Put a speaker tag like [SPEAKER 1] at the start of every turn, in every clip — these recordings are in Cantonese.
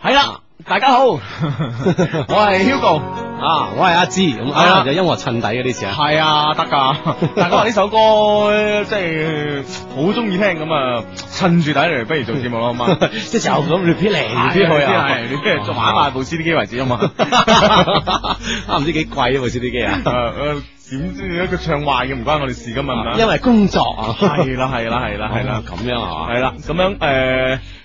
[SPEAKER 1] 系啦，大家好，啊 我系 Hugo。
[SPEAKER 2] 啊，我係阿芝，咁
[SPEAKER 1] 係啦
[SPEAKER 2] 啱就音樂襯底嘅呢次啊，
[SPEAKER 1] 系啊，得噶。 大家話呢首歌即係好中意聽咁啊，趁住底嚟，不如 做節目咯，好嘛？
[SPEAKER 2] 即係就咁 repeat 嚟
[SPEAKER 1] 係啊哦
[SPEAKER 2] repeat 去 啊，
[SPEAKER 1] 係你跟住玩埋部 CD 機為止啊嘛。
[SPEAKER 2] 啊唔知幾貴啊部 CD 機啊，
[SPEAKER 1] 誒誒，呃點知佢唱壞嘅唔關我哋事噶嘛？
[SPEAKER 2] 因為工作啊，
[SPEAKER 1] 係啦係啦係啦係啦
[SPEAKER 2] 咁樣啊嘛，
[SPEAKER 1] 係啦，咁樣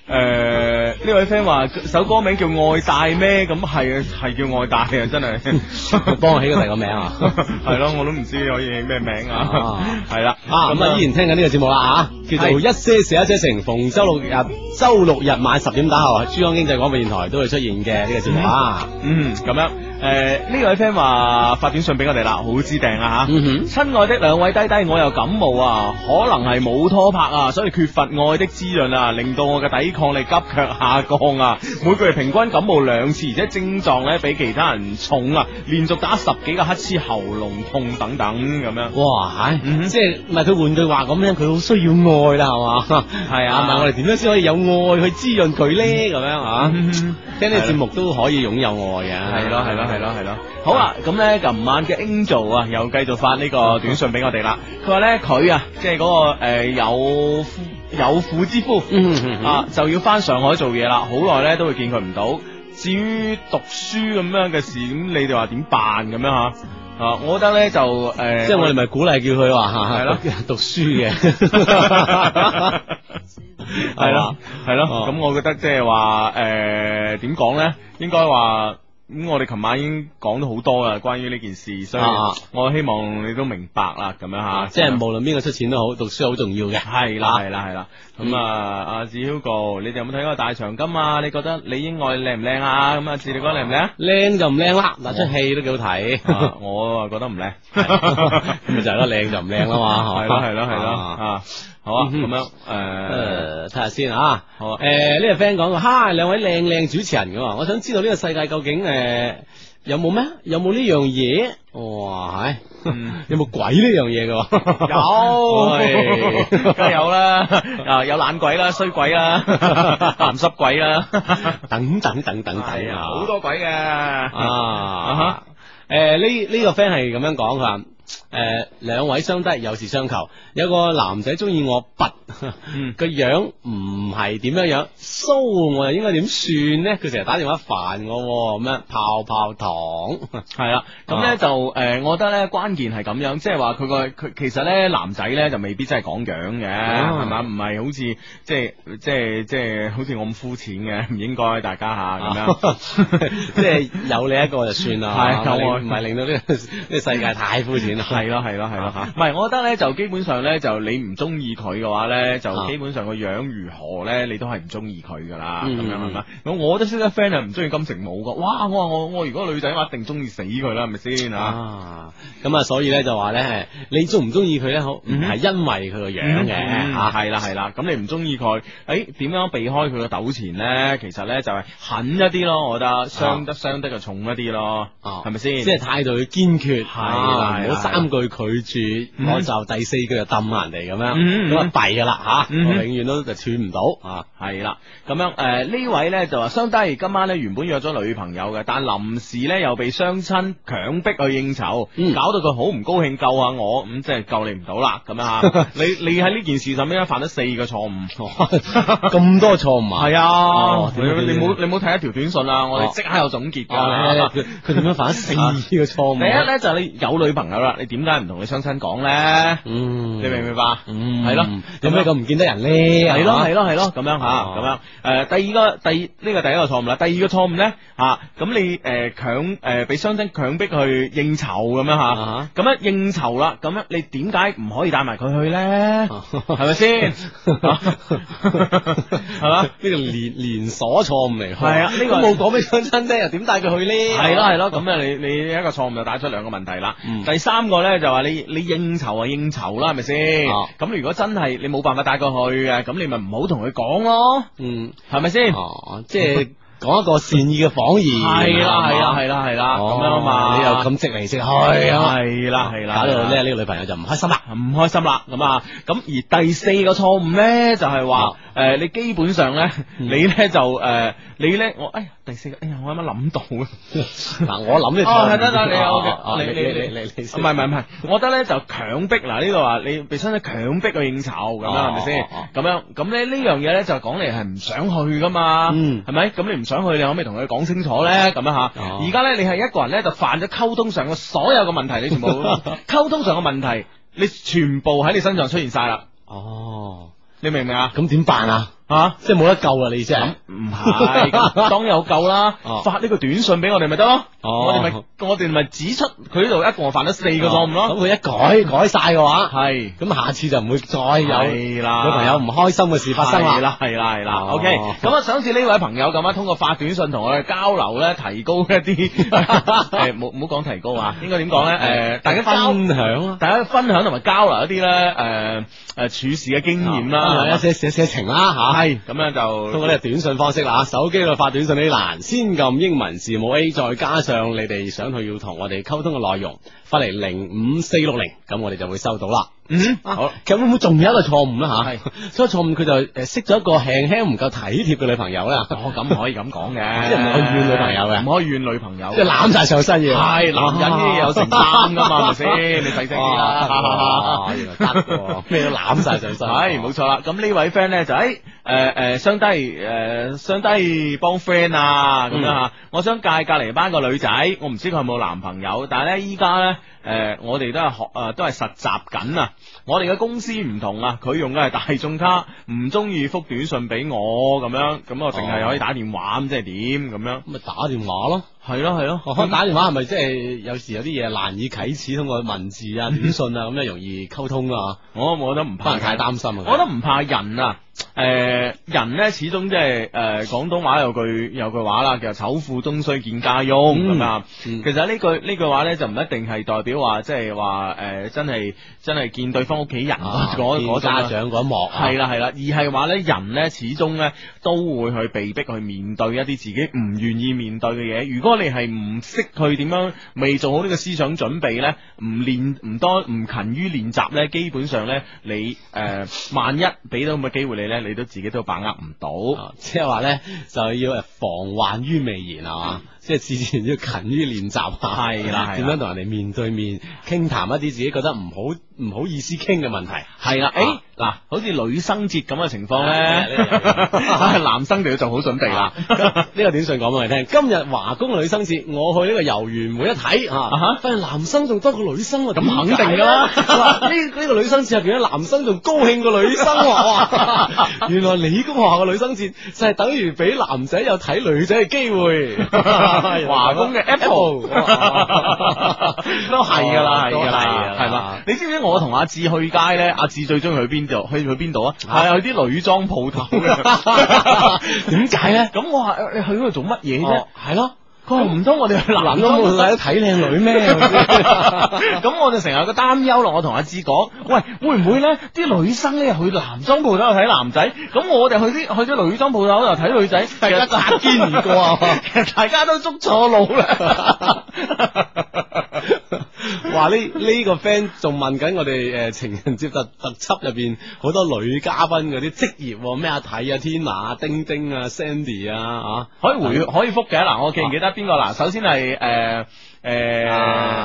[SPEAKER 1] 誒誒呢位 friend 話首歌名叫愛戴咩？咁係啊係叫愛戴啊，真係。
[SPEAKER 2] 幫我起個第 二個名啊，
[SPEAKER 1] 係咯，我都唔知可以起咩名啊
[SPEAKER 2] 啊。
[SPEAKER 1] 係啦，
[SPEAKER 2] 啊咁啊依然聽緊呢個節目啦吓，叫做
[SPEAKER 1] 係
[SPEAKER 2] 一些事一些情，逢周六日周六日晚十點打後，珠江經濟廣播電台都會出現嘅呢個節目啊，
[SPEAKER 1] 嗯，咁樣，诶、呢位 friend 話發短信俾我哋啦，好知定啦吓。
[SPEAKER 2] 嗯
[SPEAKER 1] 親愛的兩位低低，我又感冒啊，可能係冇拖拍啊，所以缺乏愛的滋潤啊，令到我嘅抵抗力急劇下降啊。每個月平均感冒兩次，而且症狀咧比其他人重啊，連續打十幾個乞嗤，喉嚨痛等等咁樣。
[SPEAKER 2] 哼，哇，
[SPEAKER 1] 嗯哼
[SPEAKER 2] 係即係唔係佢換句話咁樣，佢好需要愛啦係嘛，
[SPEAKER 1] 係啊嗯
[SPEAKER 2] 唔係我哋點樣先可以有愛去滋潤佢咧咁樣啊？聽呢個節目都可以擁有愛嘅，
[SPEAKER 1] 啊係咯嗯係咯係咯係咯，好啊啦，咁咧琴晚嘅 Angel 啊，又繼續發呢個短信俾我哋啦。佢話咧佢啊，即係嗰個诶有夫有婦之夫
[SPEAKER 2] 嗯嗯
[SPEAKER 1] 啊，就要翻上海做嘢啦，好耐咧都會見佢唔到。至於讀書咁樣嘅事，咁你哋話點辦咁樣吓？啊，我覺得咧就呃诶，
[SPEAKER 2] 即係我哋咪鼓勵叫佢話
[SPEAKER 1] 係咯
[SPEAKER 2] 讀 書嘅，
[SPEAKER 1] 系咯，系咯，
[SPEAKER 2] 哦
[SPEAKER 1] 咁我覺得即係話诶點講咧，應該話咁我哋琴晚已經講咗好多啦，關於呢件事，所以
[SPEAKER 2] 啊
[SPEAKER 1] 我希望你都明白啦，咁樣吓，
[SPEAKER 2] 即係無論邊個出錢都好，讀書好重要嘅。
[SPEAKER 1] 係啦，係啦，係啦。咁啊，阿志 Hugo，你哋有冇睇過大長今啊？你覺得李英愛靚唔靚啊？咁啊，志你覺得靚唔靚？
[SPEAKER 2] 靚就唔靚啦，嗱出戲都幾好睇，
[SPEAKER 1] 哦啊我啊覺得唔靚，
[SPEAKER 2] 咁咪就係咯，靚就唔靚啦嘛，
[SPEAKER 1] 係
[SPEAKER 2] 嘛
[SPEAKER 1] 咯，係咯，係咯，
[SPEAKER 2] 啊
[SPEAKER 1] 啊，好啊，
[SPEAKER 2] 嗯哼
[SPEAKER 1] 咁樣诶，
[SPEAKER 2] 誒睇下先啊，
[SPEAKER 1] 好啊，
[SPEAKER 2] 誒呢個 friend 講話，hi 兩位靚靚主持人咁啊，我想知道呢個世界究竟誒有冇咩？有冇呢樣嘢？哇，係
[SPEAKER 1] 嗯
[SPEAKER 2] 有冇鬼呢樣嘢嘅喎？哎
[SPEAKER 1] 有
[SPEAKER 2] 喂，
[SPEAKER 1] 梗係有啦，啊有懶鬼啦，衰鬼 啦，鹹濕鬼啦，
[SPEAKER 2] 等等等等
[SPEAKER 1] 係
[SPEAKER 2] 等
[SPEAKER 1] 啊
[SPEAKER 2] 啊，
[SPEAKER 1] 好多鬼嘅，
[SPEAKER 2] 啊！诶，呢呢個 friend 係咁樣講，佢話诶兩位相低，有事相求。有個男仔中意我拔，
[SPEAKER 1] 嗯
[SPEAKER 2] 個樣唔係點樣樣，騷我又應該點算呢？佢成日打電話煩我喎咁樣，泡泡糖
[SPEAKER 1] 係啦，咁咧
[SPEAKER 2] 啊
[SPEAKER 1] 就誒、呃我覺得咧關鍵係咁樣，即係話佢個佢其實咧男仔咧就未必真係講樣嘅，係嘛、唔係好似即係即係即係好似我咁膚淺嘅，唔應該大家吓咁樣。
[SPEAKER 2] 啊 即係有你一個就算啦，
[SPEAKER 1] 啊係有
[SPEAKER 2] 唔
[SPEAKER 1] 我
[SPEAKER 2] 係令唔係令到呢個 呢個世界太膚淺啦。
[SPEAKER 1] 係咯係咯係咯吓，
[SPEAKER 2] 啊
[SPEAKER 1] 唔係我覺得咧就基本上咧就你唔中意佢嘅話咧就
[SPEAKER 2] 啊
[SPEAKER 1] 基本上個樣如何咧你都係唔中意佢噶啦咁
[SPEAKER 2] 嗯
[SPEAKER 1] 樣係咪？咁我都識得 friend 係唔中意金城武噶，哇！我話我我如果女仔話一定中意死佢啦，係咪先啊？
[SPEAKER 2] 啊，咁啊，所以咧就話咧，你中唔中意佢咧，好唔
[SPEAKER 1] 嗯
[SPEAKER 2] 係因為佢個樣嘅啊
[SPEAKER 1] 嗯
[SPEAKER 2] 吓，
[SPEAKER 1] 係啦係啦，咁你唔中意佢，誒點樣避開佢嘅糾纏呢？其實呢，就係狠一啲咯，我覺得傷得傷得就重一啲咯，
[SPEAKER 2] 哦
[SPEAKER 1] 係咪先？
[SPEAKER 2] 啊即係態度要堅決，
[SPEAKER 1] 係
[SPEAKER 2] 啊
[SPEAKER 1] 係
[SPEAKER 2] 唔好
[SPEAKER 1] 係
[SPEAKER 2] 三句拒絕，
[SPEAKER 1] 嗯
[SPEAKER 2] 我就第四句就揼人哋咁樣，
[SPEAKER 1] 嗯
[SPEAKER 2] 咁啊弊噶啦吓，
[SPEAKER 1] 嗯
[SPEAKER 2] 我永遠都就斷唔到啊！
[SPEAKER 1] 係啦，咁樣誒、呃呢位呢就話相低，今晚呢原本約咗女朋友嘅，但臨時呢又被相親強迫去應酬，
[SPEAKER 2] 嗯
[SPEAKER 1] 搞到佢好唔高興，救下我，咁、即係救你唔到啦，咁樣 嚇。你你喺呢件事上面咧犯咗四個錯誤，
[SPEAKER 2] 咁多錯誤啊！
[SPEAKER 1] 係啊
[SPEAKER 2] 哦，
[SPEAKER 1] 你
[SPEAKER 2] 點點
[SPEAKER 1] 你
[SPEAKER 2] 點
[SPEAKER 1] 冇你冇睇一條短信啊，我哋
[SPEAKER 2] 哦
[SPEAKER 1] 即刻有總結㗎。
[SPEAKER 2] 啊佢佢點樣犯咗四個錯
[SPEAKER 1] 第一
[SPEAKER 2] 誤啊？
[SPEAKER 1] 咧就係你有女朋友啦，你點解唔同佢相親講咧？
[SPEAKER 2] 嗯，
[SPEAKER 1] 你明唔明白？
[SPEAKER 2] 嗯，
[SPEAKER 1] 係咯
[SPEAKER 2] 有咩咁唔見得人咧？
[SPEAKER 1] 係咯
[SPEAKER 2] 啊
[SPEAKER 1] 係咯係咯，咁樣吓，
[SPEAKER 2] 哦
[SPEAKER 1] 咁樣诶，誒第二個第呢個第一個錯誤啦，第二個錯誤咧吓，咁你诶強诶俾雙親強迫去應酬咁樣吓，
[SPEAKER 2] 啊
[SPEAKER 1] 咁樣應酬啦，咁樣你點解唔可以帶埋佢去咧？
[SPEAKER 2] 哈
[SPEAKER 1] 係咪 先？係嘛？
[SPEAKER 2] 呢個連連鎖錯誤嚟㗎，
[SPEAKER 1] 係啊呢個
[SPEAKER 2] 都冇講俾相親聽，又點帶佢去咧？
[SPEAKER 1] 係咯係咯，咁啊你你一個錯誤就帶出兩個問題啦。
[SPEAKER 2] 嗯
[SPEAKER 1] 第三個咧就話你你應酬啊應酬啦，係咪先？
[SPEAKER 2] 哦
[SPEAKER 1] 咁你如果真係你冇辦法帶佢去嘅，咁你咪唔好同佢講咯，
[SPEAKER 2] 嗯，
[SPEAKER 1] 係咪先？
[SPEAKER 2] 哦，即係讲一个善意嘅谎言，啊
[SPEAKER 1] 系啦系啦
[SPEAKER 2] 係嘛
[SPEAKER 1] 系啦系啦，
[SPEAKER 2] 哦
[SPEAKER 1] 咁样啊嘛，
[SPEAKER 2] 你又咁直嚟直去啊，
[SPEAKER 1] 系啦系啦，
[SPEAKER 2] 搞到咧呢個女朋友就唔開 心啦。
[SPEAKER 1] 唔開心啦，咁啊，咁而第四個錯誤咧就係話，诶，你基本上咧，
[SPEAKER 2] 啊嗯
[SPEAKER 1] 你咧就诶，你咧我，哎呀，第四個，哎呀，我啱啱諗到啊，
[SPEAKER 2] 嗱，我諗呢個
[SPEAKER 1] 哦，
[SPEAKER 2] 錯誤
[SPEAKER 1] 係得得，你有
[SPEAKER 2] 哦哦
[SPEAKER 1] 嘅，
[SPEAKER 2] 你你你你你
[SPEAKER 1] 唔係唔係唔係，我覺得咧就強迫嗱呢度話你被身體強迫去應酬咁樣
[SPEAKER 2] 哦
[SPEAKER 1] 係咪先
[SPEAKER 2] 哦哦？
[SPEAKER 1] 咁樣咁咧呢樣嘢咧就講你係唔想去噶嘛，
[SPEAKER 2] 嗯
[SPEAKER 1] 係咪？咁你唔想去，你可唔可以同佢講清楚咧？咁樣吓，
[SPEAKER 2] 哦
[SPEAKER 1] 而家咧你係一個人咧就犯咗溝通上嘅所有嘅問題，你全 部溝通上嘅問題，你全部喺你身上出現晒啦，
[SPEAKER 2] 哦，
[SPEAKER 1] 你明唔明啊？
[SPEAKER 2] 咁點辦啊？
[SPEAKER 1] 啊！
[SPEAKER 2] 即係冇得救啦，你意思係？
[SPEAKER 1] 唔係， 咁當有夠啦
[SPEAKER 2] 哦，
[SPEAKER 1] 發呢個短信俾我哋咪得咯，
[SPEAKER 2] 哦
[SPEAKER 1] 我哋咪我哋咪指出佢呢度一共犯咗四個錯誤
[SPEAKER 2] 咁
[SPEAKER 1] 咯，
[SPEAKER 2] 佢一改改晒嘅話，
[SPEAKER 1] 係。
[SPEAKER 2] 咁下次就唔會再有女
[SPEAKER 1] 係啦，
[SPEAKER 2] 朋友唔開心嘅事發生
[SPEAKER 1] 係
[SPEAKER 2] 啦。
[SPEAKER 1] 啦，係啦，係啦。
[SPEAKER 2] 哦
[SPEAKER 1] OK，咁啊，想似呢位朋友咁啊，通過發短信同我哋交流咧，提高一啲 誒，冇唔好講提高啊，應該點講咧？誒，大家交
[SPEAKER 2] 嗯分享啦，
[SPEAKER 1] 大家分享同埋交流一啲咧，誒誒處事嘅經驗
[SPEAKER 2] 分享
[SPEAKER 1] 啦
[SPEAKER 2] 一，些寫寫情啦吓。
[SPEAKER 1] 係咁樣就
[SPEAKER 2] 通過呢個短信方式啦，手機度發短信呢欄，先撳英文字母 A，再加上你哋想去要同我哋溝通嘅內容，發嚟零五四六零，咁我哋就會收到啦。
[SPEAKER 1] 嗯
[SPEAKER 2] 好
[SPEAKER 1] 好，啊
[SPEAKER 2] 咁會唔會仲有一個錯誤啦
[SPEAKER 1] 係
[SPEAKER 2] 吓？所以錯誤佢就诶識咗一個輕輕唔夠體貼嘅女朋友啦，
[SPEAKER 1] 哦，咁唔可以咁講嘅，
[SPEAKER 2] 即係唔可以怨女朋友嘅
[SPEAKER 1] 唔可以怨女朋友嘅，
[SPEAKER 2] 即係攬晒上身嘅。
[SPEAKER 1] 係男人呢有承擔噶 嘛，係咪先？你細聲啲啊啦
[SPEAKER 2] 哇。原來得喎，咩都攬晒 上身。
[SPEAKER 1] 系冇錯啦，咁呢位 friend 咧就诶诶诶，相低诶相低幫 friend 啊咁樣吓，我想介隔離班個女仔，我唔知佢有冇男朋友，但係咧依家咧诶我哋都係學诶、呃都係實習緊啊，我哋嘅公司唔同啊，佢用嘅係大眾卡，唔中意覆短信俾我咁樣，咁我淨係可以打電話咁即係點咁樣？
[SPEAKER 2] 咁咪打電話咯。
[SPEAKER 1] 係咯係咯，
[SPEAKER 2] 哦，打電話係咪即係有時有啲嘢難以啟齒，通過文字啊、短信啊咁樣容易溝通啊？
[SPEAKER 1] 我我覺得唔
[SPEAKER 2] 可
[SPEAKER 1] 怕
[SPEAKER 2] 能太擔心啊！
[SPEAKER 1] 嗯我覺得唔怕人啊，诶、人咧始終即係诶廣東話有句有句話啦，叫做醜婦終須見家翁
[SPEAKER 2] 嗯
[SPEAKER 1] 咁啊。
[SPEAKER 2] 嗯
[SPEAKER 1] 其實呢句呢句話咧就唔一定係代表話即係話诶真係真係見對方屋企人
[SPEAKER 2] 啊
[SPEAKER 1] 嗰嗰
[SPEAKER 2] 見
[SPEAKER 1] 嗰陣啊
[SPEAKER 2] 家長嗰一幕啊
[SPEAKER 1] 係啦係啦，而係話咧人咧始終咧都會去被逼去面對一啲自己唔願意面對嘅嘢。如果你係唔識去點樣，未做好呢個思想準備咧，唔練唔多唔勤於練習咧，基本上咧你誒、呃、萬一俾到咁嘅機會你咧，你都自己都把握唔到。
[SPEAKER 2] 啊即係話咧就要誒防患於未然啊嘛，即係事前要勤於練習下，
[SPEAKER 1] 嗯係 啦係啦
[SPEAKER 2] 點樣同人哋面對面傾談一啲自己覺得唔好唔好意思傾嘅問題。
[SPEAKER 1] 係啦，誒
[SPEAKER 2] 啊
[SPEAKER 1] 嗱、好似女生節咁嘅情況
[SPEAKER 2] 啊
[SPEAKER 1] 咧
[SPEAKER 2] 呢 個，
[SPEAKER 1] 男生就要做好準備啦
[SPEAKER 2] 啊。 呢個短信講俾我哋聽，今日華工嘅女生節，我去呢個遊園會一睇
[SPEAKER 1] 啊哈
[SPEAKER 2] 啊，發現男生仲多過女生啊，
[SPEAKER 1] 咁
[SPEAKER 2] 點解
[SPEAKER 1] 肯定㗎啦
[SPEAKER 2] 哇呢呢個女生節入邊咧，男生仲高興過女生喎，哇！ 原來理工學校嘅女生節就係等於俾男仔有睇女仔嘅機會，
[SPEAKER 1] 華工嘅 Apple 哦都係㗎啦，係
[SPEAKER 2] 哦都
[SPEAKER 1] 㗎
[SPEAKER 2] 係
[SPEAKER 1] 啦
[SPEAKER 2] 啦，
[SPEAKER 1] 係嘛？你知唔知我同阿志去街咧？阿志最中意去邊度？去去邊度啊？
[SPEAKER 2] 啊
[SPEAKER 1] 係去啲女裝鋪頭嘅。 點解咧？咁我話哎你去嗰度做乜嘢啫
[SPEAKER 2] 哦？係咯，
[SPEAKER 1] 佢話唔通我哋去男
[SPEAKER 2] 男
[SPEAKER 1] 裝
[SPEAKER 2] 都
[SPEAKER 1] 鋪
[SPEAKER 2] 冇
[SPEAKER 1] 頭
[SPEAKER 2] 睇睇靚女咩？
[SPEAKER 1] 咁我就成日有個擔憂咯，我同阿志講，喂，會唔會咧啲女生咧去男裝鋪頭度睇男仔，咁我哋去啲去咗女裝鋪頭度睇女仔，大
[SPEAKER 2] 家擦肩而 過 啊
[SPEAKER 1] 其實大家都捉錯路啦。
[SPEAKER 2] 哇！呢呢、個 friend 仲問緊我哋诶情人節特特輯入邊好多女嘉賓嗰啲職業喎，咩阿體啊、天娜啊、丁丁啊、Sandy 啊
[SPEAKER 1] 可以回可以覆嘅嗱，我記唔記得邊個嗱？首先係誒誒
[SPEAKER 2] 啊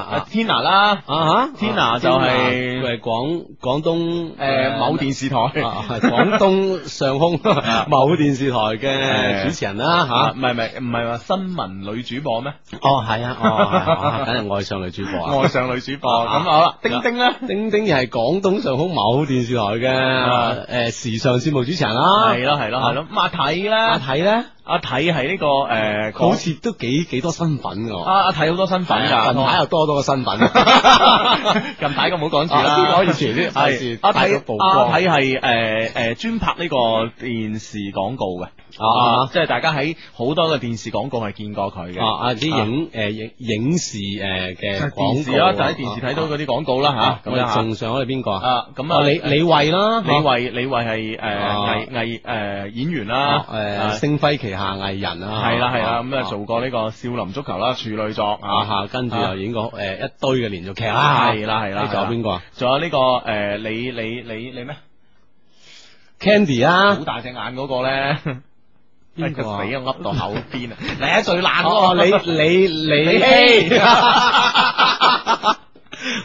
[SPEAKER 1] 阿
[SPEAKER 2] 啊
[SPEAKER 1] Tina 啦，
[SPEAKER 2] 啊啊
[SPEAKER 1] Tina 就係
[SPEAKER 2] 佢係廣廣東呃
[SPEAKER 1] 誒某電視台
[SPEAKER 2] 啊係廣東上空 某電視台嘅主持人啦吓
[SPEAKER 1] 啊，唔係唔係唔係話新聞女主播咩？
[SPEAKER 2] 哦係啊，哦係，梗係愛上女主播啊！
[SPEAKER 1] 愛上女主播
[SPEAKER 2] 啊
[SPEAKER 1] 咁好啦，丁丁咧。
[SPEAKER 2] 丁丁又係廣東上空某電視台
[SPEAKER 1] 啊
[SPEAKER 2] 嘅诶時尚節目主持人啦，
[SPEAKER 1] 係咯係
[SPEAKER 2] 啊
[SPEAKER 1] 咯係咯，咁阿睇咧，
[SPEAKER 2] 阿睇咧。
[SPEAKER 1] 阿睇係呢個誒，
[SPEAKER 2] 好似都幾幾多身份
[SPEAKER 1] 阿
[SPEAKER 2] 㗎喎，
[SPEAKER 1] 阿睇好多身份
[SPEAKER 2] 係
[SPEAKER 1] 㗎，
[SPEAKER 2] 啊近排又多多個 身份，
[SPEAKER 1] 近排咁唔好講住啦，
[SPEAKER 2] 啊可以前啲費事
[SPEAKER 1] 係阿
[SPEAKER 2] 帶
[SPEAKER 1] 睇
[SPEAKER 2] 咗曝光
[SPEAKER 1] 阿睇係誒誒專拍呢個電視廣告嘅，
[SPEAKER 2] 啊
[SPEAKER 1] 即係大家喺好多嘅電視廣告係見過佢嘅。
[SPEAKER 2] 啊啊啲影誒影影視誒嘅
[SPEAKER 1] 電
[SPEAKER 2] 廣
[SPEAKER 1] 視
[SPEAKER 2] 告
[SPEAKER 1] 啦，
[SPEAKER 2] 啊，
[SPEAKER 1] 就喺電視睇到嗰啲廣告啦
[SPEAKER 2] 啊
[SPEAKER 1] 吓，
[SPEAKER 2] 咁
[SPEAKER 1] 咁
[SPEAKER 2] 啊，
[SPEAKER 1] 樣
[SPEAKER 2] 仲上咗你邊個
[SPEAKER 1] 嚇
[SPEAKER 2] 啊？
[SPEAKER 1] 啊，咁
[SPEAKER 2] 啊
[SPEAKER 1] 啊，
[SPEAKER 2] 李李慧啦，
[SPEAKER 1] 李慧李慧係誒
[SPEAKER 2] 啊
[SPEAKER 1] 藝藝誒演員
[SPEAKER 2] 啊
[SPEAKER 1] 啦，
[SPEAKER 2] 誒星輝旗下藝人啊，
[SPEAKER 1] 係啦係啦，咁啊做過呢個少林足球啦，處女作
[SPEAKER 2] 啊
[SPEAKER 1] 啊，
[SPEAKER 2] 吓，跟住
[SPEAKER 1] 啊
[SPEAKER 2] 又演過诶一堆嘅連續劇啦，
[SPEAKER 1] 係啦係啦
[SPEAKER 2] 你仲有邊個啊
[SPEAKER 1] 仲有呢個诶你你你你咩？
[SPEAKER 2] ？Candy
[SPEAKER 1] 好
[SPEAKER 2] 啊，
[SPEAKER 1] 大隻眼嗰個咧，
[SPEAKER 2] 邊
[SPEAKER 1] 死
[SPEAKER 2] 個
[SPEAKER 1] 啊
[SPEAKER 2] 啊
[SPEAKER 1] 噏到口 邊啊！你啊最爛嗰
[SPEAKER 2] 哦
[SPEAKER 1] 個
[SPEAKER 2] 李李李
[SPEAKER 1] 希
[SPEAKER 2] 希，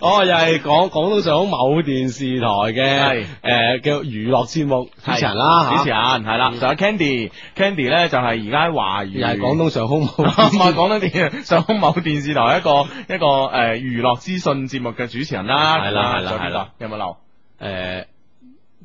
[SPEAKER 2] 哦，又係講廣東省某電視台
[SPEAKER 1] 係
[SPEAKER 2] 嘅诶叫娛樂節目主持人啦，
[SPEAKER 1] 主持
[SPEAKER 2] 人
[SPEAKER 1] 人係啦，仲有 Candy，Candy 咧就係而家喺華語，
[SPEAKER 2] 又係廣東省空
[SPEAKER 1] 唔
[SPEAKER 2] 冇
[SPEAKER 1] 係廣東電上某電視 台一個一個誒娛樂資訊節目嘅主持人啦，啊
[SPEAKER 2] 係啦係啦
[SPEAKER 1] 仲有邊個
[SPEAKER 2] 係啦，
[SPEAKER 1] 有冇留？
[SPEAKER 2] 诶，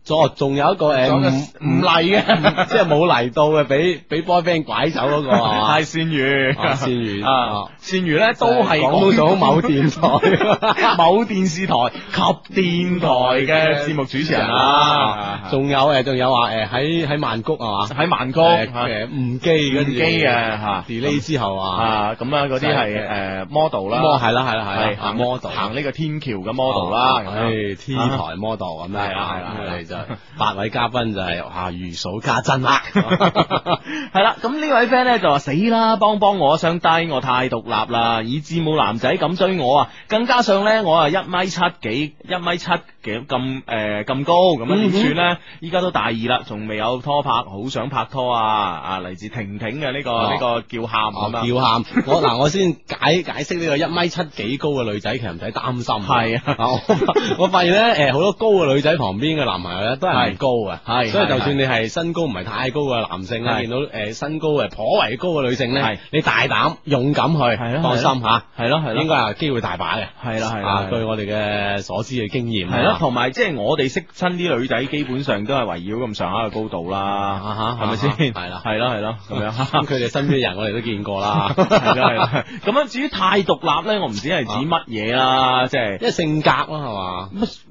[SPEAKER 2] 仲仲有一個诶
[SPEAKER 1] 仲有一個唔嚟 嘅
[SPEAKER 2] 即係冇嚟到嘅，俾俾 boyfriend 拐走嗰個 啊
[SPEAKER 1] 係善宇，
[SPEAKER 2] 啊善 宇
[SPEAKER 1] 啊
[SPEAKER 2] 啊，
[SPEAKER 1] 善宇咧都係
[SPEAKER 2] 廣東省某電台。
[SPEAKER 1] 某電視台及電台嘅節目主
[SPEAKER 2] Dạ.
[SPEAKER 1] 持人啦，仲
[SPEAKER 2] 仲有誒，仲有話誒喺喺曼谷係嘛？
[SPEAKER 1] 喺曼谷
[SPEAKER 2] 誒
[SPEAKER 1] 啊
[SPEAKER 2] 誒誤機嗰
[SPEAKER 1] 唔
[SPEAKER 2] 啲
[SPEAKER 1] 機嘅嚇
[SPEAKER 2] delay 之後啊，呃
[SPEAKER 1] 啊，咁啊嗰啲係誒 model 啦，
[SPEAKER 2] 摩係啦係啦係
[SPEAKER 1] 係
[SPEAKER 2] 啦
[SPEAKER 1] 行
[SPEAKER 2] model 啊
[SPEAKER 1] 行呢個天橋嘅 model 啦，咁樣啊
[SPEAKER 2] 誒 T 台 model 咁樣
[SPEAKER 1] 係啦係啦啊
[SPEAKER 2] 咁
[SPEAKER 1] 係啦
[SPEAKER 2] 我哋就八位嘉賓就係啊如數家珍啦，
[SPEAKER 1] 系啦，咁呢位 friend 咧就話死啦，幫幫我想低，我太獨立啦，以致冇男仔咁追我啊，更加上咧我啊一米七幾，一米七幾咁诶咁高，咁啊點
[SPEAKER 2] 嗯
[SPEAKER 1] 算咧？依家都大二啦，仲未有拖拍，好想拍拖啊！啊，嚟自婷婷嘅呢個
[SPEAKER 2] 哦
[SPEAKER 1] 呢個叫喊
[SPEAKER 2] 我
[SPEAKER 1] 咁啊。
[SPEAKER 2] 叫喊我嗱我先解解釋呢個一米七幾高嘅女仔，其實唔使擔心。
[SPEAKER 1] 係啊
[SPEAKER 2] 我我發現咧誒好多高嘅女仔旁邊嘅男朋友咧都係唔高嘅，
[SPEAKER 1] 係
[SPEAKER 2] 所以
[SPEAKER 1] 係
[SPEAKER 2] 就算你係身高唔係太高嘅男性咧，
[SPEAKER 1] 係
[SPEAKER 2] 見到誒身高誒頗為高嘅女性
[SPEAKER 1] 係
[SPEAKER 2] 咧，你大膽勇敢去，
[SPEAKER 1] 係咯
[SPEAKER 2] 放心嚇，
[SPEAKER 1] 係咯係咯
[SPEAKER 2] 應該係機會大把嘅。
[SPEAKER 1] 係啦係啦
[SPEAKER 2] 啊
[SPEAKER 1] 係啦
[SPEAKER 2] 據我哋嘅所知嘅經驗，啊
[SPEAKER 1] 係咯，同埋即係我哋識親啲女仔，基本上都係圍繞咁上下嘅高度
[SPEAKER 2] 啊
[SPEAKER 1] 啦，
[SPEAKER 2] 哈
[SPEAKER 1] 係咪先？
[SPEAKER 2] 係啦
[SPEAKER 1] 係咯係咯， 咁樣。
[SPEAKER 2] 咁佢哋身邊嘅人我哋都見過啦。
[SPEAKER 1] 係啦係啦，咁樣至於太獨立咧，我唔知係指乜嘢啦，即係
[SPEAKER 2] 因為性格啦，係嘛，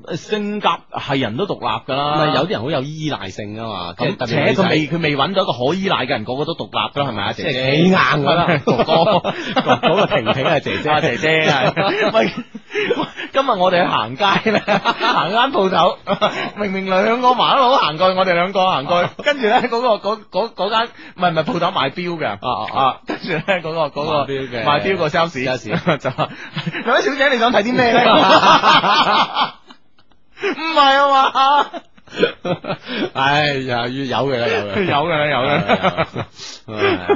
[SPEAKER 1] 乜性格係人都獨立㗎
[SPEAKER 2] 唔
[SPEAKER 1] 啦，
[SPEAKER 2] 啊係有啲人好有依賴性啊嘛，
[SPEAKER 1] 咁
[SPEAKER 2] 特別
[SPEAKER 1] 且
[SPEAKER 2] 女仔
[SPEAKER 1] 佢未佢未揾到一個可依賴嘅人，個個都獨立㗎啦，係咪啊？
[SPEAKER 2] 即
[SPEAKER 1] 姐
[SPEAKER 2] 係
[SPEAKER 1] 姐
[SPEAKER 2] 幾硬㗎啦
[SPEAKER 1] 哥哥
[SPEAKER 2] 嗰個婷婷係姐姐
[SPEAKER 1] 啊姐姐係。喂，今日我哋去行街咧，行間鋪頭，明明兩個麻甩佬行過去，我哋兩個行過去，跟住咧嗰個嗰嗰嗰間唔係唔係鋪頭賣錶嘅。
[SPEAKER 2] 啊啊啊！
[SPEAKER 1] 啊，跟住咧嗰個嗰個
[SPEAKER 2] 賣錶嘅
[SPEAKER 1] 賣錶個 sales
[SPEAKER 2] sales
[SPEAKER 1] 就話兩位小姐你想睇啲咩咧？唔係啊嘛，
[SPEAKER 2] 唉，又哎越有嘅啦，有
[SPEAKER 1] 有
[SPEAKER 2] 嘅，哎嗯
[SPEAKER 1] 嘅啦有嘅。
[SPEAKER 2] 嘅。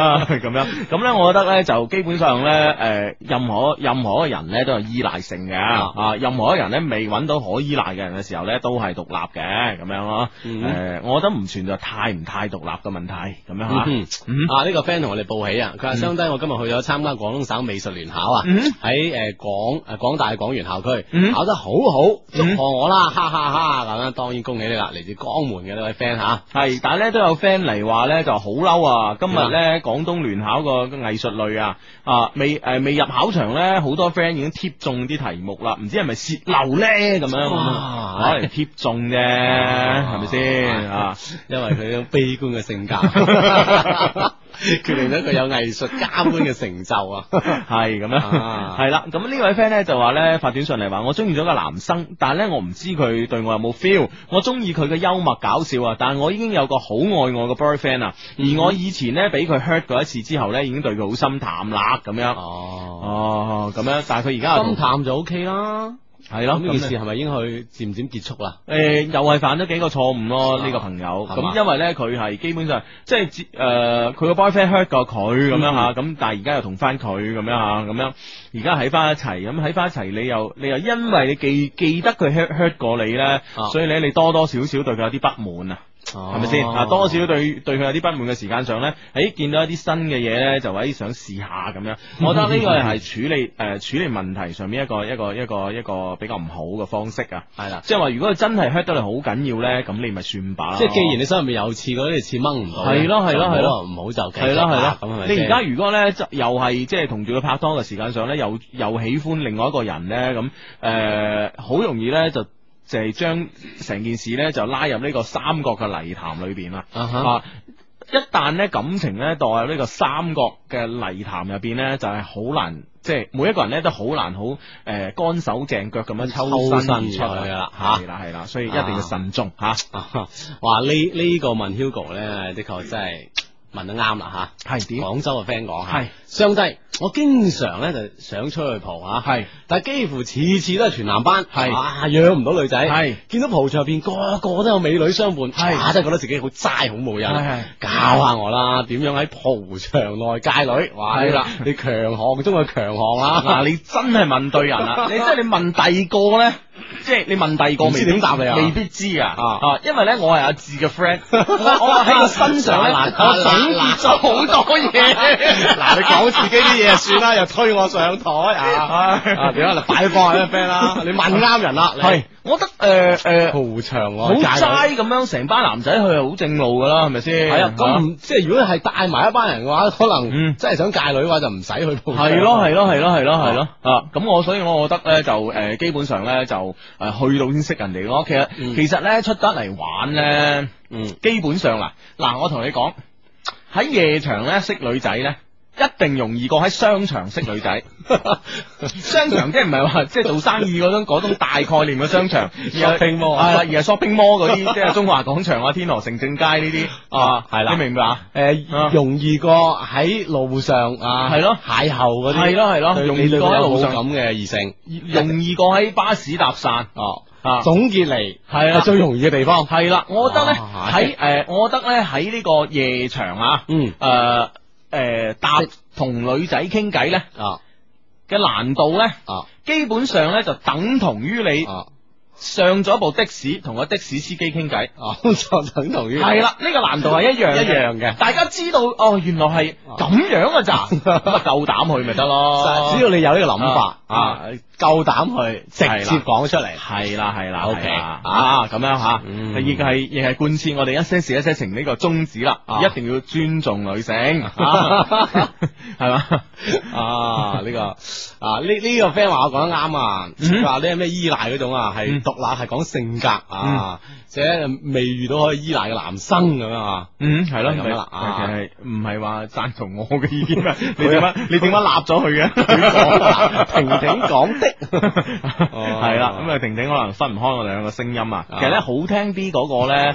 [SPEAKER 1] 啊，咁樣咁咧，我覺得咧就基本上咧，誒、任何任何一個人咧都有依賴性嘅
[SPEAKER 2] 啊
[SPEAKER 1] 啊，任何一個人咧未揾到可依賴嘅人嘅時候咧，都係獨立嘅咁樣咯。誒、
[SPEAKER 2] 嗯
[SPEAKER 1] 我覺得唔存在太唔太獨立嘅問題，咁樣嚇。
[SPEAKER 2] 嗯
[SPEAKER 1] 嗯
[SPEAKER 2] 啊！呢個 friend 同我哋報喜啊，佢話：
[SPEAKER 1] 嗯
[SPEAKER 2] 相低我今日去咗參加廣東省美術聯考啊，
[SPEAKER 1] 嗯
[SPEAKER 2] 喺誒廣誒廣大廣園校區
[SPEAKER 1] 嗯
[SPEAKER 2] 考得好好，祝
[SPEAKER 1] 嗯
[SPEAKER 2] 賀我啦，哈哈哈！咁樣當然恭喜你啦，嚟自江門嘅呢位 friend 嚇，
[SPEAKER 1] 係，但係咧都有 friend 嚟話咧就好嬲啊！今日咧廣東聯考個藝術類啊，啊未誒、未入考場咧，好多 friend 已經貼中啲題目啦，唔知係咪泄漏咧咁樣，
[SPEAKER 2] 哇
[SPEAKER 1] 可能貼中啫，係咪先 啊？
[SPEAKER 2] 因為佢呢種悲觀嘅 性格，決定咗佢有藝術家般嘅成就啊！
[SPEAKER 1] 係咁樣，
[SPEAKER 2] 啊
[SPEAKER 1] 係啦。咁呢位 friend 咧就話咧發短信嚟話，我中意咗個男生，但係咧我唔知佢對我有冇 feel。我中意佢嘅幽默搞笑啊，但係我已經有個好愛我嘅 boyfriend 啊，而我以前咧俾佢 hurt 過一次之後咧，已經對佢好心淡啦咁樣。
[SPEAKER 2] 哦，
[SPEAKER 1] 哦，咁樣，但係佢而家又
[SPEAKER 2] 心淡就 OK 啦。
[SPEAKER 1] 係咯啊
[SPEAKER 2] 咁呢件事係咪應該去漸漸結束啦？
[SPEAKER 1] 诶、又係犯咗幾個錯誤咯，
[SPEAKER 2] 啊
[SPEAKER 1] 呢、個朋友。
[SPEAKER 2] 係嘛
[SPEAKER 1] 咁因為咧，佢係基本上即係接诶，佢個 boyfriend hurt 過佢咁樣
[SPEAKER 2] 嗯
[SPEAKER 1] 吓，咁、但係而家又同翻佢咁樣吓，咁樣而家喺翻一齊，咁喺翻一齊，你又你又因為你記記得佢 hurt hurt 過你咧，
[SPEAKER 2] 啊
[SPEAKER 1] 所以咧你多多少少對佢有啲不滿啊，
[SPEAKER 2] 係
[SPEAKER 1] 係咪
[SPEAKER 2] 哦
[SPEAKER 1] 先？啊，多少對對佢有啲不滿嘅時間上咧，诶，見到一啲新嘅嘢咧，就诶想試下 咁樣。我覺得呢個係處理诶、呃、处理問題上面一個一個一個一個比較唔好嘅方式啊。
[SPEAKER 2] 係啦。
[SPEAKER 1] 即系话，如果佢真系 hurt 得你好紧要咧，咁你咪算罢啦。
[SPEAKER 2] 即係既然你手入面有刺嗰啲刺掹唔到咧，
[SPEAKER 1] 啊係咯係咯係咯
[SPEAKER 2] 就唔好，唔好就繼
[SPEAKER 1] 系
[SPEAKER 2] 續
[SPEAKER 1] 咯
[SPEAKER 2] 啦
[SPEAKER 1] 系
[SPEAKER 2] 啊咁係
[SPEAKER 1] 咯
[SPEAKER 2] 咪，先
[SPEAKER 1] 你而家如果咧就又係即係同住佢拍拖嘅時間上咧，又又喜歡另外一個人咧，咁诶好容易咧就就係將成件事咧就拉入呢個三角嘅泥潭裏邊啦。
[SPEAKER 2] 啊哈
[SPEAKER 1] 啊！一旦咧感情咧墮入呢個三角嘅泥潭入邊咧，就係好難，即係每一個人咧都好難好誒乾手淨腳咁樣抽
[SPEAKER 2] 抽身
[SPEAKER 1] 身
[SPEAKER 2] 而
[SPEAKER 1] 而出
[SPEAKER 2] 出
[SPEAKER 1] 嚟
[SPEAKER 2] 去啦嚇
[SPEAKER 1] 係啦係啦，所以一定要慎重嚇。
[SPEAKER 2] 啊哈哇！呢呢個問 Hugo 咧，的確真係問得啱啦
[SPEAKER 1] 係
[SPEAKER 2] 吓，廣州嘅 friend 講吓，
[SPEAKER 1] 係
[SPEAKER 2] 相低，我經常咧就想出去蒲吓，
[SPEAKER 1] 係
[SPEAKER 2] 但係幾乎次次都係全男班，
[SPEAKER 1] 係
[SPEAKER 2] 啊約唔到女仔，
[SPEAKER 1] 係
[SPEAKER 2] 見到蒲場入邊個個都有美女相伴，
[SPEAKER 1] 係
[SPEAKER 2] 啊真係覺得自己好齋好冇
[SPEAKER 1] 係
[SPEAKER 2] 癮
[SPEAKER 1] 係，
[SPEAKER 2] 教下我啦，點樣喺蒲場內界女，哇
[SPEAKER 1] 係啦，
[SPEAKER 2] 你強項中嘅強項啊啦
[SPEAKER 1] 嗱，，你真係問對人
[SPEAKER 2] 啊
[SPEAKER 1] 啦！你即係你問第二個咧，即係你問第二個
[SPEAKER 2] 唔知
[SPEAKER 1] 未必
[SPEAKER 2] 點答你啊
[SPEAKER 1] 未必知啊！
[SPEAKER 2] 啊
[SPEAKER 1] 啊，因為咧我係阿志嘅 friend，我我喺我身上咧，
[SPEAKER 2] 嗱嗱
[SPEAKER 1] 我總結咗好多嘢。
[SPEAKER 2] 嗱，你講自己啲嘢算 啦，又推我上台啊！啊，點啊？你擺放下啲 friend 啦， 你問啱人啦，
[SPEAKER 1] 係，我覺得誒誒
[SPEAKER 2] 蒲場
[SPEAKER 1] 好
[SPEAKER 2] 外
[SPEAKER 1] 齋咁樣，成班男仔去係好正路噶啦，係咪先？
[SPEAKER 2] 係啊，咁唔即係如果係帶埋一班人嘅話，可能
[SPEAKER 1] 嗯
[SPEAKER 2] 真係想戒女嘅話，就唔使去蒲。
[SPEAKER 1] 系咯系，咯系咯系咯系咯啊！咁我所以我覺得咧就诶、呃基本上咧就诶、呃去到先識人哋咯。其實、
[SPEAKER 2] 嗯
[SPEAKER 1] 其實咧出得嚟玩咧，
[SPEAKER 2] 嗯，
[SPEAKER 1] 基本上嗱嗱，我同你講喺夜場咧識女仔咧。一定容易過喺商場識女仔，商場即係唔係話即係做生意嗰種嗰種大概念嘅商場
[SPEAKER 2] Shopping
[SPEAKER 1] 係
[SPEAKER 2] mall
[SPEAKER 1] 啦，而係 shopping mall 嗰啲，即係中華廣場啊、天河城正街呢啲
[SPEAKER 2] 啊係啦
[SPEAKER 1] 你明唔明白？啊
[SPEAKER 2] 誒，容易過喺路上啊，
[SPEAKER 1] 係咯
[SPEAKER 2] 邂逅嗰啲，
[SPEAKER 1] 係咯係咯
[SPEAKER 2] 對
[SPEAKER 1] 容
[SPEAKER 2] 你
[SPEAKER 1] 易
[SPEAKER 2] 對佢
[SPEAKER 1] 過喺
[SPEAKER 2] 有
[SPEAKER 1] 路
[SPEAKER 2] 好
[SPEAKER 1] 上
[SPEAKER 2] 感嘅異性。
[SPEAKER 1] 容易過喺巴士搭訕
[SPEAKER 2] 哦，
[SPEAKER 1] 啊，
[SPEAKER 2] 總結嚟
[SPEAKER 1] 係啦
[SPEAKER 2] 最容易嘅地方。
[SPEAKER 1] 系啦，我覺得咧
[SPEAKER 2] 哇
[SPEAKER 1] 喺诶，我覺得咧喺呢個夜場啊，
[SPEAKER 2] 嗯
[SPEAKER 1] 诶、诶、呃搭同女仔傾偈咧
[SPEAKER 2] 啊
[SPEAKER 1] 嘅難度咧，
[SPEAKER 2] 啊
[SPEAKER 1] 基本上咧就等同於你
[SPEAKER 2] 啊
[SPEAKER 1] 上咗部的士同個的士司機傾偈。
[SPEAKER 2] 啊， 就等同於
[SPEAKER 1] 係啦，呢、個難度係一樣嘅
[SPEAKER 2] 一樣嘅
[SPEAKER 1] 大家知道哦，原來係咁樣嘅 咋，咁啊夠膽去咪得咯。
[SPEAKER 2] 只要你有呢個諗法
[SPEAKER 1] 啊
[SPEAKER 2] 啊，夠膽去直
[SPEAKER 1] 係
[SPEAKER 2] 接
[SPEAKER 1] 啦
[SPEAKER 2] 講出嚟。
[SPEAKER 1] 係啦係啦
[SPEAKER 2] OK，
[SPEAKER 1] 係啦啊咁樣吓，
[SPEAKER 2] 嗯
[SPEAKER 1] 亦係亦係貫徹我哋一些事一些情呢個宗旨啦，
[SPEAKER 2] 啊
[SPEAKER 1] 一定要尊重女性， 啊 係嘛？
[SPEAKER 2] 啊！呢、個啊呢呢、個 friend 話我講得啱啊，佢
[SPEAKER 1] 嗯
[SPEAKER 2] 話呢咩依賴嗰種啊，係
[SPEAKER 1] 嗯
[SPEAKER 2] 獨立係講性格啊，且未遇到可以依賴嘅男生咁樣啊。
[SPEAKER 1] 嗯，係咯，
[SPEAKER 2] 係咁啦
[SPEAKER 1] 唔係
[SPEAKER 2] 啊
[SPEAKER 1] 係係唔係話贊同我嘅意 見啊？你點解你點解立咗佢嘅？
[SPEAKER 2] 婷婷講的，
[SPEAKER 1] 係啦，咁啊，婷婷可能分唔開我哋兩個聲音啊。其實咧，好聽啲嗰個 咧，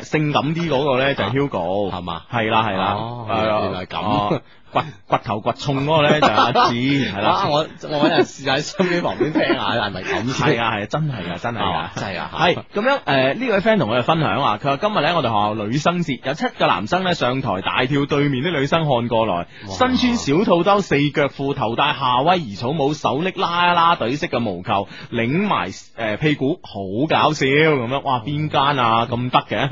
[SPEAKER 1] 誒性感啲嗰個咧就係 Hugo，
[SPEAKER 2] 係嘛
[SPEAKER 1] 係啦係啦，
[SPEAKER 2] 哦
[SPEAKER 1] 係啊
[SPEAKER 2] 原來咁
[SPEAKER 1] 哦骨骨頭骨重嗰個咧就係 阿志，係
[SPEAKER 2] 啊
[SPEAKER 1] 啦，
[SPEAKER 2] 我我揾人試下喺身邊旁邊聽 下係咪咁
[SPEAKER 1] 係
[SPEAKER 2] 先？
[SPEAKER 1] 啊係啊，真係啊真係啊
[SPEAKER 2] 啊，。真 係啊，
[SPEAKER 1] 系咁樣，诶呢位 friend 同我哋分享話，佢話今日咧我哋學校女生節有七個男生咧上台大跳對面啲女生看過來，身穿小肚兜、四腳褲、頭戴夏威夷草帽、手拎啦啦隊式嘅毛球，擰埋诶屁股，好搞笑咁樣。哇，邊間啊咁得嘅？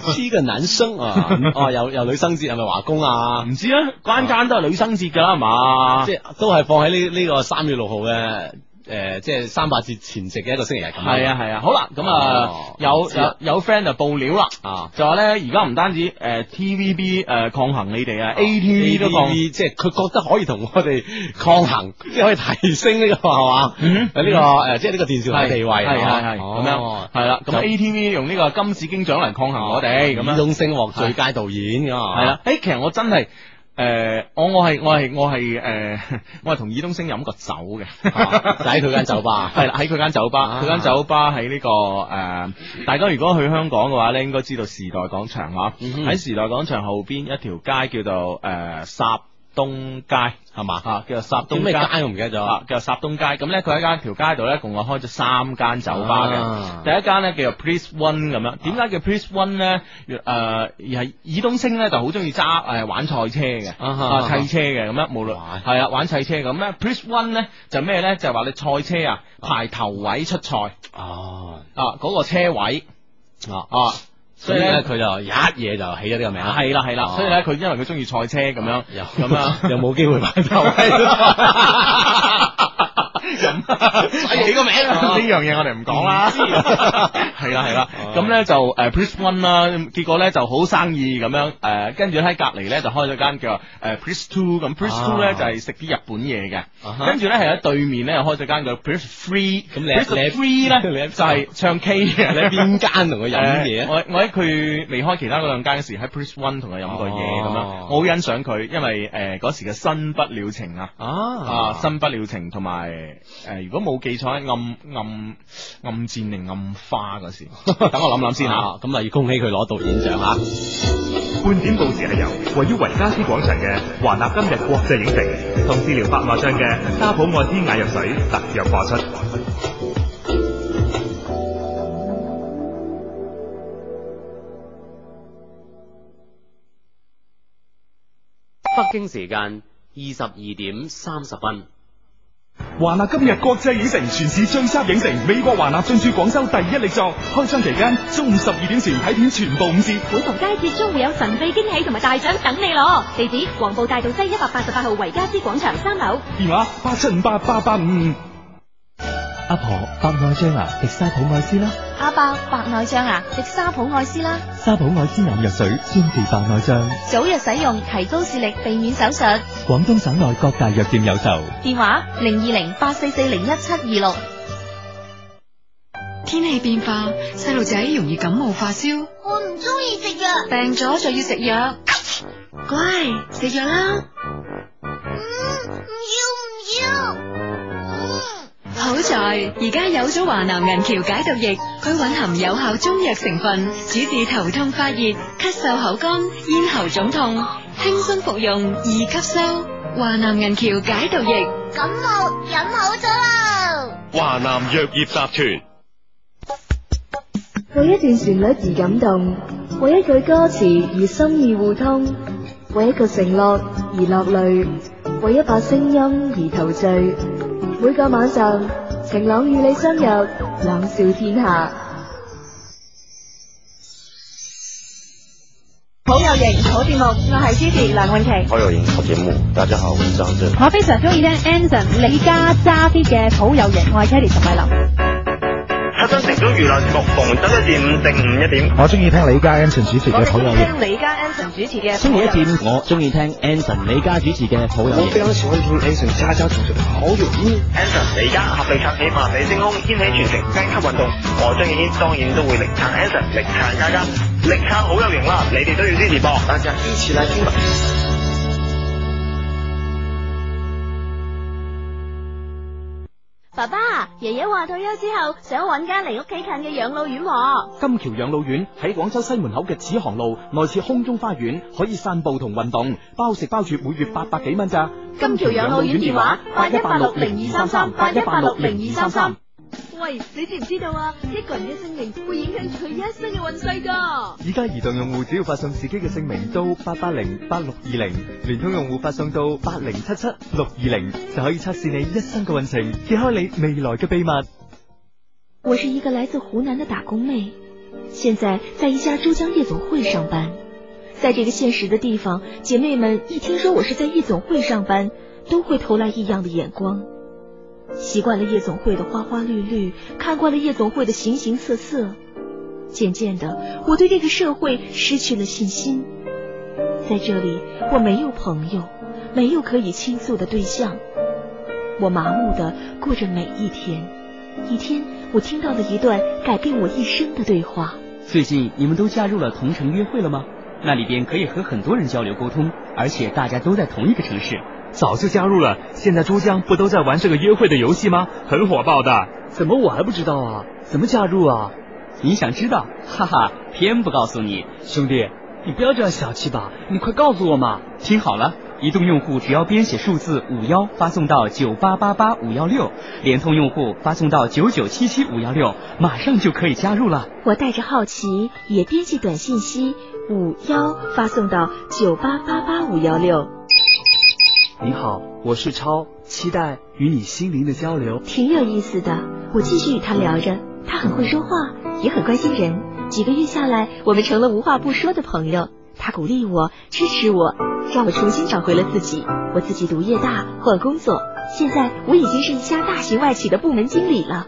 [SPEAKER 2] 黐個男生啊， 哦有有女生節係咪華工啊？
[SPEAKER 1] 唔知咧，關間都係女生節㗎啦，係嘛？
[SPEAKER 2] 即係都係放喺呢呢個三月六號嘅誒，即係三八節前夕嘅一個星期日咁樣。
[SPEAKER 1] 係啊係啊，好啦，咁啊
[SPEAKER 2] 哦唔
[SPEAKER 1] 有
[SPEAKER 2] 知啊
[SPEAKER 1] 有有 friend 就報料啦。
[SPEAKER 2] 啊。
[SPEAKER 1] 就話咧，而家唔單止誒、呃 TVB 誒、呃抗衡你哋啊
[SPEAKER 2] A
[SPEAKER 1] ，ATV 都抗
[SPEAKER 2] T 即係佢覺得可以同我哋抗 衡，即係可以提升呢、個係嘛？
[SPEAKER 1] 嗯
[SPEAKER 2] 呢、個誒，即係呢個電視台嘅地位
[SPEAKER 1] 係係係
[SPEAKER 2] 哦
[SPEAKER 1] 咁樣，係啦。咁
[SPEAKER 2] 就哦
[SPEAKER 1] ATV 用呢個金紫荊獎嚟抗衡我哋咁
[SPEAKER 2] 以
[SPEAKER 1] 樣，
[SPEAKER 2] 中聲獲最佳導演啊㗎嘛
[SPEAKER 1] 係啦。誒，其實我真係。誒、我我係我係我係誒、 我係同爾冬升飲過酒 嘅，
[SPEAKER 2] 啊就喺佢間 酒吧
[SPEAKER 1] 係啦，喺佢間酒吧，
[SPEAKER 2] 啊
[SPEAKER 1] 佢間酒吧喺呢、個誒、大家如果去香港嘅話咧，應該知道時代廣場嚇，
[SPEAKER 2] 嗯哼
[SPEAKER 1] 喺、時代廣場後邊一條街叫做誒、霎東街
[SPEAKER 2] 係嘛？
[SPEAKER 1] 嚇、叫做霎
[SPEAKER 2] 叫
[SPEAKER 1] 東
[SPEAKER 2] 咩
[SPEAKER 1] 街
[SPEAKER 2] 街。我唔記得咗
[SPEAKER 1] 啊，叫做霎東街。咁咧，佢喺間條街度咧，共我開咗三間酒吧嘅。
[SPEAKER 2] 啊
[SPEAKER 1] 第一間咧叫做 Please One 咁樣。點解叫 Please One 咧？誒、而係爾冬升咧就好中意揸誒玩賽車嘅，
[SPEAKER 2] 啊哈
[SPEAKER 1] 啊砌車嘅咁樣，無論
[SPEAKER 2] 哇
[SPEAKER 1] 係啊玩砌車咁咧。Please One 咧就咩咧？就係話你賽車啊排頭位出賽
[SPEAKER 2] 哦
[SPEAKER 1] 啊嗰、個車位
[SPEAKER 2] 哦，
[SPEAKER 1] 啊，所
[SPEAKER 2] 所以
[SPEAKER 1] 以
[SPEAKER 2] 咧
[SPEAKER 1] 咧。
[SPEAKER 2] 佢就一嘢就起咗呢個名啦。
[SPEAKER 1] 係啦係啦，
[SPEAKER 2] 哦
[SPEAKER 1] 所以咧佢因為佢中意賽車咁樣，
[SPEAKER 2] 又
[SPEAKER 1] 咁啊
[SPEAKER 2] 又冇機會買頭
[SPEAKER 1] 咁
[SPEAKER 2] 起 個名
[SPEAKER 1] 呢
[SPEAKER 2] 啊
[SPEAKER 1] 樣嘢我哋唔講啦， 係啦係啦
[SPEAKER 2] 哦，
[SPEAKER 1] 咁咧就诶 Pris One 啦，結果咧就好生意咁樣诶，跟住喺隔離咧就開咗間叫诶 Pris Two 咁，Pris Two 咧
[SPEAKER 2] 啊
[SPEAKER 1] 就係食啲日本嘢嘅
[SPEAKER 2] 啊哈，
[SPEAKER 1] 跟住咧係喺對面咧又開咗間叫 Pris Three，
[SPEAKER 2] 咁你
[SPEAKER 1] Pris
[SPEAKER 2] 你
[SPEAKER 1] Three
[SPEAKER 2] 你
[SPEAKER 1] 咧就係唱 K 嘅，
[SPEAKER 2] 你喺邊間同佢飲
[SPEAKER 1] 誒
[SPEAKER 2] 嘢啊？
[SPEAKER 1] 我我喺佢離開其他嗰兩間嘅時，喺 Pris One 同佢飲過嘢咁樣，
[SPEAKER 2] 哦
[SPEAKER 1] 我好欣賞佢，因為誒嗰時嘅新不了情啊。啊，
[SPEAKER 2] 啊
[SPEAKER 1] 新不了情同埋誒，如果冇記錯，暗暗暗戰
[SPEAKER 2] 啊
[SPEAKER 1] 定暗花嗰時，等我諗諗先嚇。
[SPEAKER 2] 啊，咁啊要恭喜佢攞導演獎啊！
[SPEAKER 3] 半點報時係由位於維加斯廣場嘅華納今日國際影城同治療白內障嘅沙普愛斯眼藥水特約播出。
[SPEAKER 4] 北京時間二十二點三十分。
[SPEAKER 3] 華納今日國際影城全市最三影城，美國華納進駐廣州第一力作。開張期間，中午十二點前睇片全部五折。
[SPEAKER 5] 每逢佳節將會有神秘驚喜同埋大獎等你攞。地址：黃埔大道西一百八十八號維加斯廣場三樓。
[SPEAKER 3] 電話八七五八八八五五。
[SPEAKER 2] 阿婆，白內障啊，食沙普愛斯啦，
[SPEAKER 6] 阿伯白內障啊，食沙普愛斯啦，
[SPEAKER 2] 沙普愛斯眼藥水專治白內障，
[SPEAKER 6] 早日使用，提高視力，避免手術。
[SPEAKER 2] 廣東省內各大藥店有售。
[SPEAKER 6] 電話零二零八四四零一七二六。
[SPEAKER 7] 天氣變化，細路仔容易感冒發燒，
[SPEAKER 8] 我唔中意食藥，
[SPEAKER 7] 病咗就要食藥。乖，食藥啦。
[SPEAKER 8] 嗯，唔要唔要。嗯
[SPEAKER 7] 好在而家有咗華南銀橋解毒液，佢蘊含有效中藥成分，主治頭痛發熱、咳嗽、口乾、咽喉腫痛，輕鬆服用，易吸收。華南銀橋解毒液，
[SPEAKER 8] 感冒飲好咗啦。
[SPEAKER 9] 華南藥業集
[SPEAKER 10] 團，為一段旋律而感動，為一句歌詞而心意互通，為一個承諾而落淚，為一把聲音而陶醉。每個晚上，晴朗與你相約，朗笑天下。
[SPEAKER 11] 好有型，好節目，我係 Gigi 梁詠琪。
[SPEAKER 12] 好有型，好節目，大家好，我是張震。
[SPEAKER 13] 我非常中意聽 Anson 李家揸 fit 嘅好有型，我係 Kelly 陳慧琳。
[SPEAKER 14] 黑新城中娛樂節目，逢周一至五正午一點。
[SPEAKER 15] 我中意聽李家 Anson 主持嘅好有型。
[SPEAKER 11] 聽李家 Anson 主持嘅。
[SPEAKER 16] 星期一至五，我中意聽 Anson 李家主持嘅好有型。
[SPEAKER 17] 我非常喜歡聽 Anson 家家主持嘅好有型。
[SPEAKER 14] Anson 李家合力撐起萬里星空，掀起全城階級運動。我張敬軒當然都會力撐 Anson，力撐家家，力撐好有型啦！你哋都要支持噃。
[SPEAKER 17] 大家一起來聽吧。
[SPEAKER 5] 爸爸，爺爺話退休之後想揾間離屋企近嘅養老院喎。
[SPEAKER 18] 金橋養老院喺廣州西門口嘅紫航路，內設空中花園，可以散步同運動，包食包住，每月八百幾蚊咋。
[SPEAKER 5] 金橋養老院電話八一八六零二三三八一八六零二三三。喂，你知唔知道啊？一個人嘅姓名會影響佢一生嘅運勢噶。
[SPEAKER 19] 而家移動用戶只要發送自己嘅姓名到八八零八六二零，聯通用戶發送到八零七七六二零，就可以測試你一生嘅運程，揭開你未來嘅秘密。
[SPEAKER 20] 我是一個來自湖南的打工妹，現在在一家珠江夜總會上班。在這個現實的地方，姐妹們一聽說我是在夜總會上班，都會投來異樣的眼光。習慣了夜總會的花花綠綠，看慣了夜總會的形形色色，漸漸的，我對這個社會失去了信心。在這裡，我沒有朋友，沒有可以傾訴的對象，我麻木的過着每一天。一天，我聽到了一段改變我一生的對話。
[SPEAKER 21] 最近你們都加入了同城約會了嗎？那裡邊可以和很多人交流溝通，而且大家都在同一個城市。
[SPEAKER 22] 早就加入了，現在珠江不都在玩這個約會的遊戲嗎？很火爆的。
[SPEAKER 21] 怎麼我還不知道啊？怎麼加入啊？你想知道？哈哈，偏不告訴你。
[SPEAKER 22] 兄弟，你不要這樣小氣吧？你快告訴我嘛！
[SPEAKER 21] 聽好了，移動用戶只要編寫數字五幺發送到九八八八五幺六，聯通用戶發送到九九七七五幺六，馬上就可以加入了。
[SPEAKER 20] 我帶着好奇也編輯短信息五幺發送到九八八八五幺六。
[SPEAKER 22] 你好，我是超，期待與你心靈的交流。
[SPEAKER 20] 挺有意思的，我繼續與他聊着，他很會說話，也很關心人。幾個月下來，我們成了無話不說的朋友。他鼓勵我，支持我，讓我重新找回了自己。我自己讀夜大，換工作，現在我已經是一家大型外企的部門經理了。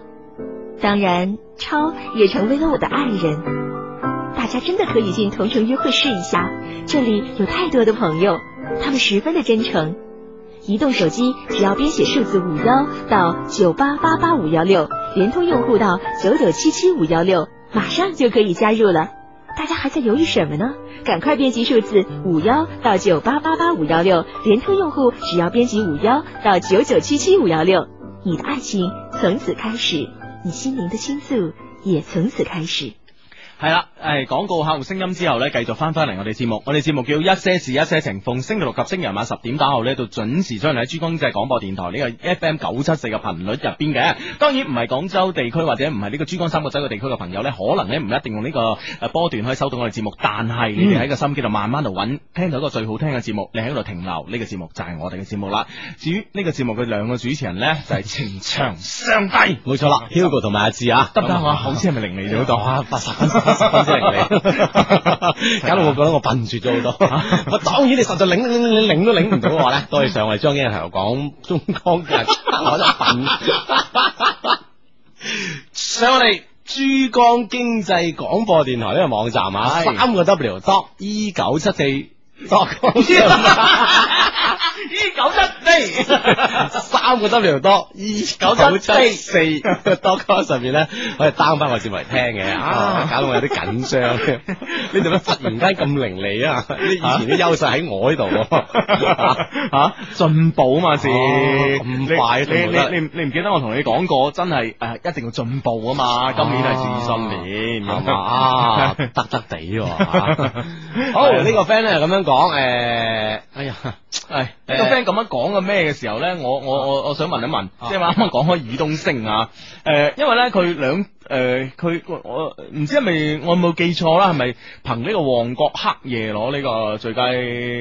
[SPEAKER 20] 當然，超也成為了我的愛人。大家真的可以進同城約會試一下，這裡有太多的朋友，他們十分的真誠。移動手機只要編寫數字五幺到九八八八五幺六，聯通用戶到九九七七五幺六，馬上就可以加入了。大家還在猶豫什麼呢？趕快編輯數字五幺到九八八八五幺六，聯通用戶只要編輯五幺到九九七七五幺六，你的愛情從此開始，你心靈的傾訴也從此開始。
[SPEAKER 1] 系啦，诶，广告客户聲音之後呢，繼續翻返嚟我哋節目，我哋節目叫一些事一些情，逢星期六及星期日晚十點打後呢，就準時出現喺珠江經濟廣播電台呢個 FM 九七四嘅頻率入邊嘅。當然唔係廣州地區或者唔係呢個珠江三角洲嘅地區嘅朋友呢，可能呢唔一定用呢個誒波段可以收到我哋節目，但係
[SPEAKER 22] 嗯
[SPEAKER 1] 你哋喺個心機度慢慢度揾，聽到一個最好聽嘅節目，你喺度停留，呢、個節目就係我哋嘅節目啦。至於呢個節目嘅兩個主持人呢，就係、情長相低，
[SPEAKER 2] 冇錯啦，Hugo 同埋阿志啊，
[SPEAKER 1] 得唔得？我口齒係咪伶俐咗 到？
[SPEAKER 2] 八十分。分之零你，搞到我覺得我笨拙咗好多。我當然你實在領領領領領都領唔到嘅話咧，都係上嚟張英頭講中江嘅， 我就笨。上我哋珠江經濟廣播電台呢個網站啊，三個 W dot E 九七四 dot
[SPEAKER 1] 九七四，
[SPEAKER 2] 三個 W 多 E 九七四 dot com 上面咧，可以 down 翻我節目嚟聽嘅，啊，搞到我有啲緊 張。你做咩忽然間咁伶俐啊？ 你以前啲優勢喺我呢度 啊
[SPEAKER 1] 喎，嚇進步啊嘛，先
[SPEAKER 2] 哦咁快
[SPEAKER 1] 你你你你唔記得我同你講過，真係誒一定要進步啊嘛，今年係自信 年，
[SPEAKER 2] 係嘛？啊，得得地喎。啊 好，
[SPEAKER 1] 啊
[SPEAKER 2] 呢個 friend 咧咁樣講，誒，哎呀，
[SPEAKER 1] 係呢個 friend 咁樣講嘅咩嘅時候咧，我我我我想問一問，即係話啱啱講開爾冬升啊，誒，因為咧佢兩。誒佢、我唔知係咪我有冇記錯啦，係咪憑呢個旺角黑夜攞呢個最佳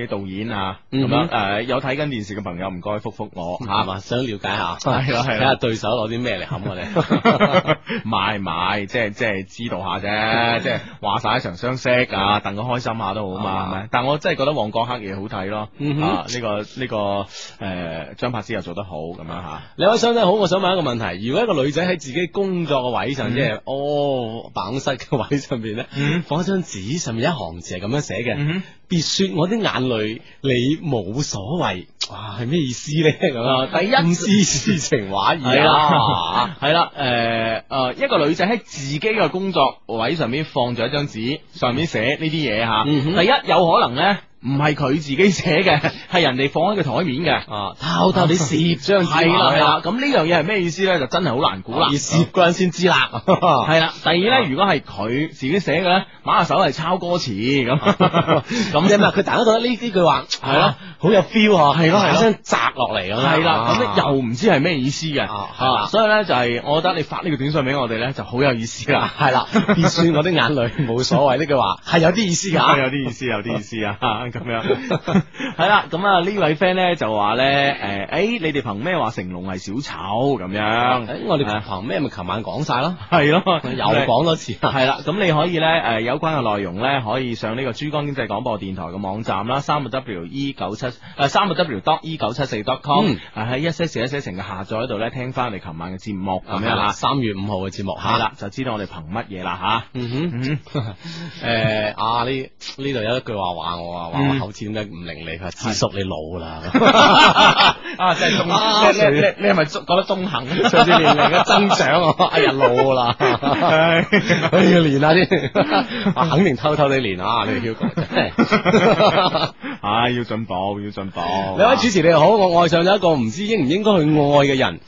[SPEAKER 1] 導演啊？咁樣誒有睇緊電視嘅朋友唔該覆覆我
[SPEAKER 2] 係嘛？想了解下，
[SPEAKER 1] 係啦係啦
[SPEAKER 2] 睇下對手攞啲咩嚟冚我哋。
[SPEAKER 1] 嚇，買買即係即係知道下啫，即係話晒一場相識啊，戥佢開心下都好嘛，係咪？但我真係覺得旺角黑夜好睇咯，啊呢個呢個誒張柏芝又做得好咁樣嚇，
[SPEAKER 2] 你位相低好，我想問一個問題：如果一個女仔喺自己工作嘅位
[SPEAKER 1] 嗯
[SPEAKER 2] 上，即係哦辦公室嘅位上邊咧，放一張紙，上面一行字係咁樣寫
[SPEAKER 1] 嗯
[SPEAKER 2] 嘅，別說我啲眼淚，你冇所謂，哇係咩意思咧？咁啊，
[SPEAKER 1] 第一
[SPEAKER 2] 唔知詩情啊畫意
[SPEAKER 1] 係
[SPEAKER 2] 啦，
[SPEAKER 1] 啦， 係啦，誒誒，一個女仔喺自己嘅工作位上面放咗一張紙，上面寫呢啲嘢嚇。
[SPEAKER 2] 嗯哼
[SPEAKER 1] 第一有可能咧，唔係佢自己寫嘅， 係人哋放喺佢台面嘅。哦
[SPEAKER 2] 啊，偷偷你攝張紙
[SPEAKER 1] 係啦
[SPEAKER 2] 埋
[SPEAKER 1] 係
[SPEAKER 2] 去
[SPEAKER 1] 啦，咁呢樣嘢係咩意思咧？就真係好難估啦。
[SPEAKER 2] 要攝嗰陣先知啦，
[SPEAKER 1] 係啦，第二咧，如果係佢自己寫嘅咧，馬下手係抄歌詞咁，
[SPEAKER 2] 咁
[SPEAKER 1] 咁
[SPEAKER 2] 啫嘛，佢大家覺得呢呢句話
[SPEAKER 1] 係咯，
[SPEAKER 2] 好有 feel 啊，
[SPEAKER 1] 係咯係咯
[SPEAKER 2] 想摘落嚟咁樣
[SPEAKER 1] 係啦，咁咧
[SPEAKER 2] 啊
[SPEAKER 1] 又唔知係咩意思嘅，
[SPEAKER 2] 啊係啦
[SPEAKER 1] 啊所以咧就係我覺得你發呢個短信俾我哋咧就好有意思啦，
[SPEAKER 2] 係啦，別說我啲眼淚冇所謂呢 句話係有啲意思㗎，
[SPEAKER 1] 有啲意思，有啲意思啊，咁樣係啦。咁啊，呢位 friend 咧就話咧，誒，誒，你哋憑咩話成龍係小丑咁樣？
[SPEAKER 2] 誒我哋憑咩咪琴晚講晒咯，
[SPEAKER 1] 啊係咯，
[SPEAKER 2] 又講多次啊
[SPEAKER 1] 係啦，咁你可以咧，誒，有關嘅內容咧，可以上呢個珠江經濟廣播電台嘅網站啦，三個 W E 九七，誒，三個 W dot E 九七四 dot com，
[SPEAKER 2] 嗯
[SPEAKER 1] 喺一些事一些情嘅下載度咧，聽翻我哋琴晚嘅節目咁
[SPEAKER 2] 咁
[SPEAKER 1] 樣
[SPEAKER 2] 樣啦，
[SPEAKER 1] 啦。
[SPEAKER 2] 三月五號嘅節目嚇，
[SPEAKER 1] 係啦，就知道我哋憑乜嘢啦吓。
[SPEAKER 2] 嗯 哼，誒啊呢呢度有一句話話我啊，話我
[SPEAKER 1] 嗯
[SPEAKER 2] 口齒點解唔伶俐？佢話智叔你老 啦，
[SPEAKER 1] 啊，即係中，
[SPEAKER 2] 啊
[SPEAKER 1] 你你你你係咪中覺得中肯？
[SPEAKER 2] 隨住年齡嘅增長，我哎呀 老啦，
[SPEAKER 1] 唉
[SPEAKER 2] 哎呀練下啲， 啊肯定偷偷地練啊！你 Hugo 真係。
[SPEAKER 1] 唉，要進步，要進步。
[SPEAKER 2] 兩位主持你好，我愛上咗一個唔知應唔應該去愛嘅人。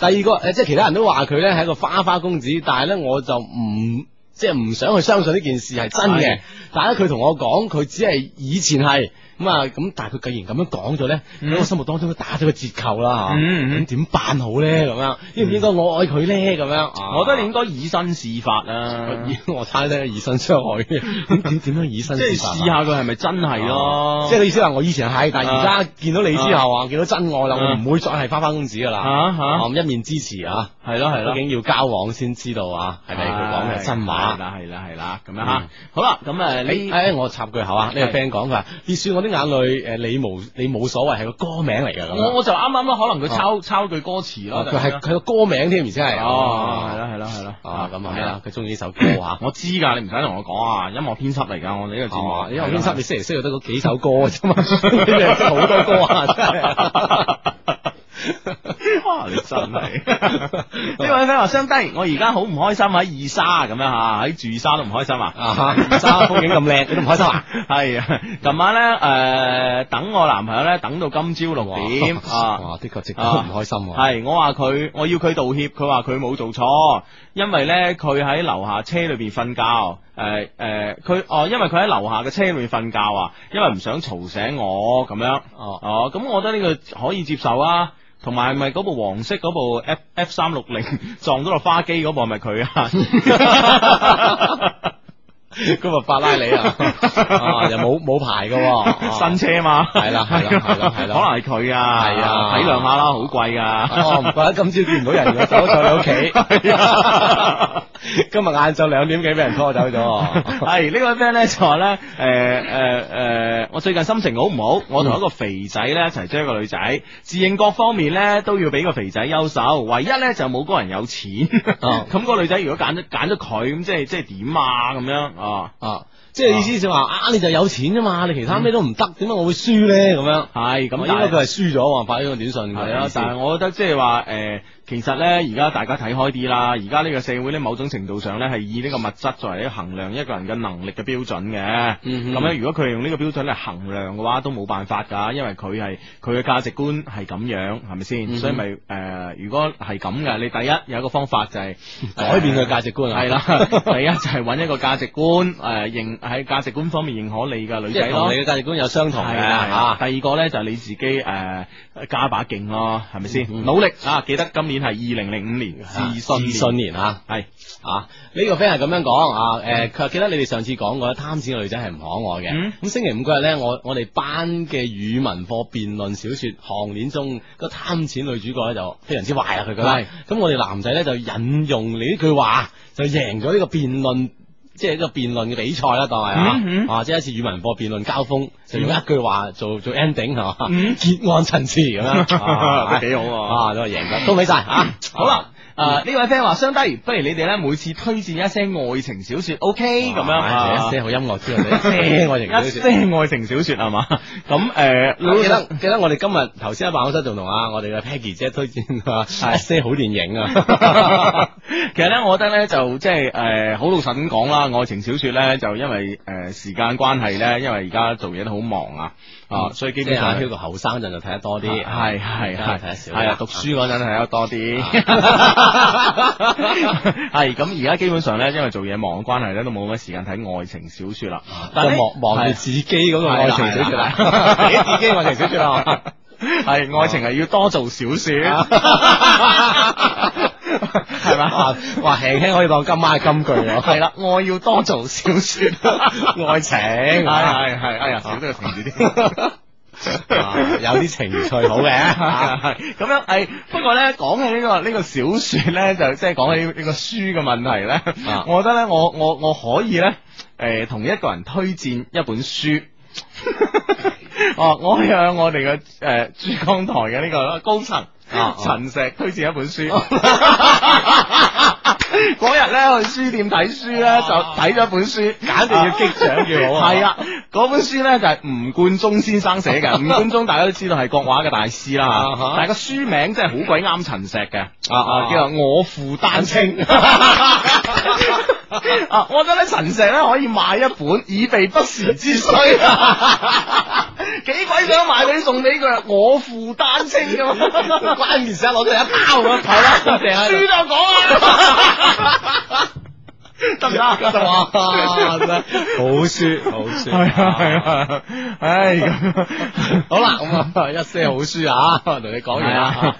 [SPEAKER 2] 第二個诶，即係其他人都話佢咧係一個花花公子，但係咧我就唔即係唔想去相信呢件事係真
[SPEAKER 1] 係
[SPEAKER 2] 嘅。但係咧佢同我講，佢只係以前係咁啊，咁但係佢既然咁樣講咗咧，
[SPEAKER 1] 嗯
[SPEAKER 2] 喺我心目當中都打咗個折扣啦吓。
[SPEAKER 1] 嗯嗯
[SPEAKER 2] 咁點辦好咧？咁樣應唔應該我愛佢咧？咁樣，啊
[SPEAKER 1] 我覺得你應該以身試法啦，
[SPEAKER 2] 以 我猜咧以身相許，點點點樣以
[SPEAKER 1] 即
[SPEAKER 2] 身
[SPEAKER 1] 係
[SPEAKER 2] 試法啊
[SPEAKER 1] 試下佢係咪真係咯。
[SPEAKER 2] 即係你意思話我以前係，但係而家見到你之後啊，見到真愛啦，
[SPEAKER 1] 啊
[SPEAKER 2] 我唔會再係花花公子噶啦，
[SPEAKER 1] 嚇嚇
[SPEAKER 2] 啊一面支持啊，
[SPEAKER 1] 係咯係咯
[SPEAKER 2] 畢竟要交往先知道啊，係咪佢講嘅係真
[SPEAKER 1] 係
[SPEAKER 2] 話？
[SPEAKER 1] 啦係啦係啦，咁樣嚇
[SPEAKER 2] 嗯。
[SPEAKER 1] 好啦，咁誒
[SPEAKER 2] 你
[SPEAKER 1] 呢？
[SPEAKER 2] 誒，我插句口啊，呢個
[SPEAKER 1] 係
[SPEAKER 2] friend 講佢話，別說我啲眼淚，誒你無你冇所謂係個歌名嚟㗎咁
[SPEAKER 1] 我
[SPEAKER 2] 樣，
[SPEAKER 1] 我就啱啱咯，可能佢抄抄句歌詞咯。
[SPEAKER 2] 啊哦佢係
[SPEAKER 1] 就咁樣
[SPEAKER 2] 佢個歌名添，而且係
[SPEAKER 1] 哦，係啦係啦係啦。
[SPEAKER 2] 啊咁
[SPEAKER 1] 係
[SPEAKER 2] 啊係啦
[SPEAKER 1] 啦，，嗯
[SPEAKER 2] 佢中意呢首歌啊。
[SPEAKER 1] 我知㗎，你唔使同我講啊，音樂編輯嚟㗎，我哋呢個節
[SPEAKER 2] 哦
[SPEAKER 1] 目，
[SPEAKER 2] 因為編輯你星期需要得嗰幾首歌嘅 啫嘛，你哋識好多歌啊，真係。
[SPEAKER 1] 哇！你真系呢 位 friend 话相低，我而家好唔開心啊喺二沙咁樣吓，喺住沙都唔開心啊！
[SPEAKER 2] 啊，唔沙風景咁靚，你都唔開心啊？
[SPEAKER 1] 係啊，琴晚咧诶等我男朋友咧等到今朝六點啊。
[SPEAKER 2] 哇，的確值得唔開心喎。
[SPEAKER 1] 係，我話佢，我要佢道歉，佢話佢冇做錯，因為咧佢喺樓下車裏邊瞓覺，诶诶，佢、哦，因為佢喺樓下嘅車裏面瞓覺啊，因為唔想嘈醒我咁樣。哦哦，咁我覺得呢個可以接受啊。同埋咪嗰部黃色嗰部 F F 三六零 撞到落花機嗰部係咪佢啊？
[SPEAKER 2] 今日法拉利 啊，啊又冇冇牌噶喎， 啊
[SPEAKER 1] 新車嘛，
[SPEAKER 2] 係啦係啦係啦
[SPEAKER 1] 可
[SPEAKER 2] 係啦
[SPEAKER 1] 能係佢啊，
[SPEAKER 2] 係啊
[SPEAKER 1] 體諒下啦，好啊貴噶，
[SPEAKER 2] 哦，唔怪得今朝見唔到人㗎，走 咗你屋企。 今日晏晝兩點幾俾人拖走 咗。
[SPEAKER 1] 系呢位 friend 咧就話咧，诶诶诶，誒我最近心情好唔好？我同一個肥仔咧一齊追一個女仔，自認各方面咧都要比個肥仔優秀，唯一咧就冇嗰個人有錢。咁個女仔如果揀咗揀咗佢，咁即係即係點啊？咁樣啊
[SPEAKER 2] 啊！即係意思就話啊，你就有錢啫嘛，你其他咩都唔得，點解我會輸咧？咁樣
[SPEAKER 1] 係嗯咁但
[SPEAKER 2] 應該
[SPEAKER 1] 係
[SPEAKER 2] 哦佢係輸咗喎，發呢個短信。
[SPEAKER 1] 係啊，但係我覺得即係話诶，其實咧而家大家睇開啲啦，而家呢個社會咧某種程度上咧係以呢個物質作為一個衡量一個人嘅能力嘅標準嘅。
[SPEAKER 2] 嗯哼
[SPEAKER 1] 咁樣如果佢用呢個標準嚟衡量嘅話，都冇辦法㗎，因為佢係佢嘅價值觀係咁樣，係咪先？
[SPEAKER 2] 嗯哼
[SPEAKER 1] 所以咪誒、呃如果係咁嘅，你第一有一個方法就係、
[SPEAKER 2] 改變佢價值觀啊
[SPEAKER 1] 係啦， 第一就係揾一個價值觀誒、呃、認喺價值觀方面認可你嘅女
[SPEAKER 2] 即
[SPEAKER 1] 仔
[SPEAKER 2] 係同
[SPEAKER 1] 咯
[SPEAKER 2] 你。嘅價值觀有相同嘅啊
[SPEAKER 1] 係啦係啦
[SPEAKER 2] 嚇。
[SPEAKER 1] 第二個咧就係你自己誒、呃加把勁咯，係咪
[SPEAKER 2] 嗯
[SPEAKER 1] 先？努力啊！記得今年係二零零五年自信
[SPEAKER 2] 自信年啊，
[SPEAKER 1] 係
[SPEAKER 2] 啊，呢個 friend 係咁樣講啊，誒，佢話記得你哋上次講過，貪錢嘅女仔係唔可愛嘅
[SPEAKER 1] 嗯。
[SPEAKER 2] 咁星期五嗰日咧，我我哋班嘅語文課辯論小説項鏈中個貪錢女主角咧就非常之壞啦，啊佢覺
[SPEAKER 1] 係
[SPEAKER 2] 得。咁我哋男仔咧就引用你呢句話，就贏咗呢個辯論。即係呢個辯論嘅比賽啦，當係啊，
[SPEAKER 1] 嗯嗯
[SPEAKER 2] 啊，即係一次語文課辯論交鋒，就用一句話做做 ending 係嘛，
[SPEAKER 1] 嗯
[SPEAKER 2] 結案陳詞 咁樣，啊
[SPEAKER 1] 都幾好嗯喎
[SPEAKER 2] 啊，都係贏咗，恭喜晒啊！
[SPEAKER 1] 好啦。誒呢位 friend 話相低，不如你哋咧每次推薦一些愛情小説，OK 咁樣
[SPEAKER 2] 唉
[SPEAKER 1] 啊
[SPEAKER 2] 一些好音樂之 外，一些愛情小
[SPEAKER 1] 一
[SPEAKER 2] 說。啊
[SPEAKER 1] 些愛情小説係嘛？咁誒，老
[SPEAKER 2] 記
[SPEAKER 1] 實
[SPEAKER 2] 得記得，我哋今日頭先喺辦公室仲同啊我哋嘅 Peggy 姐推薦啊一些好電 影啊，
[SPEAKER 1] 其實咧，我覺得咧就即係誒，好、老實咁講啦，愛情小説咧就因為誒、呃、時間關係咧，因為而家做嘢都好忙啊，啊，所以基本上啊
[SPEAKER 2] 嗯即係阿 Hugo 後生陣就睇得多啲，
[SPEAKER 1] 係係
[SPEAKER 2] 而家
[SPEAKER 1] 係
[SPEAKER 2] 睇得少，
[SPEAKER 1] 係啊，讀書嗰陣睇得多啲。
[SPEAKER 2] 啊
[SPEAKER 1] 係咁，而家基本上咧，因為做嘢忙嘅關係咧，都冇乜時間睇愛情小説啦。但
[SPEAKER 2] 就
[SPEAKER 1] 係
[SPEAKER 2] 望望住
[SPEAKER 1] 係
[SPEAKER 2] 自己嗰個愛情小説啦，
[SPEAKER 1] 係啦係 啦
[SPEAKER 2] 自己愛情小説啊啦。哦
[SPEAKER 1] 係愛情係要多做小説， 係咪
[SPEAKER 2] 啊哇，輕輕可以當今晚嘅金句啊 喎。
[SPEAKER 1] 係啦，我要多做小 説，
[SPEAKER 2] 愛情
[SPEAKER 1] 係係係，哎呀，少咗個停字啲。
[SPEAKER 2] 啊有啲情趣好 嘅啊
[SPEAKER 1] 系咁样诶。不過咧，講起呢、個呢、個小说咧，就即係講起呢個書嘅問題咧，
[SPEAKER 2] 嗯啊
[SPEAKER 1] 我覺得咧，我我我可以咧，诶、同一個人推薦一本 書。哦，我向我哋嘅诶珠江台嘅呢個高層
[SPEAKER 2] 啊哦
[SPEAKER 1] 陳石推薦一本書。 嗰日咧去書店睇書咧，就睇咗一本書，簡直要激
[SPEAKER 2] 獎叫好啊
[SPEAKER 1] 係啊，嗰本書咧就係吳冠中先生寫嘅， 吳冠中大家都知道係國畫嘅大師啦
[SPEAKER 2] 啊哈，
[SPEAKER 1] 但係個書名真係好鬼啱陳石嘅，
[SPEAKER 2] 啊啊
[SPEAKER 1] 叫做我負丹 青。啊，我覺得咧陳石咧可以買一本以備不時之 需。幾鬼想買嗰啲送俾佢，我負丹青咁嘛，
[SPEAKER 2] 關鍵時刻攞咗一包啊咁，
[SPEAKER 1] 係啦，成
[SPEAKER 2] 喺度
[SPEAKER 1] 書就講 啊，得唔得啊？
[SPEAKER 2] 哇，真係好書好書，
[SPEAKER 1] 係啊係啊，唉咁
[SPEAKER 2] 好啦，咁啊，一些好書啊，同你講完啦。，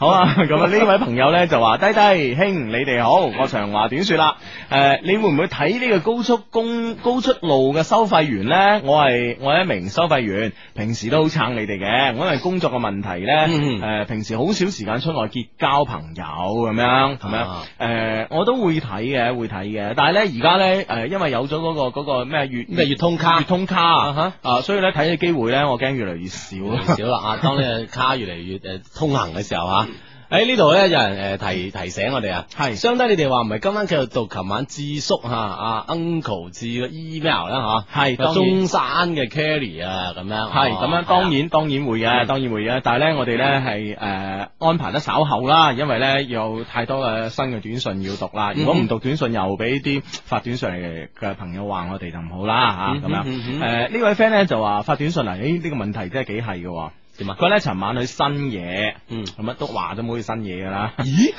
[SPEAKER 1] 好啊，咁啊呢位朋友咧就話：低低兄，你哋好，我長話短說啦。誒、你會唔會睇呢個高速公高速路嘅收費員咧？我係我係一名收費員，平時都好撐你哋嘅。我因為工作嘅問題咧，誒、
[SPEAKER 2] 嗯
[SPEAKER 1] 平時好少時間出外結交朋友咁樣，咁樣誒、
[SPEAKER 2] 啊
[SPEAKER 1] 我都會睇嘅，會睇嘅。但係咧而家咧誒，因為有咗嗰、個嗰、個咩月
[SPEAKER 2] 咩月通卡
[SPEAKER 1] 月通卡啊
[SPEAKER 2] 啊哈
[SPEAKER 1] 啊，所以咧睇嘅機會咧，我驚越嚟越少
[SPEAKER 2] 越嚟越少啦啊！當呢個卡越嚟越誒通行嘅時候嚇。喺呢度咧，有人誒呃提提醒我哋啊，
[SPEAKER 1] 係
[SPEAKER 2] 相低你哋話唔係今晚繼續讀琴晚智叔嚇啊 uncle 智嘅 email 啦啊 嚇，
[SPEAKER 1] 係當然
[SPEAKER 2] 中山嘅 Kelly 啊咁樣，
[SPEAKER 1] 系咁樣，當然當然會嘅，
[SPEAKER 2] 嗯
[SPEAKER 1] 當然會嘅。但係咧，我哋咧係诶安排得稍後啦，因為咧有太多嘅新嘅短信要讀啦。如果
[SPEAKER 2] 嗯哼
[SPEAKER 1] 唔讀短信，又俾啲發短信嚟嘅朋友話我哋就唔好啦吓
[SPEAKER 2] 嗯哼
[SPEAKER 1] 咁樣。
[SPEAKER 2] 嗯哼
[SPEAKER 1] 诶呃呢位 friend 咧就話發短信嚟，诶呢個問題真係幾係嘅喎。
[SPEAKER 2] 點啊
[SPEAKER 1] 佢咧尋晚去新嘢，
[SPEAKER 2] 嗯
[SPEAKER 1] 咁啊都話咗冇去新嘢噶啦。
[SPEAKER 2] 咦？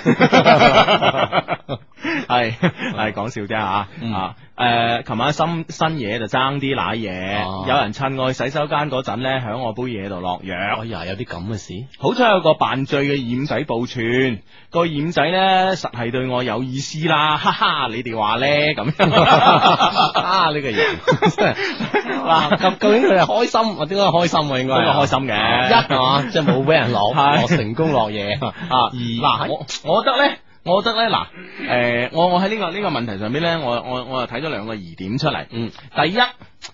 [SPEAKER 1] 係係講笑啫吓，
[SPEAKER 2] 嗯
[SPEAKER 1] 啊誒、诶，琴晚新新嘢就爭啲攋
[SPEAKER 2] 哦
[SPEAKER 1] 嘢，有人趁我去洗手間嗰陣咧，響我杯嘢度落藥。哎
[SPEAKER 2] 啊呀，有啲咁嘅事。
[SPEAKER 1] 好彩有個扮醉嘅染仔報串，個染仔咧實係對我有意思啦， 哈哈！你哋話咧咁樣
[SPEAKER 2] 啊？呢個人真係
[SPEAKER 1] 啊
[SPEAKER 2] 嗱， 究究竟佢係開心，我點解開心啊？應該
[SPEAKER 1] 應該開心嘅
[SPEAKER 2] 一係嘛，即係冇俾人落，
[SPEAKER 1] 係
[SPEAKER 2] 落成功落嘢 啊。
[SPEAKER 1] 啊，
[SPEAKER 2] 嗱
[SPEAKER 1] 嗱，我我覺得咧。我覺得咧，嗱，诶、我我喺呢、個呢、個問題上邊咧，我我我又睇咗兩個疑點出嚟。
[SPEAKER 2] 嗯，
[SPEAKER 1] 第一，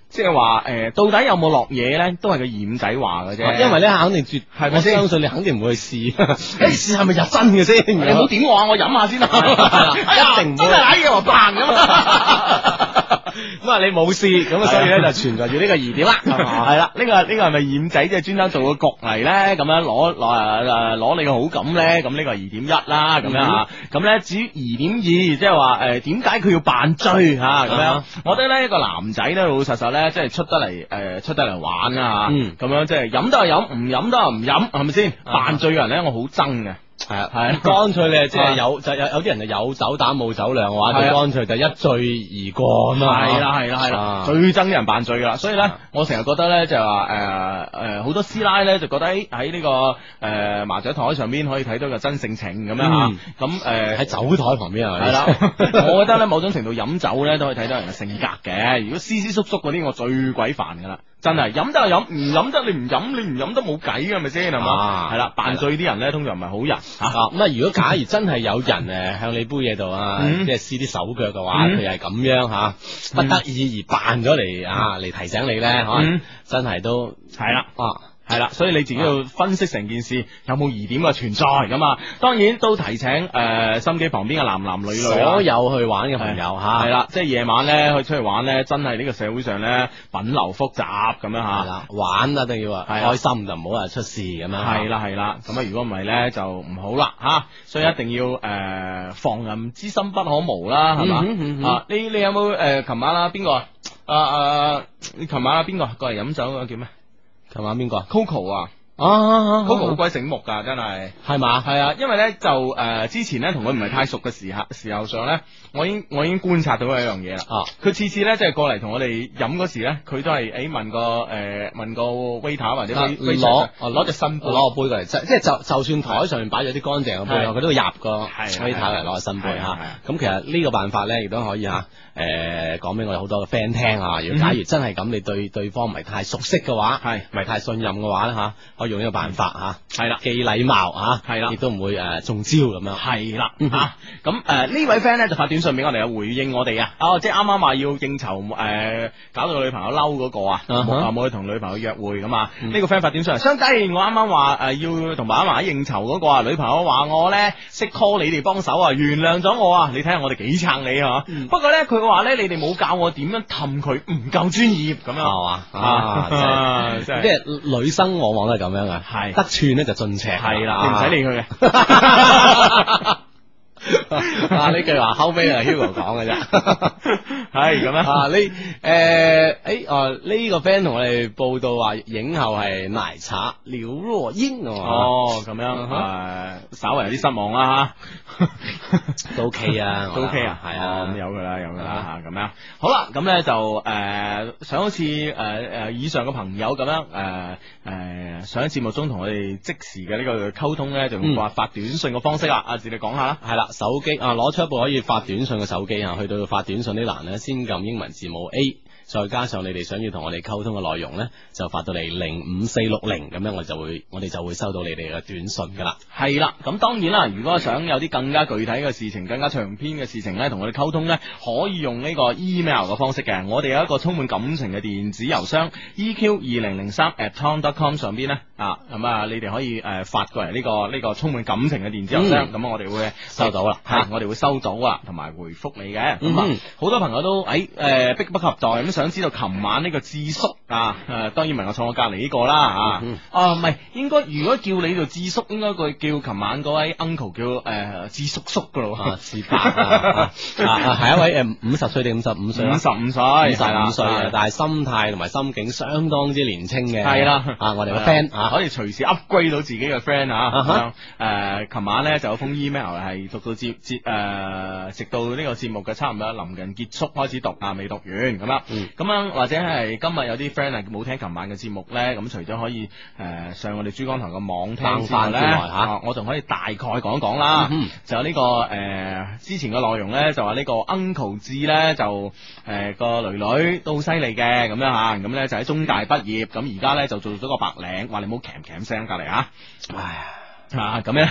[SPEAKER 1] 即係話诶，誒到底有冇落嘢咧，都係個染仔話嘅啫。
[SPEAKER 2] 啊因為咧肯定絕，
[SPEAKER 1] 係咪
[SPEAKER 2] 我
[SPEAKER 1] 先
[SPEAKER 2] 相信你肯定唔會 去試，你試係咪入真嘅先？
[SPEAKER 1] 你 唔好點我啊，我飲下 先啦。哎呀
[SPEAKER 2] 一定唔會
[SPEAKER 1] 真係揦嘢話棒咁 啊！
[SPEAKER 2] 咁啊，你冇試，咁啊，所以咧就存在住呢個 疑點啦，係嘛
[SPEAKER 1] 係啦，呢、個呢、個係咪染仔即係專登做個局嚟咧？咁樣攞攞誒攞你嘅好感咧？咁呢個係二點一啦，咁樣嚇。咁咧至於二點二，即係話誒點解佢要扮追嚇咁樣
[SPEAKER 2] 啊？
[SPEAKER 1] 我覺得咧一個男仔咧老老實實咧，即係出得嚟誒出得嚟玩啦
[SPEAKER 2] 嗯
[SPEAKER 1] 嚇。咁樣即係飲都係飲，唔飲都係唔飲，係咪先？
[SPEAKER 2] 啊
[SPEAKER 1] 扮醉嘅人咧，我好憎嘅。
[SPEAKER 2] 系啊，
[SPEAKER 1] 係 啊
[SPEAKER 2] 乾脆你係即係
[SPEAKER 1] 啊
[SPEAKER 2] 有就有有啲人就有酒膽冇酒量嘅話，
[SPEAKER 1] 係啊
[SPEAKER 2] 就乾脆就一醉而過咁啊。
[SPEAKER 1] 係啦係啦係啦
[SPEAKER 2] 啊，
[SPEAKER 1] 最憎人扮醉噶啦，所以咧，我成日覺得咧就話誒誒好多師奶咧就覺得誒喺呢個誒麻雀台上邊可以睇到個真性情咁樣
[SPEAKER 2] 嗯
[SPEAKER 1] 嚇，咁誒。
[SPEAKER 2] 喺酒台旁邊係
[SPEAKER 1] 係
[SPEAKER 2] 咪？
[SPEAKER 1] 啦， 我覺得咧某種程度飲酒咧都可以睇到人嘅性格嘅。如果斯斯縮縮嗰啲，我最鬼煩噶啦，真
[SPEAKER 2] 嗯
[SPEAKER 1] 係飲得就飲，唔飲得你唔飲，你唔飲都冇計嘅，係咪先係嘛？
[SPEAKER 2] 啊
[SPEAKER 1] 係啦，扮醉啲人咧通常唔係好人嚇。
[SPEAKER 2] 啊咁啊！如果假如真係有人誒向你杯嘢度啊，
[SPEAKER 1] 嗯
[SPEAKER 2] 即係施啲手腳嘅話，
[SPEAKER 1] 嗯
[SPEAKER 2] 佢係咁樣嚇，不得已而扮咗嚟啊嚟提醒你咧，可能
[SPEAKER 1] 嗯
[SPEAKER 2] 真係都
[SPEAKER 1] 係啦
[SPEAKER 2] 啊，
[SPEAKER 1] 系啦，所以你自己要分析成件事有冇疑點嘅存在咁啊。當然都提醒诶、呃心機旁邊嘅男男女女啦
[SPEAKER 2] 所有去玩嘅朋友嚇，
[SPEAKER 1] 係啦，即係夜晚咧去出去玩咧，真係呢個社會上咧品流複雜咁樣
[SPEAKER 2] 係
[SPEAKER 1] 吓。
[SPEAKER 2] 啦，玩啊一定要啊
[SPEAKER 1] 係啦
[SPEAKER 2] 開心就唔好話出事咁樣。
[SPEAKER 1] 係啦係啦，咁啊如果唔係咧就唔好啦吓、所以一定要诶、呃防人之心不可無啦，係嘛、
[SPEAKER 2] 嗯嗯哼嗯哼
[SPEAKER 1] 啊？你你有冇诶琴晚啊邊個啊啊啊？你琴晚啊邊個過嚟飲酒嘅叫咩
[SPEAKER 2] 琴晚邊個啊
[SPEAKER 1] ？Coco 啊
[SPEAKER 2] 啊
[SPEAKER 1] ，Coco 好鬼醒目㗎，真係。
[SPEAKER 2] 係嘛？
[SPEAKER 1] 系啊，因為咧就诶、呃之前咧同佢唔係太熟嘅時候時候上咧，我已經我已經觀察到佢一樣嘢啦。
[SPEAKER 2] 啊
[SPEAKER 1] 佢次次咧即係過嚟同我哋飲嗰時咧，佢都係诶問個诶、問個 waiter 或者
[SPEAKER 2] 啊
[SPEAKER 1] wait-
[SPEAKER 2] 攞
[SPEAKER 1] waitress，
[SPEAKER 2] 啊
[SPEAKER 1] 攞隻新杯。
[SPEAKER 2] 攞個杯過嚟，即即係就就算台上面擺咗啲乾淨嘅杯，
[SPEAKER 1] 係
[SPEAKER 2] 佢都會入個
[SPEAKER 1] 係
[SPEAKER 2] waiter 嚟攞個新杯啊
[SPEAKER 1] 係
[SPEAKER 2] 嚇
[SPEAKER 1] 係。
[SPEAKER 2] 咁其實呢個辦法咧，亦都可以嚇誒講俾我哋好多嘅 friend 聽啊。如果假如真係咁，你對對方唔係太熟悉嘅話，
[SPEAKER 1] 係
[SPEAKER 2] 唔係太信任嘅話咧嚇，可以用呢個辦法嚇，
[SPEAKER 1] 係啦
[SPEAKER 2] 既禮貌嚇，
[SPEAKER 1] 係啦
[SPEAKER 2] 亦都唔會誒中招咁樣。
[SPEAKER 1] 係啦
[SPEAKER 2] 嗯
[SPEAKER 1] 吓，咁诶呢位 friend 咧就發短信俾我哋啊，回應我哋啊，哦即係啱啱話要應酬诶、搞到女朋友嬲嗰個啊，
[SPEAKER 2] 啊
[SPEAKER 1] 冇
[SPEAKER 2] 哈
[SPEAKER 1] 冇去同女朋友約會咁啊，
[SPEAKER 2] 嗯
[SPEAKER 1] 呢、個 friend 發短信嚟，相低我啱啱話诶要同爸爸媽媽應酬嗰個啊，女朋友話我咧識 call 你哋幫手啊，原諒咗我啊，你睇下我哋幾撐你啊，不過咧佢話咧你哋冇教我點樣氹佢，唔夠專業咁樣。
[SPEAKER 2] 係嘛啊，真係
[SPEAKER 1] 即
[SPEAKER 2] 即係女生往往都係咁樣嘅，啊
[SPEAKER 1] 係
[SPEAKER 2] 得寸咧就進尺，
[SPEAKER 1] 係啦，你唔使 理佢嘅。
[SPEAKER 2] 啊！呢句話後尾啊 Hugo 講嘅啫，
[SPEAKER 1] 係咁樣
[SPEAKER 2] 啊呢誒誒哦呢個 friend 同我哋報道話影后係奶茶廖若英啊嘛，
[SPEAKER 1] 哦，咁樣
[SPEAKER 2] 嗯
[SPEAKER 1] 誒、
[SPEAKER 2] 哼
[SPEAKER 1] 呃稍為有啲失望啦嚇，
[SPEAKER 2] 都 OK 啊，
[SPEAKER 1] 都 OK 啊，嗯
[SPEAKER 2] 係
[SPEAKER 1] 哦
[SPEAKER 2] 啊
[SPEAKER 1] 咁，有佢啦，有佢啦
[SPEAKER 2] 啊
[SPEAKER 1] 嚇，咁樣好啦，咁咧就誒、呃想好似誒誒以上嘅朋友咁樣誒誒、呃想喺節目中同我哋即時嘅呢個溝通咧，就用
[SPEAKER 2] 嗯
[SPEAKER 1] 發發短信嘅方式啦，阿志你講下啦，
[SPEAKER 2] 係啦，手機啊，攞出一部可以發短信嘅手機啊，去到發短信呢欄咧，先撳英文字母 A，再加上你哋想要同我哋溝通嘅內容咧，就發到嚟零五四六零咁樣，我哋就會我哋就會收到你哋嘅短信噶啦。
[SPEAKER 1] 係啦，咁當然啦，如果想有啲更加具體嘅事情、更加長篇嘅事情咧，同我哋溝通咧，可以用呢個 email 嘅方式嘅。我哋有一個充滿感情嘅電子郵箱 eq 二零零三 at tom dot com 上邊咧啊，咁啊，你哋可以誒、呃、發過嚟呢、個呢、個充滿感情嘅電子郵箱，
[SPEAKER 2] 嗯
[SPEAKER 1] 咁、我哋會
[SPEAKER 2] 收到啦
[SPEAKER 1] 係我哋會收到啊，同埋回覆你嘅。咁啊、
[SPEAKER 2] 嗯
[SPEAKER 1] 呃好多朋友都誒誒、迫不及待咁想知道琴晚呢個智叔啊，誒、當然唔係我坐我隔離呢個啦啊，
[SPEAKER 2] 嗯
[SPEAKER 1] 啊唔係，應該如果叫你做智叔，應該佢叫琴晚嗰位 uncle 叫誒、智叔叔噶咯喎，
[SPEAKER 2] 是伯啊，啊啊係一位誒五十歲定五十五歲啊？
[SPEAKER 1] 五十五歲，
[SPEAKER 2] 五十五歲
[SPEAKER 1] 係
[SPEAKER 2] 嘅
[SPEAKER 1] 啦，
[SPEAKER 2] 但係心態同埋心境相當之年青嘅。
[SPEAKER 1] 係啦
[SPEAKER 2] 啊，我哋個 friend
[SPEAKER 1] 啊，
[SPEAKER 2] 啊，
[SPEAKER 1] 可以隨時 upgrade 到自己嘅 friend
[SPEAKER 2] 啊
[SPEAKER 1] 啊
[SPEAKER 2] 哈。
[SPEAKER 1] 誒，琴晚咧就有封 email 係讀到節節誒，直到呢個節目嘅差唔多臨近結束開始讀啊，未讀完咁樣。
[SPEAKER 2] 嗯
[SPEAKER 1] 咁樣或者係今日有啲 friend 係冇聽琴晚嘅節目咧，咁除咗可以誒上我哋珠江台嘅網聽之外
[SPEAKER 2] 翻
[SPEAKER 1] 咧，
[SPEAKER 2] 之外嚇
[SPEAKER 1] 啊我仲可以大概講一講啦。就呢個誒之前嘅內容咧，就話呢個 uncle 志咧就誒個呃女女都好犀利嘅咁樣嚇，咁咧就喺中大畢業，咁而家咧就做咗個白領，話你唔好鉗鉗聲隔離嚇。啊，咁咧，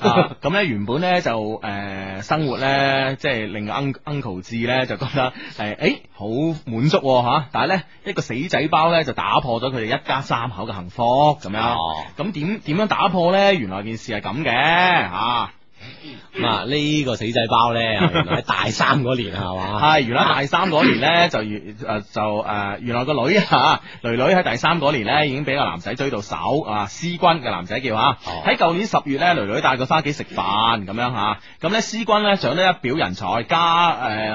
[SPEAKER 1] 啊，咁咧原本咧就誒、呃生活咧，即係令 un- uncle 志咧就覺得誒，誒好滿足喎吓、但係咧一個死仔包咧就打破咗佢哋一家三口嘅幸福咁樣。咁點點樣打破咧？原來件事係咁嘅吓。
[SPEAKER 2] 嗱呢個死仔包咧，原來喺大三嗰年係嘛？
[SPEAKER 1] 係，原來大三嗰年咧就原誒就誒，原來個女啊， 女女喺第三嗰年咧已經俾個男仔追到手啊，思君嘅男仔叫啊。喺舊年十月咧，女女帶佢翻屋企食飯咁樣吓，咁咧思君咧長得一表人才，家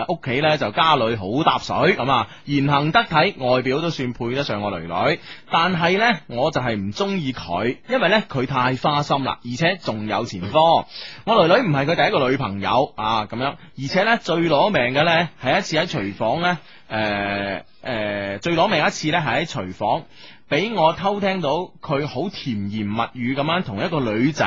[SPEAKER 1] 誒屋企咧就家裏好搭水咁啊，言行得體，外表都算配得上我女女，但係咧我就係唔中意佢，因為咧佢太花心啦，而且仲有前科。我女女唔係佢第一個女朋友啊，咁樣，而且咧最攞命嘅咧係一次喺廚房咧，誒、誒、最攞命一次咧係喺廚房俾我偷聽到佢好甜言蜜語咁樣同一個女仔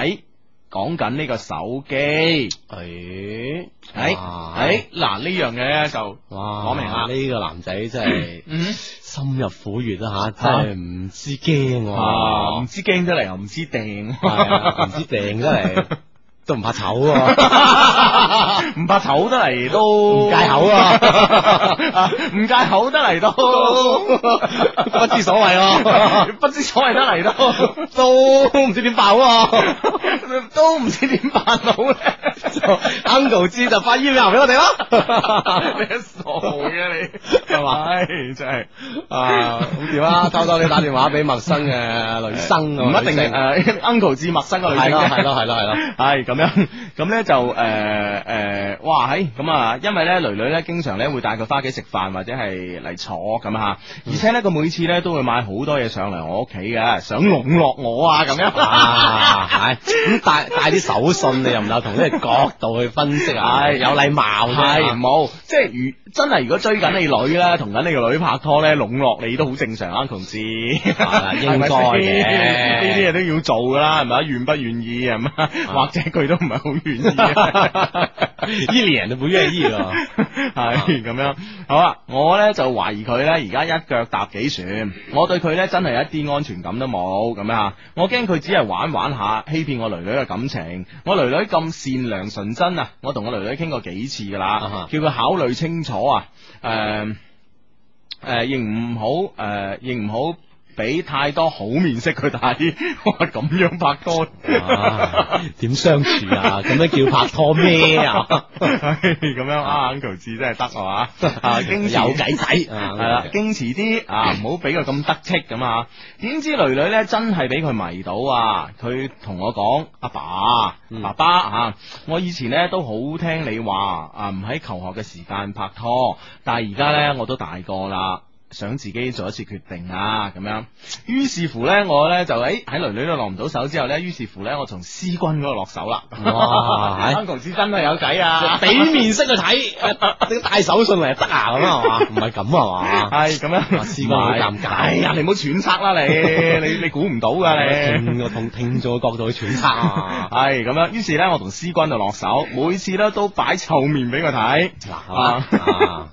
[SPEAKER 1] 講緊呢個手機，誒、誒
[SPEAKER 2] 啊
[SPEAKER 1] 誒，嗱呢樣嘢咧就
[SPEAKER 2] 哎哇！
[SPEAKER 1] 講明啦
[SPEAKER 2] 呢個男仔真 係
[SPEAKER 1] 嗯
[SPEAKER 2] 深入虎穴啦吓，真係唔知驚
[SPEAKER 1] 啊
[SPEAKER 2] 喎
[SPEAKER 1] 唔。知驚得嚟又唔知掟，
[SPEAKER 2] 係啊唔知掟得 嚟都唔怕醜喎，
[SPEAKER 1] 唔怕醜得嚟都
[SPEAKER 2] 唔戒口啊，
[SPEAKER 1] 唔戒口得嚟都
[SPEAKER 2] 不知所謂 咯，
[SPEAKER 1] 不知所謂得嚟都
[SPEAKER 2] 都唔知點爆啊！
[SPEAKER 1] 都唔知點辦好咧。
[SPEAKER 2] Uncle 知就發 email 俾我哋咯，
[SPEAKER 1] 你傻嘅你
[SPEAKER 2] 係嘛？
[SPEAKER 1] 唉，真係
[SPEAKER 2] 啊，咁點啊？偷偷你打電話俾陌生嘅嗯女啊生，
[SPEAKER 1] 唔一定
[SPEAKER 2] 係
[SPEAKER 1] 誒 uncle 至陌生嘅女性
[SPEAKER 2] 係咯
[SPEAKER 1] 嘅
[SPEAKER 2] 係咯係咯係咯。
[SPEAKER 1] 係咁樣，咁咧就誒誒、呃哇喺咁啊，因為咧女女咧經常咧會帶佢翻屋企食飯或者係嚟坐咁吓，而且咧佢每次咧都會買好多嘢上嚟我屋企嘅，想籠絡我啊咁樣。
[SPEAKER 2] 啊，係咁帶帶啲手信，你又唔能夠同呢個角度去分析啊，
[SPEAKER 1] 係
[SPEAKER 2] 有禮貌
[SPEAKER 1] 係
[SPEAKER 2] 啫。
[SPEAKER 1] 冇，即係如真係如果追緊你女咧，同緊你個女拍拖咧，籠絡你都好正常啊，同志，
[SPEAKER 2] 應該 嘅
[SPEAKER 1] 係咪先呢啲嘢都要做噶啦，係咪？願不願意係咪？或者佢都唔係好願意。啊
[SPEAKER 2] 一年都不願意咯，
[SPEAKER 1] 系咁样，好啦，我呢就懷疑佢呢而家一腳踏幾船，我對佢呢真係一啲安全感都冇咁樣啊！我驚佢只係玩玩下，欺騙我女女嘅感情。我女女咁善良純真啊，我同我女女傾過幾次噶啦，叫佢考慮清楚啊，诶、诶，亦唔好诶，亦唔好俾太多好面色佢睇， 哇咁樣拍拖。
[SPEAKER 2] 啊點相處啊？咁樣叫拍拖咩啊？
[SPEAKER 1] 咁樣啊，uncle 志真係得係嘛？啊，矜持
[SPEAKER 2] 有計仔啊
[SPEAKER 1] 係啦，矜持啲啊，唔好俾佢咁得戚咁啊！點知女女咧真係俾佢迷到啊！佢同我講：阿爸，
[SPEAKER 2] 嗯
[SPEAKER 1] 爸爸啊，我以前咧都好聽你話啊，唔喺求學嘅時間拍拖，但係而家咧我都大個啦。想自己做一次決定啊，咁樣。於是乎咧，我咧就誒喺女女度落唔到手之後咧，於是乎咧，我從思君嗰度落手啦。
[SPEAKER 2] 哇係
[SPEAKER 1] uncle 志真係有計啊！
[SPEAKER 2] 俾面色佢睇， 呃你帶手信嚟就得啊咁啊係嘛？唔係咁啊嘛？
[SPEAKER 1] 系咁樣，
[SPEAKER 2] 思君好尷尬
[SPEAKER 1] 哎呀，你唔好揣測啦，你你你估唔到噶你。
[SPEAKER 2] 聽個同聽眾嘅角度去揣測啊！
[SPEAKER 1] 係咁樣，於是咧，我同思君就落手，每次咧都擺臭面俾佢睇。
[SPEAKER 2] 嗱， 啊，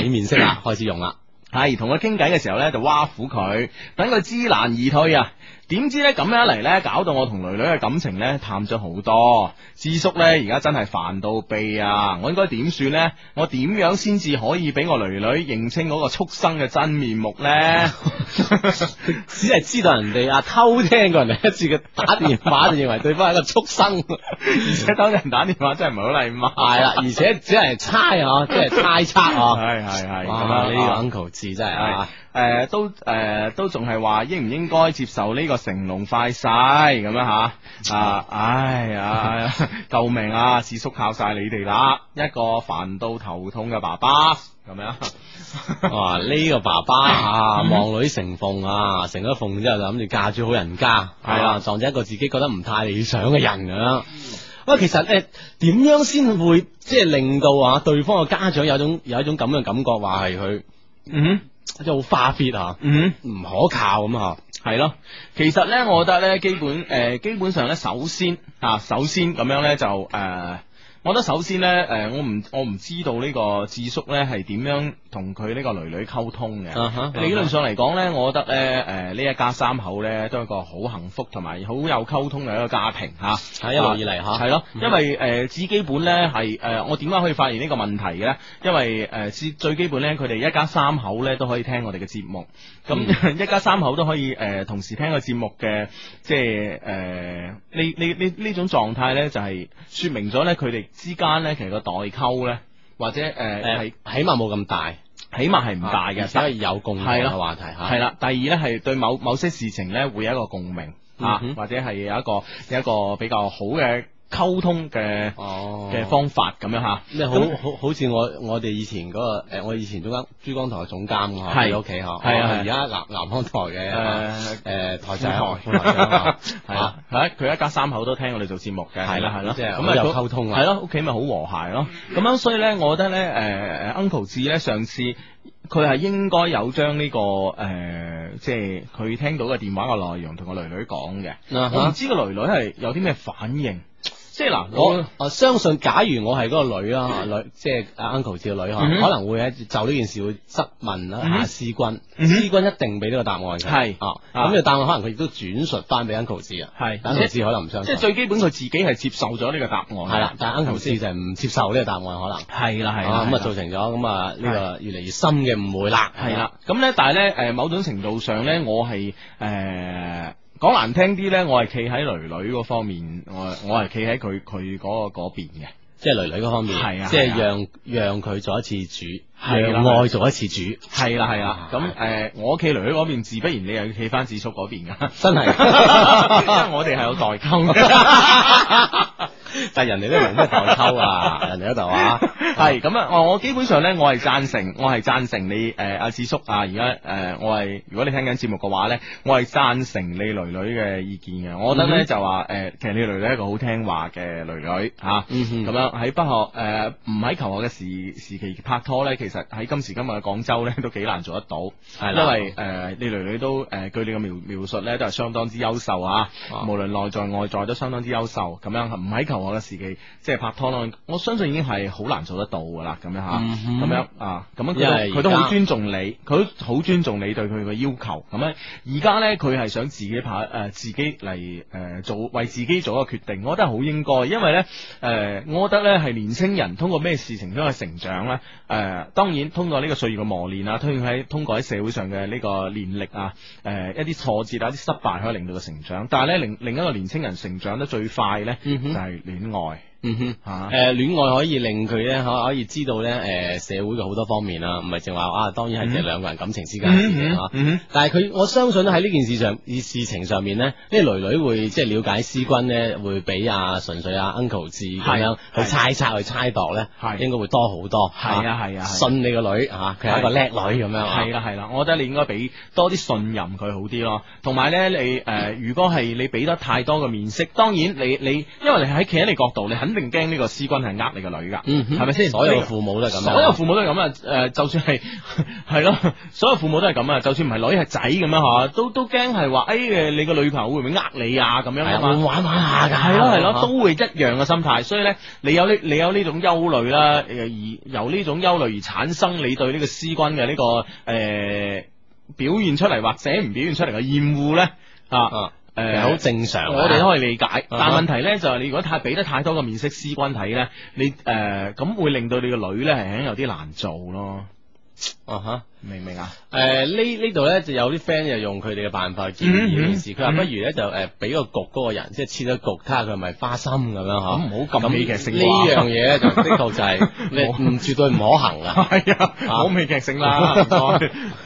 [SPEAKER 2] 俾面色 啦，開始用啦。
[SPEAKER 1] 係同佢傾偈嘅時候咧，就挖苦佢，等佢知難而退啊！點知咧咁樣一嚟咧，搞到我同女女嘅感情咧淡咗好多。智叔咧而家真係煩到痹啊！我應該點算咧？我點樣先至可以俾我女女認清嗰個畜生嘅真面目咧？
[SPEAKER 2] 只係知道人哋啊偷聽過人哋一次嘅打電話，就認為對方係一個畜生，
[SPEAKER 1] 而且當人打電話真係唔係好禮貌。
[SPEAKER 2] 哎係啦，而且只係猜啊，即係猜測啊。
[SPEAKER 1] 哎係係係咁啊
[SPEAKER 2] 哇！
[SPEAKER 1] 樣
[SPEAKER 2] 呢個 uncle 次真係
[SPEAKER 1] 係
[SPEAKER 2] 啊！
[SPEAKER 1] 诶都诶都仲係話應唔應該接受呢個成龍快婿咁樣吓啊！唉呀， 救命啊！智叔靠晒你哋啦，一個煩到頭痛嘅爸爸咁樣。哎
[SPEAKER 2] 哇！呢、個爸爸 啊，望女成鳳啊，成咗鳳之後就諗住嫁咗好人家，係
[SPEAKER 1] 啊
[SPEAKER 2] 啦、撞咗一個自己覺得唔太理想嘅人咁樣。喂，其實誒點樣先會即係令到啊對方嘅家長有種有一種咁嘅感覺，話係佢
[SPEAKER 1] 嗯，
[SPEAKER 2] 即係好花 fit 啊，
[SPEAKER 1] 嗯，
[SPEAKER 2] 唔可靠咁啊。
[SPEAKER 1] 系咯，其實咧，我覺得咧，基本诶、呃基本上咧，首先啊，首先咁樣咧就诶、呃我覺得首先咧，诶、我唔我唔知道呢個智叔咧係點樣同佢呢個女女溝通嘅。
[SPEAKER 2] 啊哈
[SPEAKER 1] 理論上嚟講咧，我覺得咧，诶、呢一家三口咧都係一個好幸福同埋好有溝通嘅一個家庭啊吓。
[SPEAKER 2] 啊係一路以嚟嚇
[SPEAKER 1] 係咯，
[SPEAKER 2] 嗯
[SPEAKER 1] 因為诶至基本咧係诶，我點解可以發現呢個問題嘅咧？因為诶至、最基本咧，佢哋一家三口咧都可以聽我哋嘅節目。咁、
[SPEAKER 2] 嗯
[SPEAKER 1] 一家三口都可以誒、呃同時聽個節目嘅，即係誒呃呢呢呢呢種狀態咧，就係、說明咗咧佢哋之間咧其實個代溝咧，或者誒呃係、
[SPEAKER 2] 呃起碼冇咁大，啊
[SPEAKER 1] 起碼係唔大嘅，
[SPEAKER 2] 而且係有共同
[SPEAKER 1] 係
[SPEAKER 2] 嘅
[SPEAKER 1] 咯
[SPEAKER 2] 話題啊嚇。
[SPEAKER 1] 係啦，第二咧係對某某些事情咧會有一個共鳴啊，
[SPEAKER 2] 嗯哼
[SPEAKER 1] 或者係有一個有一個比較好嘅溝通嘅嘅、
[SPEAKER 2] 哦
[SPEAKER 1] 方法咁樣嚇。
[SPEAKER 2] 咩好
[SPEAKER 1] 咁
[SPEAKER 2] 好好似我我哋以前嗰、個誒、我以前中間珠江台嘅總監㗎
[SPEAKER 1] 係
[SPEAKER 2] 喺屋企嚇，
[SPEAKER 1] 係啊
[SPEAKER 2] 我
[SPEAKER 1] 係啊
[SPEAKER 2] 而家南南方台嘅
[SPEAKER 1] 誒
[SPEAKER 2] 誒、台長
[SPEAKER 1] 副
[SPEAKER 2] 副
[SPEAKER 1] 台
[SPEAKER 2] 台長啊
[SPEAKER 1] 係啊，係啊佢一家三口都聽我哋做節目嘅，
[SPEAKER 2] 係啦
[SPEAKER 1] 係啦，
[SPEAKER 2] 即係
[SPEAKER 1] 咁
[SPEAKER 2] 好有
[SPEAKER 1] 佢
[SPEAKER 2] 溝通啊
[SPEAKER 1] 係咯，屋企咪好和諧咯。咁樣所以咧，我覺得咧，誒誒 Uncle 志咧上次。佢係應該有將呢、個誒、即係佢聽到嘅電話嘅內容同個女女講嘅。
[SPEAKER 2] 啊哈
[SPEAKER 1] 我唔知個女女係有啲咩反應，即係嗱，
[SPEAKER 2] 我我相信，假如我係嗰個女啦，女即係阿 uncle 照女嚇，
[SPEAKER 1] 嗯
[SPEAKER 2] 可能會咧就呢件事會質問
[SPEAKER 1] 嗯
[SPEAKER 2] 啊思君，思君一定俾呢個答案嘅，
[SPEAKER 1] 係
[SPEAKER 2] 啊，
[SPEAKER 1] 啊
[SPEAKER 2] 咁呢個答案可能佢亦都轉述翻俾 uncle 知啊
[SPEAKER 1] 係
[SPEAKER 2] ，uncle 知可能唔相
[SPEAKER 1] 即
[SPEAKER 2] 信
[SPEAKER 1] 係，最基本佢自己係接受咗呢個答案。
[SPEAKER 2] 係啦，但係 uncle 知就係唔接受呢個答案可能，
[SPEAKER 1] 係啦係啦
[SPEAKER 2] 啊咁
[SPEAKER 1] 係
[SPEAKER 2] 啊
[SPEAKER 1] 啦
[SPEAKER 2] 造成咗咁啊呢個越嚟越深嘅誤會啦，
[SPEAKER 1] 系啦，咁咧，但系咧，诶、某種程度上咧，我係诶講難聽啲咧，我係企喺女女嗰方面，我我係企喺佢佢嗰個嗰邊嘅。
[SPEAKER 2] 即係女女嗰方面，
[SPEAKER 1] 係啊
[SPEAKER 2] 即
[SPEAKER 1] 係
[SPEAKER 2] 係
[SPEAKER 1] 啊
[SPEAKER 2] 讓讓佢做一次主，
[SPEAKER 1] 係啦
[SPEAKER 2] 讓愛做一次主，啊
[SPEAKER 1] 係啦係啦，啊咁诶、我企女女嗰邊，自不然你又要企翻子叔嗰邊 噶，
[SPEAKER 2] 真係
[SPEAKER 1] 因為我哋係有代溝 嘅。
[SPEAKER 2] 但係人哋都冇咩代溝啊， 人哋嗰度啊，
[SPEAKER 1] 係咁啊，我我基本上咧，我係贊成，我係贊成你诶阿子叔啊，而家诶我係如果你聽緊節目嘅話咧，我係贊成你女女嘅意見嘅。我覺得咧、
[SPEAKER 2] 嗯
[SPEAKER 1] 就話诶、呃其實你女女係一個好聽話嘅女女吓，啊
[SPEAKER 2] 嗯哼
[SPEAKER 1] 咁、樣喺北學诶唔喺求學嘅時時期拍拖咧，其實喺今時今日嘅廣州咧都幾難做得到。
[SPEAKER 2] 係啦
[SPEAKER 1] 因為誒、呃你女女都誒、呃、據你嘅描描述咧，都係相當之優秀啊！
[SPEAKER 2] 啊
[SPEAKER 1] 無論內在外在都相當之優秀，咁樣唔喺求學嘅時期，即係拍拖咯。我相信已經係好難做得到噶啦，咁樣嚇，咁、
[SPEAKER 2] 嗯哼
[SPEAKER 1] 樣啊，咁樣佢
[SPEAKER 2] 因為
[SPEAKER 1] 都佢都
[SPEAKER 2] 而
[SPEAKER 1] 好
[SPEAKER 2] 家
[SPEAKER 1] 尊重你，佢都好尊重你對佢嘅要求。咁樣而家咧，佢係想自己拍誒、呃自己嚟誒、呃做為自己做一個決定，我覺得好應該，因為咧誒、呃我覺得咧係年青人通過咩事情都去成長咧。誒、當然通過呢個歲月嘅磨練啊，通過喺通過喺社會上嘅呢個練歷啊，誒、一啲挫折啊、一啲失敗可以令到佢成長。但係咧，另另一個年青人成長得最快咧，
[SPEAKER 2] 嗯哼
[SPEAKER 1] 就係戀愛啊
[SPEAKER 2] 嗯哼。
[SPEAKER 1] 嚇。
[SPEAKER 2] 誒戀愛可以令佢咧可可以知道咧誒、社會嘅好多方面啦，唔係淨話啊，當然係即係兩個人感情之間嘅事情啊。
[SPEAKER 1] 嗯哼
[SPEAKER 2] 但係佢我相信咧喺呢件事上，以事情上面咧，呢個女女會即係了解思君咧，會比啊純粹啊 uncle 志咁樣
[SPEAKER 1] 係
[SPEAKER 2] 去猜測去猜度咧
[SPEAKER 1] 係，
[SPEAKER 2] 應該會多好多。
[SPEAKER 1] 係啊係啊係啊
[SPEAKER 2] 信你個女嚇，佢係一個叻女咁樣啊。
[SPEAKER 1] 係啦係啦，我覺得你應該俾多啲信任佢好啲咯。同埋咧，你誒、呃如果係你俾得太多嘅面色，當然你你，因為你喺企喺你角度，你肯定驚呢個思君係呃你個女㗎，
[SPEAKER 2] 嗯哼
[SPEAKER 1] 係咪先？
[SPEAKER 2] 所有
[SPEAKER 1] 呢個
[SPEAKER 2] 父母都係咁樣
[SPEAKER 1] 所有父母都係咁啊！誒、就算係 係咯，所有父母都係咁啊！就算唔係女係仔咁樣嚇，都都驚係話誒誒，你個女朋友會唔會呃你啊？咁樣
[SPEAKER 2] 係
[SPEAKER 1] 啊
[SPEAKER 2] 啊
[SPEAKER 1] 嘛
[SPEAKER 2] 會。玩玩下㗎。
[SPEAKER 1] 系咯系咯，
[SPEAKER 2] 啊
[SPEAKER 1] 都會一樣嘅心態，所以咧，你有呢你有呢種憂慮啦，呃而由呢種憂慮而產生你對呢個思君嘅呢個诶、呃表現出嚟或者唔表現出嚟嘅厭惡咧啊
[SPEAKER 2] 啊
[SPEAKER 1] 诶，
[SPEAKER 2] 係
[SPEAKER 1] 呃
[SPEAKER 2] 好正常啊。
[SPEAKER 1] 我哋都可以理解，但
[SPEAKER 2] 啊
[SPEAKER 1] 問題咧就係你如果太俾得太多嘅面色思君睇呃咧，你诶咁、會令到你個女咧係有啲難做咯。
[SPEAKER 2] 啊哈，
[SPEAKER 14] 明唔明啊？
[SPEAKER 2] 诶，呢呢度咧就有啲 friend 就用佢哋嘅辦法建議呢件事，佢話
[SPEAKER 14] 嗯
[SPEAKER 2] 不如咧就诶俾個局嗰個人，即係設咗局，睇下佢係咪花心啊咁樣
[SPEAKER 14] 咁
[SPEAKER 2] 嗬。
[SPEAKER 14] 唔好咁戲劇性
[SPEAKER 2] 呢
[SPEAKER 14] 啩
[SPEAKER 2] 樣嘢咧就的確就 係你唔絕對唔可行啊。
[SPEAKER 14] 系啊，好戲劇性啦，唔該
[SPEAKER 2] 啊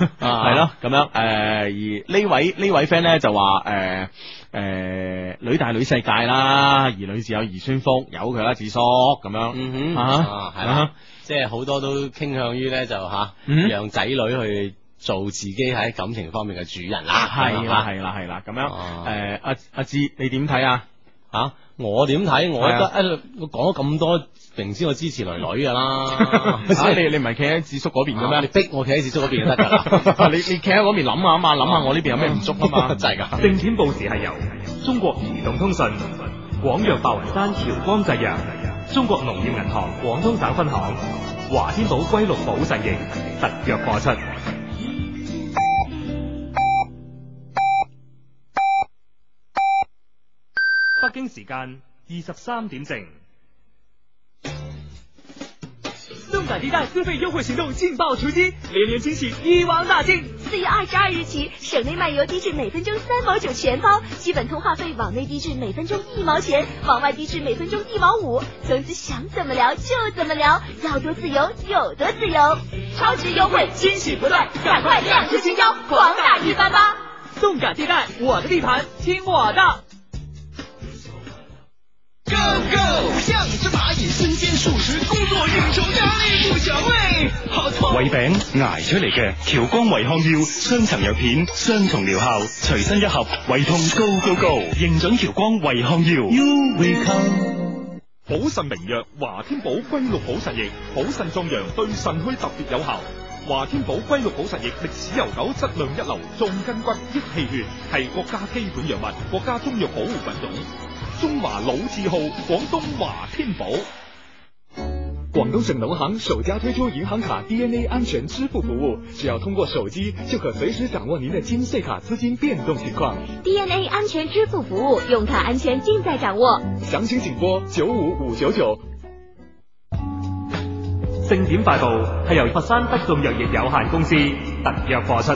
[SPEAKER 14] 係咯，咁樣诶，而呢位呢位 friend 咧就話诶诶，女大女世界啦，兒女自有兒孫福，由佢啦，子叔咁樣
[SPEAKER 2] 嗯哼，
[SPEAKER 14] 啊
[SPEAKER 2] 啊，系啦，即係好多都傾向於咧就吓，
[SPEAKER 14] 嗯
[SPEAKER 2] 讓仔女去做自己喺感情方面嘅主人啦。
[SPEAKER 14] 係啦
[SPEAKER 2] 係
[SPEAKER 14] 係啦係哦啦，咁樣诶，阿阿志你點睇 啊？
[SPEAKER 2] 吓，我點睇？我覺
[SPEAKER 14] 係
[SPEAKER 2] 得
[SPEAKER 14] 啊，
[SPEAKER 2] 诶，我講咗咁多，明知我支持女女噶啦
[SPEAKER 14] 啊 你你唔係企啊喺智叔嗰邊嘅咩？
[SPEAKER 2] 你逼我企喺智叔嗰邊就得㗎啦。
[SPEAKER 14] 你你企喺嗰邊諗下啊嘛，諗下我呢邊有咩唔足啊 嘛，
[SPEAKER 2] 真係㗎。
[SPEAKER 23] 正片報時係由中國移動通信、廣藥白雲山僑光製藥、中國農業銀行廣東省分行、華天寶歸綠保腎液特約播出。北京時間二十三點正。
[SPEAKER 24] 动感地带自费优惠行动劲爆出击，连连惊喜，一网打尽。
[SPEAKER 20] 四月二十二日起，省内漫游低至每分钟三毛九全包，基本通话费往内低至每分钟一毛钱，往外低至每分钟一毛五。总之想怎么聊就怎么聊，要多自由有多自由，超值优惠，惊喜不断，赶快亮出新招，狂打一八八。
[SPEAKER 24] 动感地带，我的地盘，听我的。
[SPEAKER 25] Go Go，像只蚂蚁身兼数职，工作应酬压力不小哎，好痛！
[SPEAKER 26] 胃饼捱出嚟嘅喬光胃康藥，雙層藥片，雙重療效，隨身一盒，胃痛 Go Go Go，認準喬光胃康藥。You will come。
[SPEAKER 27] 补肾名药华天宝龟鹿补肾液，补肾壮阳，对肾虚特别有效。华天宝龟鹿补肾液历史悠久，质量一流，壮筋骨，益气血，系国家基本药物，国家中药保护品种。中华老字号，广东华天宝。
[SPEAKER 28] 广东省农行首家推出银行卡 DNA 安全支付服务，只要通过手机就可随时掌握您的金穗卡资金变动情况。
[SPEAKER 20] DNA 安全支付服务，用卡安全尽在掌握。
[SPEAKER 28] 详情请拨九五五九九。
[SPEAKER 27] 正点快报系由佛山德众药业有限公司特约播出。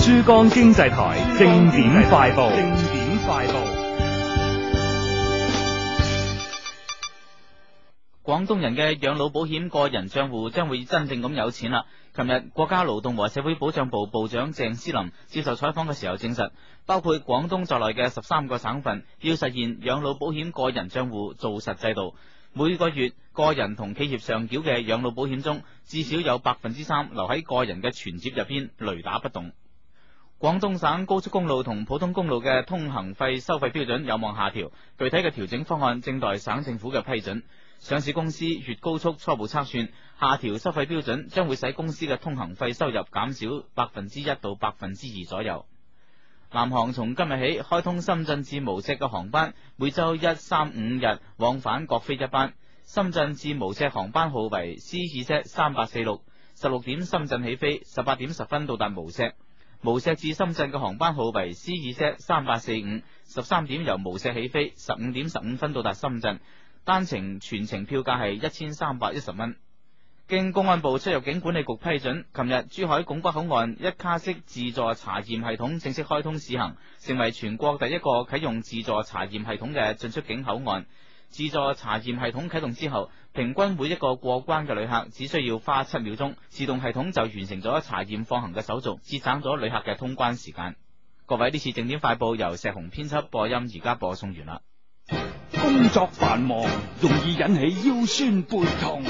[SPEAKER 27] 珠江經濟台正點快報。正點快報。
[SPEAKER 1] 廣東人嘅養老保險個人帳户將會真正咁有錢啦。琴日國家勞動和社會保障部部長鄭思林接受採訪嘅時候證實，包括廣東在內嘅十三個省份要實現養老保險個人帳户做實制度。每個月個人同企業上繳嘅養老保險中，至少有百分之三留喺個人嘅存摺入邊，雷打不動。廣東省高速公路同普通公路嘅通行費收費標準有望下調，具體嘅調整方案正待省政府嘅批准。上市公司粵高速初步測算，下調收費標準將會使公司嘅通行費收入減少百分之一到百分之二左右。南航從今日起開通深圳至無錫嘅航班，每周一、三、五日往返各飛一班。深圳至無錫航班號為 C 二 Z 三八四六，十六點深圳起飛，十八點十分到達無錫。無錫至深圳嘅航班號為 C 二 Z 三八四五，十三點由無錫起飛，十五點十五分到達深圳。單程全程票價係一千三百一十蚊。經公安部出入境管理局批准，琴日珠海拱北口岸一卡式自助查驗系統正式開通試行，成為全國第一個啟用自助查驗系統嘅進出境口岸。自助查驗系統啟動之後，平均每一個過關嘅旅客只需要花七秒鐘，自動系統就完成咗查驗放行嘅手續，節省咗旅客嘅通關時間。各位，呢次正點快報由石紅編輯播音，而家播送完啦。
[SPEAKER 29] 工作繁忙，容易引起腰酸背痛。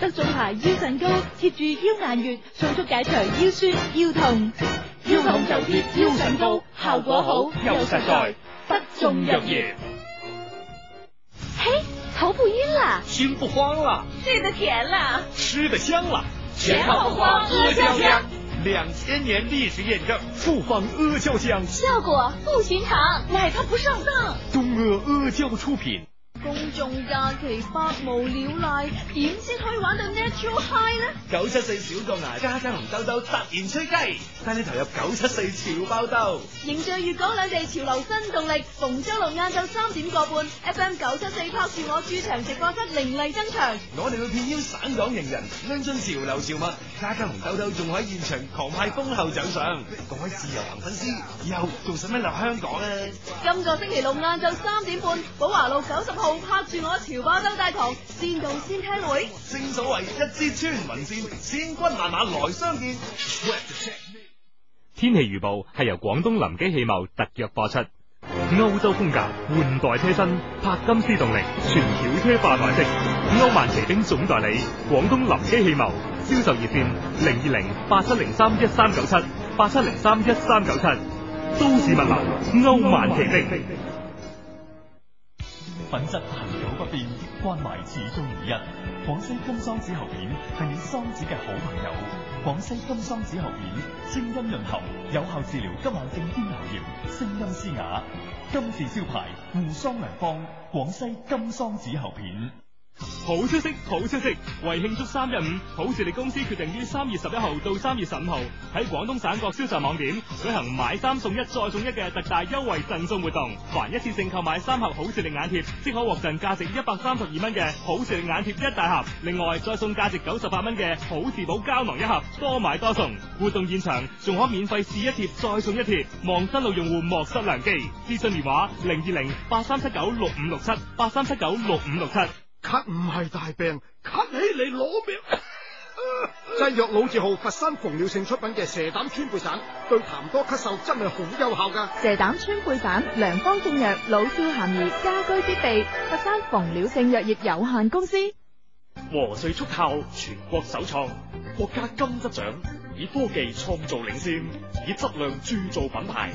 [SPEAKER 30] 德眾牌腰腎膏貼住腰眼穴，迅速解除腰酸腰痛。腰痛就貼腰腎膏，效果好又實在。德眾藥業。
[SPEAKER 20] 嘿，头不晕了，
[SPEAKER 25] 心不慌了，
[SPEAKER 20] 睡得甜了。
[SPEAKER 25] 吃得香了，
[SPEAKER 20] 全靠花阿胶浆。
[SPEAKER 25] 两千年历史验证，复方阿胶浆，
[SPEAKER 20] 效果不寻常，奶它不上当。
[SPEAKER 25] 东阿阿胶出品。
[SPEAKER 30] 工作
[SPEAKER 20] 用假期百無聊賴，點先可以玩到 natural high 呢？
[SPEAKER 31] 九七四小豆芽家長紅兜兜突然吹雞，帶你投入九七四潮爆兜。
[SPEAKER 20] 迎着粵港兩地潮流新動力，逢周六晏晝三點個半，FM 九七四拍住我駐場直播室凌厲登場。
[SPEAKER 31] 我哋會遍邀省港型人，跟進潮流潮物。家家紅兜兜仲喺現場狂派封後獎賞。各位自由行粉絲，以後仲使咩留香港啊？
[SPEAKER 20] 今個星期六晏晝三點半，寶華路九十號拍住我潮爆兜大堂，先到先聽會。
[SPEAKER 31] 正所謂一支穿雲箭，千軍萬馬來相見。
[SPEAKER 4] 天氣預報係由廣東林基汽貿特約播出。歐洲風格，換代車身，柏金斯動力，全轎車化台式。歐曼奇兵總代理，廣東林基汽貿，銷售熱線零二零八七零三一三九七八七零三一三九七。都市物流，歐曼奇兵。
[SPEAKER 18] 品質恒久不變，關懷始終如一。廣西金桑子喉片係你桑子嘅好朋友。廣西金桑子喉片清音潤喉，有效治療急慢性咽喉炎、聲音嘶啞。金字招牌護桑良方，廣西金桑子喉片。
[SPEAKER 4] 好消息，好消息！為慶祝三一五，好視力公司決定於三月十一號到三月十五號喺廣東省各銷售網點舉行買三送一再送一嘅特大優惠贈送活動。凡一次性購買三盒好視力眼貼，即可獲贈價值一百三十二蚊嘅好視力眼貼一大盒，另外再送價值九十八蚊嘅好視寶膠囊一盒，多買多送。活動現場仲可免費試一貼再送一貼，望新路用戶莫失良機。諮詢電話零二零八三七九六五六七八三七九六五六七。
[SPEAKER 32] 咳唔係大病，咳起嚟攞 命。製藥老字號佛山馮了性出品嘅蛇膽川貝散，對痰多咳嗽真係好有效噶。
[SPEAKER 33] 蛇膽川貝散，良方正藥，老少咸宜，家居必備。佛山馮了性藥業有限公司。
[SPEAKER 1] 和穗速效全國首創，國家金質獎，以科技創造領先，以質量鑄造品牌。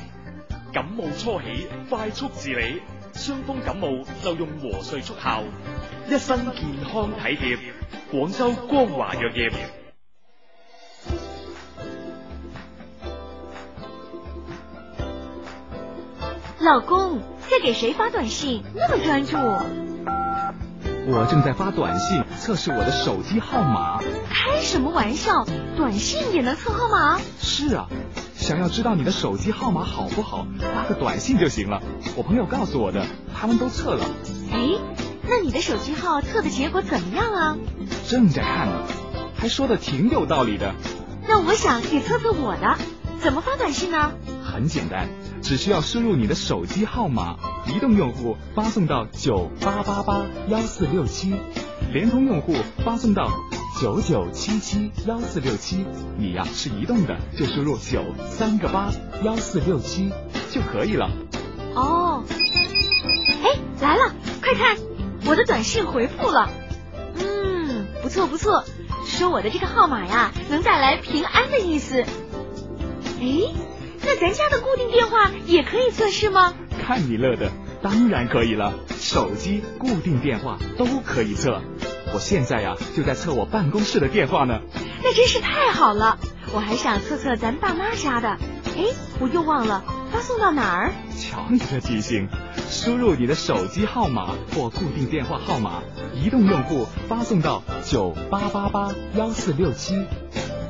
[SPEAKER 1] 感冒初起，快速治理。傷風感冒就用和穗速效，一身健康體貼。廣州光華藥業。
[SPEAKER 25] 老公在给誰發短信？那麼專注。
[SPEAKER 2] 我正在發短信測試我的手機號碼。
[SPEAKER 25] 開什麼玩笑？短信也能測號碼？
[SPEAKER 2] 是啊。想要知道你的手機號碼好不好，發個短信就行了。我朋友告訴我的，他們都測了。
[SPEAKER 25] 誒，哎那你的手機號測的結果怎麼樣啊？
[SPEAKER 2] 正在看呢，還說的挺有道理的。
[SPEAKER 25] 那我想也測測我的，怎麼發短信呢？
[SPEAKER 2] 很簡單，只需要輸入你的手機號碼，移動用戶發送到九八八八幺四六七，聯通用戶發送到。九九七七幺四六七，你呀、啊、是移動的，就輸入九三個八幺四六七就可以了。
[SPEAKER 25] 哦，哎，來了，快看，我的短信回復了。嗯，不錯不錯，說我的這個號碼呀，能帶來平安的意思。哎，那咱家的固定電話也可以測試嗎？
[SPEAKER 2] 看你樂的，當然可以了，手機、固定電話都可以測。我現在呀、啊、就在測我辦公室的電話呢，
[SPEAKER 25] 那真是太好了！我還想測測咱爸媽家的，哎，我又忘了發送到哪兒。
[SPEAKER 2] 瞧你的記性，輸入你的手機號碼或固定電話號碼，移動用戶發送到九八八八幺四六七，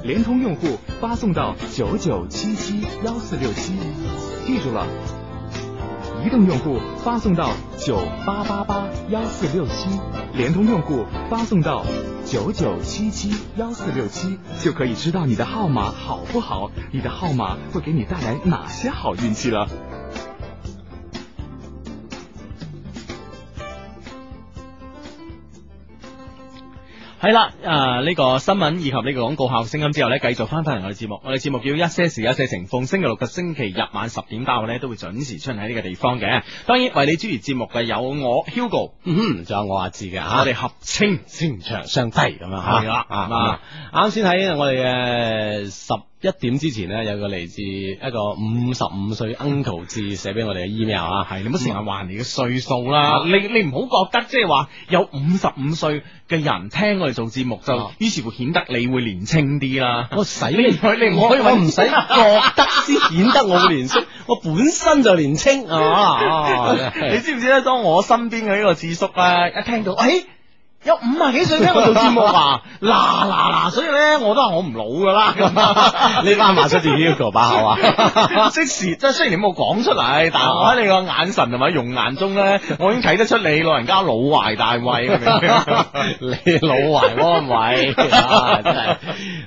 [SPEAKER 2] 聯通用戶發送到九九七七幺四六七，記住了，移動用戶發送到九八八八幺四六七。聯通用戶發送到九九七七幺四六七，就可以知道你的號碼好不好，你的號碼會給你帶來哪些好運氣了。
[SPEAKER 34] 係啦，誒、呃、呢、這個新聞以及呢個廣告效聲音之後呢，繼續翻返嚟我哋節目。我哋節目叫一些事一些情，逢星期六及星期日晚十點打後呢，都會準時出現喺呢個地方嘅。當然為你主持節目嘅有我 Hugo，
[SPEAKER 35] 嗯哼，仲有我阿志嘅嚇，
[SPEAKER 34] 我哋合稱
[SPEAKER 35] 情長相低咁樣嚇。
[SPEAKER 34] 係啦，啊
[SPEAKER 35] 啊啱先喺我哋嘅十。
[SPEAKER 2] 一點之前呢，有個嚟自一個五十五歲 uncle 志寫俾我哋嘅 email 啊，
[SPEAKER 1] 係你唔好成日話人哋嘅歲數啦，你你唔好覺得即係話有五十五歲嘅人聽我哋做節目就，於是乎顯得你會年青啲啦。
[SPEAKER 2] 啊我使
[SPEAKER 1] 你唔可以你唔可以
[SPEAKER 2] 我
[SPEAKER 1] 話
[SPEAKER 2] 唔使覺得先顯得我年 青，我本身就年青啊！
[SPEAKER 1] 你知唔知咧？當我身邊嘅呢個智叔咧，一聽到，哎誒、有五啊幾歲聽我做節目 啊，嗱嗱嗱，所以咧我都話我唔老噶啦，
[SPEAKER 2] 呢班話出自 Hugo 把口 啊！
[SPEAKER 1] 即時即係雖然你冇講出嚟，但係我喺你個眼神同埋容顏中咧，我已經睇得出你老人家老懷 大慰，明唔明
[SPEAKER 2] 你老懷安慰，啊真係呢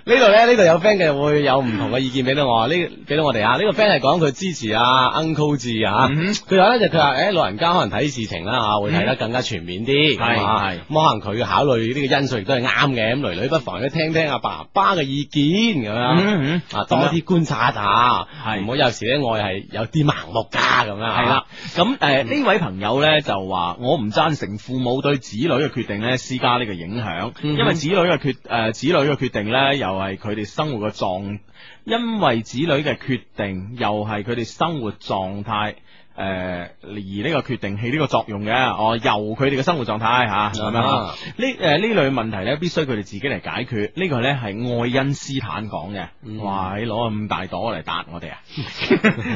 [SPEAKER 2] 度咧，呢度有 friend 嘅會有唔同嘅意見俾到我，呢俾到我哋啊。呢個 friend 係講佢支持啊 Uncle 志啊，
[SPEAKER 1] 嗯
[SPEAKER 2] 佢話咧就佢話誒老人家可能睇事情啦嚇，會睇得更加全面啲，
[SPEAKER 1] 係
[SPEAKER 2] 咁啊
[SPEAKER 1] 係
[SPEAKER 2] 咁可能佢考慮呢個因素亦都係啱嘅，咁女女不妨咧聽聽阿爸爸嘅意見咁
[SPEAKER 1] 嗯
[SPEAKER 2] 樣，啊多啲觀察下，唔好有時咧愛係有啲盲目㗎咁樣，
[SPEAKER 1] 係啦，咁誒呢位朋友呢，就話：我唔贊成父母對子女嘅決定呢施加呢個影響，
[SPEAKER 2] 嗯哼
[SPEAKER 1] 因為子女嘅決誒、呃子女嘅決定呢，又係佢哋生活嘅狀，因為子女嘅決定又係佢哋生活狀態。誒、而呢個決定起呢個作用嘅，哦，由佢哋嘅生活狀態嚇咁樣
[SPEAKER 2] 啊
[SPEAKER 1] 啊呢誒呢類問題咧，必須佢哋自己嚟解決。呢、個咧係愛因斯坦講嘅，
[SPEAKER 2] 嗯
[SPEAKER 1] 哇！你攞咁大朵嚟答我 哋啊！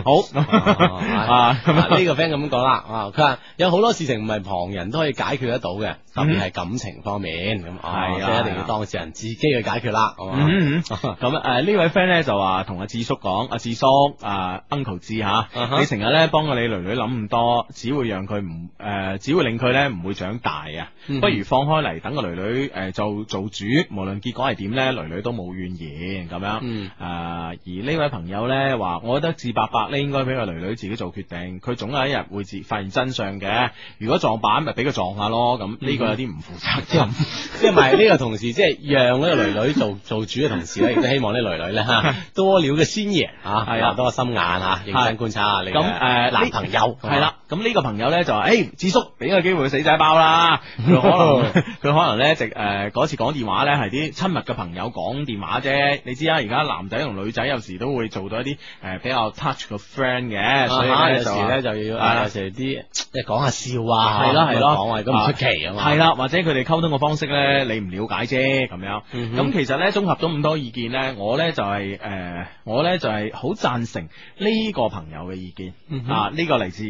[SPEAKER 1] 好
[SPEAKER 2] 啊
[SPEAKER 1] 啊，
[SPEAKER 2] 咁啊呢個 friend 咁講啦，啊佢話有好多事情唔係旁人都可以解決得到嘅，特別係感情方面咁，啊
[SPEAKER 1] 嗯係啊
[SPEAKER 2] 即係一定要當事人自己去解決啦，啊係嘛
[SPEAKER 1] 嗯，嗯嗯 咁誒呢位 friend 咧就話同阿智叔講，阿智叔啊 Uncle 智吓
[SPEAKER 2] 啊哈，
[SPEAKER 1] 你成日咧幫個你女女諗咁多，只會讓佢唔誒，只會令佢咧唔會長大啊，
[SPEAKER 2] 嗯
[SPEAKER 1] 不如放開嚟，等個女女誒做做主，無論結果係點咧，女女都冇怨言咁樣。
[SPEAKER 2] 嗯
[SPEAKER 1] 誒而呢位朋友咧話，我覺得智伯伯咧應該俾個女女自己做決定，佢總有一日會自發現真相嘅。如果撞板咪俾佢撞下咯，咁呢個有啲唔負責任。
[SPEAKER 2] 嗯 即係咪呢個同時即係讓呢個女女做做主嘅同時咧，亦都希望呢女女 咧嚇多了嘅先爺啊，
[SPEAKER 1] 係啊
[SPEAKER 2] 多個心眼嚇，認真觀察下你
[SPEAKER 1] 咁誒
[SPEAKER 2] 嘅男朋友啊
[SPEAKER 1] 系啦，，咁呢個朋友咧就話：，诶，智叔俾個機會佢死仔包啦。 佢可能佢可能咧，直誒嗰次講電話咧係啲親密嘅朋友講電話啫。你知啦，而家男仔同女仔有時都會做到一啲誒呃比較 touch 嘅 friend 嘅，所以
[SPEAKER 2] 啊
[SPEAKER 1] 咧
[SPEAKER 2] 有時咧就要
[SPEAKER 1] 係啦
[SPEAKER 2] 啊有時啲即係講下笑啊，
[SPEAKER 1] 係啦係啦，
[SPEAKER 2] 講啊咁唔出奇啊嘛，
[SPEAKER 1] 係啦，或者佢哋溝通嘅方式咧，你唔了解啫咁樣。咁、
[SPEAKER 2] 嗯哼
[SPEAKER 1] 其實咧，綜合咗咁多意見咧，我咧就係、呃我咧就係好贊成呢個朋友嘅意見、
[SPEAKER 2] 嗯哼
[SPEAKER 1] 啊。呢、個嚟自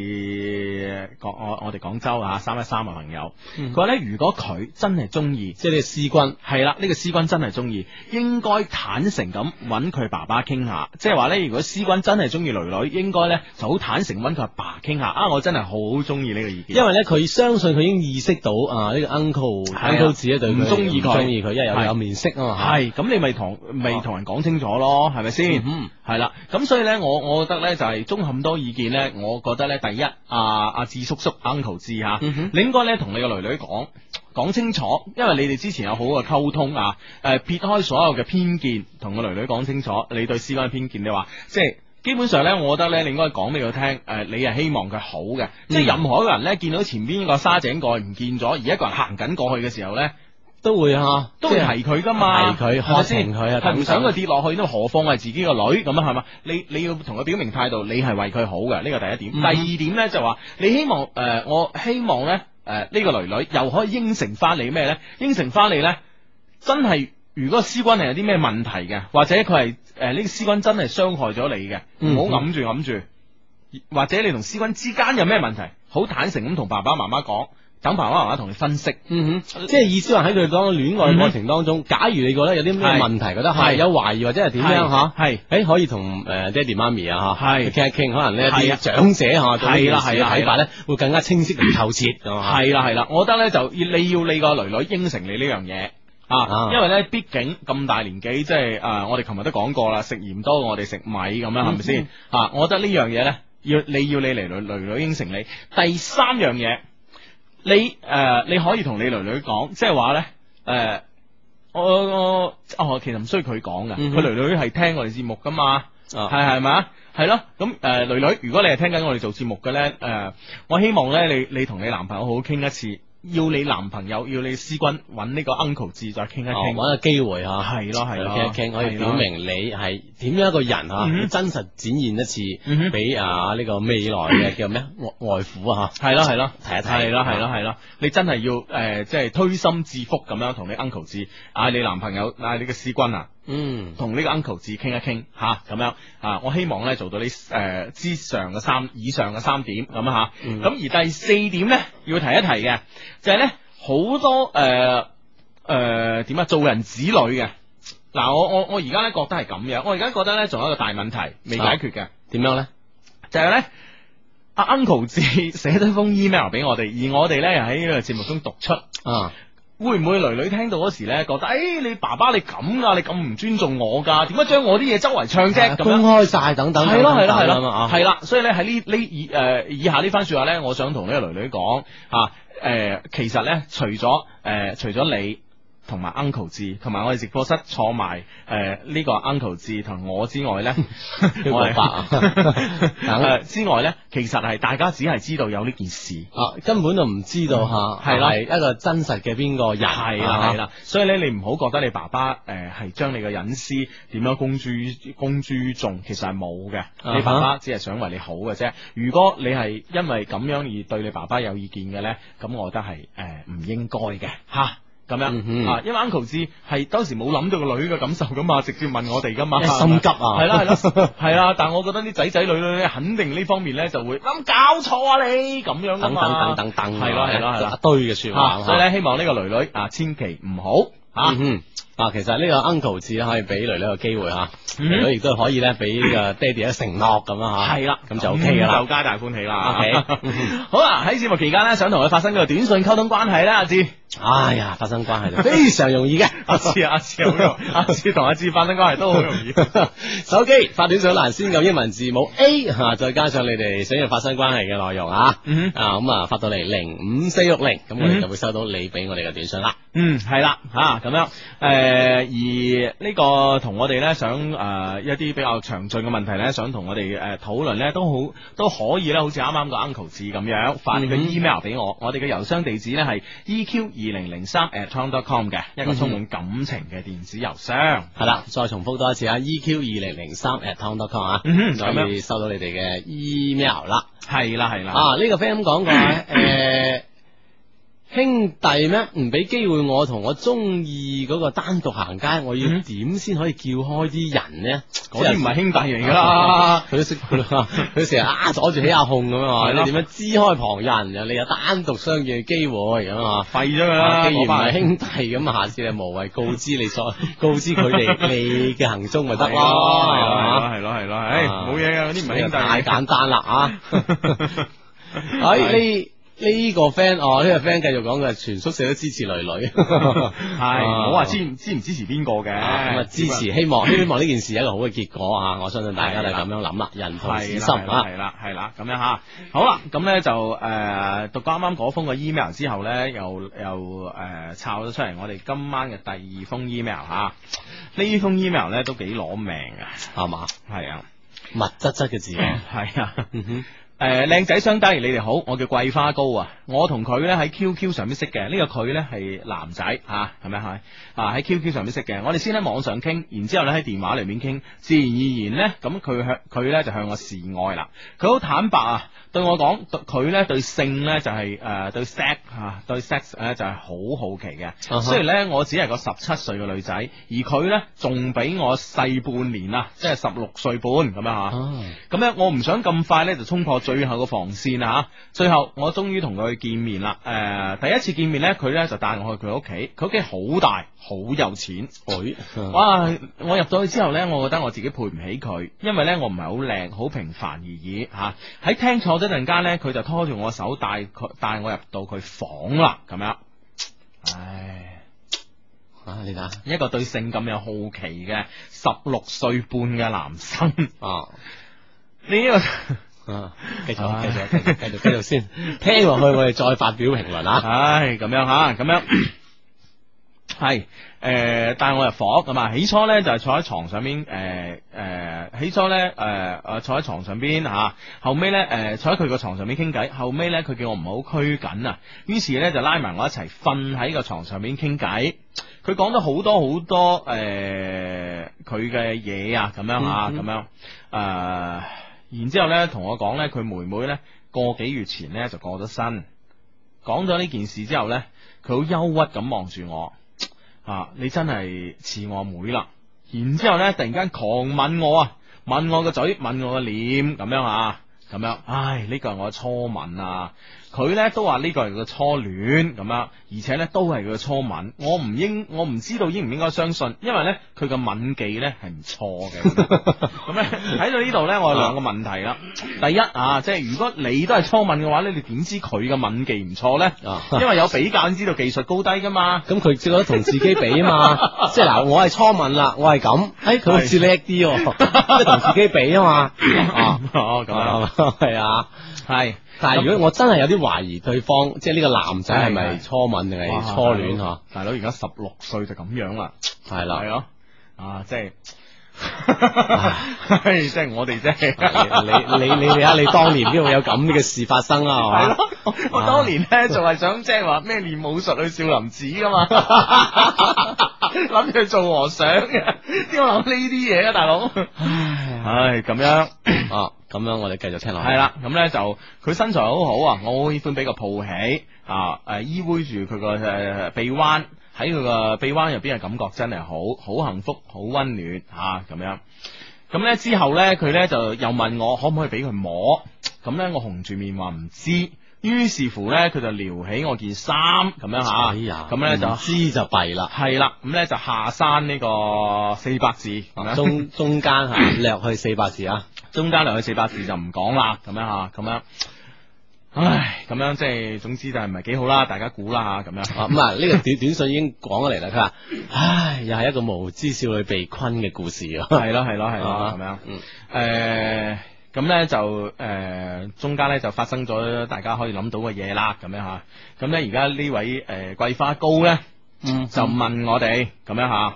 [SPEAKER 1] 廣我我哋廣州啊三一三嘅朋友，
[SPEAKER 2] 嗯
[SPEAKER 1] 佢話咧如果佢真係中意，即係呢個師君，係啦，呢、個師君真係中意，應該坦誠咁揾佢爸爸傾下，即係話咧，如果師君真係中意女女，應該咧就好坦誠揾佢阿爸傾下啊！我真係好中意呢個意見，
[SPEAKER 2] 因為咧，佢相信佢已經意識到啊，呢個 uncle
[SPEAKER 1] 係啊
[SPEAKER 2] uncle 自己對佢
[SPEAKER 1] 唔中意佢
[SPEAKER 2] 唔中意佢，因為有
[SPEAKER 1] 係
[SPEAKER 2] 有面色啊嘛，
[SPEAKER 1] 系咁，你咪同咪同人講清楚咯，係咪先？
[SPEAKER 2] 哦嗯
[SPEAKER 1] 系啦，咁所以咧，我我覺得咧就係綜合咁多意見咧，我覺得咧，第一，阿阿智叔叔 Uncle 智吓，
[SPEAKER 2] 嗯
[SPEAKER 1] 你應該咧同你個女女講講清楚，因為你哋之前有好嘅溝通啊，诶、撇開所有嘅偏見，同個女女講清楚，你對師君嘅偏見，你話即係。基本上咧，我覺得咧，你應該講俾佢聽，誒、你係希望佢好
[SPEAKER 2] 嗯
[SPEAKER 1] 嘅，即係任何一個人咧，見到前邊個沙井蓋唔見咗，而一個人行緊過去嘅時候咧，
[SPEAKER 2] 都會嚇，
[SPEAKER 1] 都會提佢噶嘛，
[SPEAKER 2] 提佢
[SPEAKER 1] 係咪
[SPEAKER 2] 喝停
[SPEAKER 1] 先？
[SPEAKER 2] 佢啊等
[SPEAKER 1] 係
[SPEAKER 2] 等
[SPEAKER 1] 唔想佢跌落去，都何況係自己個女咁啊，係嘛？你你要同佢表明態度，你係為佢好嘅，呢個第一點。
[SPEAKER 2] 嗯
[SPEAKER 1] 第二點呢，就話，你希望誒、呃我希望呢，誒、呃呢、個女女又可以應承翻你咩呢？應承翻你呢，真係如果師君係有啲咩問題嘅，或者佢係誒呢個師君真係傷害咗你嘅，唔好
[SPEAKER 2] 嗯
[SPEAKER 1] 揞住揞住。或者你同師君之間有咩問題，好坦誠咁同爸爸媽媽講，等爸爸媽媽同你分析。
[SPEAKER 2] 嗯哼，即係意思話喺佢講戀
[SPEAKER 1] 嗯
[SPEAKER 2] 愛過程當中，假如你覺得有啲咩
[SPEAKER 1] 係
[SPEAKER 2] 問題，覺得係
[SPEAKER 1] 係
[SPEAKER 2] 有懷疑或者係點樣嚇，
[SPEAKER 1] 係
[SPEAKER 2] 誒可以同誒爹哋媽咪啊嚇，
[SPEAKER 1] 係
[SPEAKER 2] 傾一傾，可能呢
[SPEAKER 1] 係
[SPEAKER 2] 啲
[SPEAKER 1] 啊
[SPEAKER 2] 長者嚇對
[SPEAKER 1] 係
[SPEAKER 2] 呢
[SPEAKER 1] 啦係
[SPEAKER 2] 件事嘅
[SPEAKER 1] 啦係啦
[SPEAKER 2] 睇法咧，會更加清晰同透徹咁啊
[SPEAKER 1] 系啦系啦，我覺得咧就要你要你個女女應承你呢樣嘢。
[SPEAKER 2] 啊
[SPEAKER 1] 啊，因為咧，畢竟咁大年紀，即係誒、呃我哋琴日都講過啦，食鹽多過我哋食米咁樣，係咪先
[SPEAKER 2] 嗯？
[SPEAKER 1] 啊，我覺得呢樣嘢咧，要你要你嚟女女女應承你。第三樣嘢，你誒、呃你可以同你女女講，即係話咧誒，我我哦，其實唔需要佢講噶，佢、
[SPEAKER 2] 嗯哼
[SPEAKER 1] 女女係聽我哋節目噶嘛。
[SPEAKER 2] 啊
[SPEAKER 1] 係係咪啊？係咯，咁诶、呃呃女女，如果你係聽緊我哋做節目嘅咧，诶、我希望咧，你你同你男朋友好好傾一次，要你男朋友，要你思君揾呢個 uncle 志再傾一
[SPEAKER 2] 哦
[SPEAKER 1] 傾，
[SPEAKER 2] 揾個機會嚇，
[SPEAKER 1] 係咯係咯，
[SPEAKER 2] 傾一傾可以
[SPEAKER 1] 係
[SPEAKER 2] 表
[SPEAKER 1] 咯
[SPEAKER 2] 明你係點樣一個人
[SPEAKER 1] 嗯哼嗯
[SPEAKER 2] 嚇，真實展現一次
[SPEAKER 1] 哼
[SPEAKER 2] 俾啊呢個未來嘅叫咩外外父啊嚇，
[SPEAKER 1] 係咯係咯，
[SPEAKER 2] 睇一睇，
[SPEAKER 1] 係咯係咯係咯，你真係要誒、呃即係推心置腹咁樣同你 uncle 志嗌啊你男朋友嗌你嘅師君啊，
[SPEAKER 2] 嗯，
[SPEAKER 1] 同呢個 uncle 志傾一傾吓咁樣啊，我希望咧做到呢誒、呃之上嘅三以上嘅三點咁啊吓，咁、
[SPEAKER 2] 嗯
[SPEAKER 1] 而第四點咧要提一提嘅就係咧好多誒誒點啊做人子女嘅嗱，我我我而家咧覺得係咁樣，我而家覺得咧仲有一個大問題未
[SPEAKER 2] 啊
[SPEAKER 1] 解決嘅，
[SPEAKER 2] 哦點樣咧？
[SPEAKER 1] 就係咧。阿 Uncle 志寫咗封 email 俾我哋，而我哋咧又喺呢個節目中讀出。
[SPEAKER 2] 啊，
[SPEAKER 1] 會唔會女女聽到嗰時咧覺得，诶、你爸爸你咁噶，你咁唔尊重我噶，點解將我啲嘢周圍唱啫？咁
[SPEAKER 2] 啊公
[SPEAKER 1] 樣
[SPEAKER 2] 開晒等等，
[SPEAKER 1] 係咯係咯係
[SPEAKER 2] 等等
[SPEAKER 1] 咯
[SPEAKER 2] 啊，
[SPEAKER 1] 係啦，所以咧喺呢呢以诶以下呢番说話咧，我想同呢個女女講啊，诶、其實咧除咗诶、呃除咗你。同埋 Uncle 志，同埋我哋直播室坐埋誒呢個 Uncle 志同我之 外咧，我
[SPEAKER 2] 白啊
[SPEAKER 1] 誒之外咧，其實係大家只係知道有呢件事，
[SPEAKER 2] 啊，根本就唔知道吓，
[SPEAKER 1] 係啦
[SPEAKER 2] 係一個真實嘅邊個人，啊
[SPEAKER 1] 係啦係啦，所以咧你唔好覺得你爸爸誒係將你嘅隱私點樣公諸公諸眾，其實係冇嘅。
[SPEAKER 2] 啊哈
[SPEAKER 1] 你爸爸只係想為你好嘅啫。如果你係因為咁樣而對你爸爸有意見嘅咧，咁我覺得係誒唔應該嘅嚇。咁
[SPEAKER 2] 嗯
[SPEAKER 1] 樣、啊，因為 Uncle 志係當時冇諗到個女嘅感受噶嘛，直 接問我哋噶嘛，
[SPEAKER 2] 因為心急啊
[SPEAKER 1] 係啦係啦，係啦，但我覺得啲仔仔女女咧，肯定呢方面咧就會諗搞錯啊你咁樣㗎
[SPEAKER 2] 等等
[SPEAKER 1] 嘛
[SPEAKER 2] 等等等，
[SPEAKER 1] 啊
[SPEAKER 2] 啊
[SPEAKER 1] 係咯係咯係咯，
[SPEAKER 2] 一堆嘅说
[SPEAKER 1] 啊
[SPEAKER 2] 話，
[SPEAKER 1] 所以咧，希望呢個女女啊，千祈唔好啊。
[SPEAKER 2] 嗯哼啊，其實呢個 uncle 字可以俾女女個機會吓，
[SPEAKER 1] 嗯
[SPEAKER 2] 女女亦都可以咧俾呢個爹哋一個承諾咁樣吓，
[SPEAKER 1] 係啦，嗯
[SPEAKER 2] 咁就 OK 噶
[SPEAKER 1] 就
[SPEAKER 2] 啦。
[SPEAKER 1] 皆大歡喜啦。
[SPEAKER 2] OK
[SPEAKER 1] 好啦，喺節目期間咧，想同佢發生呢個短信溝通關係咧，阿志。，
[SPEAKER 2] 哎呀，發生關係就非常容易嘅
[SPEAKER 1] 阿志，啊阿志好容 易，阿志同阿志發生關係都好容 易。
[SPEAKER 2] 手機發短信欄先有英文字母 A 吓，再加上你哋想要發生關係嘅內容啊，
[SPEAKER 1] 嗯
[SPEAKER 2] 啊咁啊發到嚟零五四六零，咁我哋
[SPEAKER 1] 嗯
[SPEAKER 2] 就會收到你俾我哋嘅短信啦。
[SPEAKER 1] 嗯，係啦，吓咁樣，诶，而呢個同我哋咧想诶一啲比較詳盡嘅問題咧，想同我哋诶討論咧，都好都可以咧，好似啱啱個 Uncle 志咁樣發你個
[SPEAKER 2] 嗯
[SPEAKER 1] email 俾我，我哋嘅郵箱地址咧係 EQ 二零零三 at tom dot com 嘅一個充滿感情嘅電子郵箱。
[SPEAKER 2] 系啦，再重複多一次啊，EQ 二零零三 at tom.com 啊，
[SPEAKER 1] 嗯哼咁樣
[SPEAKER 2] 可以收到你哋嘅 email 啦。
[SPEAKER 1] 係啦係啦，
[SPEAKER 2] 啊，呢、個 friend 咁 講過，诶、兄弟咩？唔俾機會我同我中意嗰個單獨行街，我要點先可以叫開啲人呢？
[SPEAKER 1] 嗯嗰啲唔係兄弟嚟㗎
[SPEAKER 2] 啊
[SPEAKER 1] 啦。
[SPEAKER 2] 佢都識佢啦佢成日啊阻住起阿控咁啊，
[SPEAKER 1] 係啦
[SPEAKER 2] 你點樣支開旁人，然後你有單獨相見嘅機會咁啊？
[SPEAKER 1] 廢咗佢啦
[SPEAKER 2] 啊既然唔
[SPEAKER 1] 嗰班人
[SPEAKER 2] 係兄弟，咁下次你無謂告知你所 告知佢哋你嘅行蹤咪得
[SPEAKER 1] 係
[SPEAKER 2] 咯，
[SPEAKER 1] 咯係咯係
[SPEAKER 2] 係嘛
[SPEAKER 1] 咯係咯，唉
[SPEAKER 2] 啊哎
[SPEAKER 1] 冇嘢㗎，嗰啲唔係兄弟
[SPEAKER 2] 太
[SPEAKER 1] 嚟㗎。
[SPEAKER 2] 簡單啦 啊！喺哎呢呢個 friend 哦，呢個 friend 繼續講嘅，全宿舍都支持女女，
[SPEAKER 1] 係
[SPEAKER 2] 係
[SPEAKER 1] 唔好話支唔支唔支持邊個嘅，
[SPEAKER 2] 咁啊支持，希望希望呢件事有一個好嘅結果啊！我相信大家都係咁樣諗啦，人同此
[SPEAKER 1] 系
[SPEAKER 2] 心
[SPEAKER 1] 啦，
[SPEAKER 2] 啊
[SPEAKER 1] 系！啦，係啦，咁樣吓，好啦，咁咧就诶、呃讀啱啱嗰封嘅 email 之後咧，又又诶抄咗出嚟，我哋今晚嘅第二封 email 吓，呢封 email 咧都幾攞命啊，
[SPEAKER 2] 係嘛？
[SPEAKER 1] 係啊，
[SPEAKER 2] 密質質嘅字 眼，
[SPEAKER 1] 係啊。
[SPEAKER 2] 嗯哼，
[SPEAKER 1] 诶，靚仔相低，你哋好，我叫桂花糕啊，我同佢咧喺 QQ 上面識嘅，呢、個佢咧係男仔吓，係咪係啊？喺 QQ 上面識嘅，我哋先喺網上傾，然之後咧喺電話裏面傾，自然而然咧，咁佢向佢咧就向我示愛啦，佢好坦白啊，對我講，對佢咧對性咧就係、呃對 sex 啊，對 sex 咧就係好好奇嘅
[SPEAKER 2] 哈
[SPEAKER 1] 雖然咧我只係個十七歲嘅女仔，而佢咧仲比我細半年啊，即係十六歲半咁樣嚇。咁咧，我唔想咁快咧就衝破最後嘅防線啊！最後我終於同佢見面啦。誒、第一次見面咧，佢咧就帶我去佢屋企，佢屋企好大，好有錢。
[SPEAKER 2] 佢
[SPEAKER 1] 哇！我入到去之後呢，我覺得我自己配唔起佢，因為呢，我唔係好靚，好平凡而已吓。喺、聽錯咗陣間呢，佢就拖住我手帶佢帶我入到佢房啦，咁樣。唉，
[SPEAKER 2] 啊你睇下
[SPEAKER 1] 一個對性感有好奇嘅十六歲半嘅男生，
[SPEAKER 2] 啊
[SPEAKER 1] 你呢、個。
[SPEAKER 2] 啊，繼續繼續繼續繼續繼續先，聽落去我哋再發表評論啊！
[SPEAKER 1] 唉，咁樣吓，咁樣。 系诶、但帶我入房咁啊！起初咧就係坐喺床上邊，诶、诶、起初咧诶诶坐喺床上邊吓、啊，後尾咧诶坐喺佢個床上邊傾偈，後尾咧佢叫我唔好拘謹啊，於是咧就拉埋我一齊瞓喺個床上邊傾偈。佢講咗好多好多诶佢嘅嘢啊，咁樣啊，咁、樣诶、然之後咧同我講咧，佢妹妹咧個幾月前咧就過咗身。講咗呢件事之後呢，佢好憂鬱咁望住我，啊，你真係似我妹啦。然之後呢，突然間狂吻我啊，吻我個嘴，吻我個臉，咁樣啊，咁樣，唉，呢個係我嘅初吻啊。佢呢都話呢個係佢嘅初戀咁樣，而且呢都係佢嘅初吻。我唔應，我唔知道應唔應該相信，因為呢，佢嘅吻技呢係唔錯嘅。咁呢，喺到呢度呢，我有兩個問題啦。第一啊，即係如果你都係初吻嘅話呢，你點知佢嘅吻技唔錯呢？因為有比較先知道技術高低噶嘛。
[SPEAKER 2] 咁佢只可以同自己比 啊嘛，即係嗱，我係初吻啦，我係咁，
[SPEAKER 1] 哎
[SPEAKER 2] 诶，佢好似叻啲 喎，即係同自己比啊嘛，啊，
[SPEAKER 1] 哦咁
[SPEAKER 2] 啊，係啊，
[SPEAKER 1] 係。
[SPEAKER 2] 但係如果我真係有啲懷疑對方，即係呢個男仔係咪初吻定係初啊戀
[SPEAKER 1] 哇
[SPEAKER 2] 吓？
[SPEAKER 1] 大佬而家十六歲就咁樣啦，
[SPEAKER 2] 係啦，
[SPEAKER 1] 係咯，啊，即係。唉 即係我哋即係
[SPEAKER 2] 你你你你啊！你當年邊會有咁嘅事發生 啊？係
[SPEAKER 1] 係
[SPEAKER 2] 嘛？
[SPEAKER 1] 咯，我我當年咧就係想即係話咩練武術去少林寺噶 嘛，諗住去做和尚嘅，邊有諗呢啲嘢啊，大佬？唉，咁樣
[SPEAKER 2] 啊，咁樣我哋繼續聽落去。
[SPEAKER 1] 係啦，咁咧就佢身材好好啊，我好喜歡俾個抱起啊，誒依偎住佢個誒臂彎，喺佢個臂彎入邊嘅感覺真係好好幸福，好温暖嚇咁、樣。咁咧之後咧，佢咧就又問我可唔可以俾佢摸，咁咧我紅住面話唔知。於是乎咧，佢就撩起我件衫咁樣
[SPEAKER 2] 哎
[SPEAKER 1] 嚇
[SPEAKER 2] 呀，
[SPEAKER 1] 咁咧就
[SPEAKER 2] 唔知就弊 啦。
[SPEAKER 1] 係啦，咁咧就下山呢個四百字咁樣
[SPEAKER 2] 中中間嚇略去四百字啊。
[SPEAKER 1] 中間兩去四百字就唔講啦，咁樣吓，咁樣。唉，咁樣即係總之就係唔係幾好啦，大家估啦吓，咁樣。
[SPEAKER 2] 啊咁啊，呢個短 短信已經講咗嚟啦。佢話：唉，又係一個無知少女被困嘅故事啊。
[SPEAKER 1] 係咯係咯係咯
[SPEAKER 2] 啊嗯
[SPEAKER 1] 咁樣。诶，咁咧就诶中間咧就發生咗大家可以諗到嘅嘢啦，咁樣吓。咁咧而家呢位诶桂花糕咧，
[SPEAKER 2] 嗯
[SPEAKER 1] 就問我哋咁樣吓，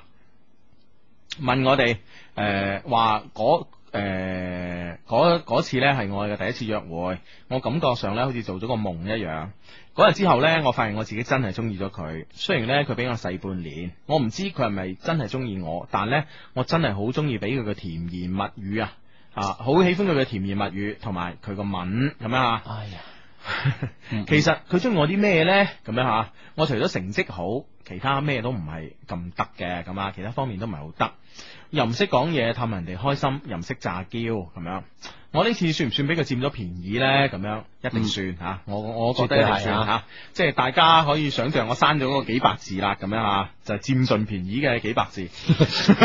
[SPEAKER 1] 問我哋诶話嗰。诶，嗰嗰、次呢係我嘅第一次約會，我感覺上呢好似做咗個夢一樣。嗰日之後呢，我發現我自己真係中意咗佢。雖然呢，佢比我細半年，我唔知佢係咪真係中意我，但呢，我真係好中意俾佢嘅甜言蜜語啊！啊，好喜歡佢嘅甜言蜜語同埋佢個吻咁樣啊！
[SPEAKER 2] 哎 呀，
[SPEAKER 1] 其實佢中意我啲咩呢？咁樣吓，我除咗成績好，其他咩都唔係咁得嘅，咁啊，其他方面都唔係好得，又唔識講嘢，氹人哋開心，又唔識詐嬌，咁樣。我呢次算唔算俾佢佔咗便宜呢？咁樣一
[SPEAKER 2] 嗯
[SPEAKER 1] 定算吓、啊我我覺得一定
[SPEAKER 2] 絕對
[SPEAKER 1] 算
[SPEAKER 2] 係啊
[SPEAKER 1] 吓、啊即係大家可以想象我刪咗嗰個幾百字啦，咁樣啊，就係佔盡便宜嘅幾百 字。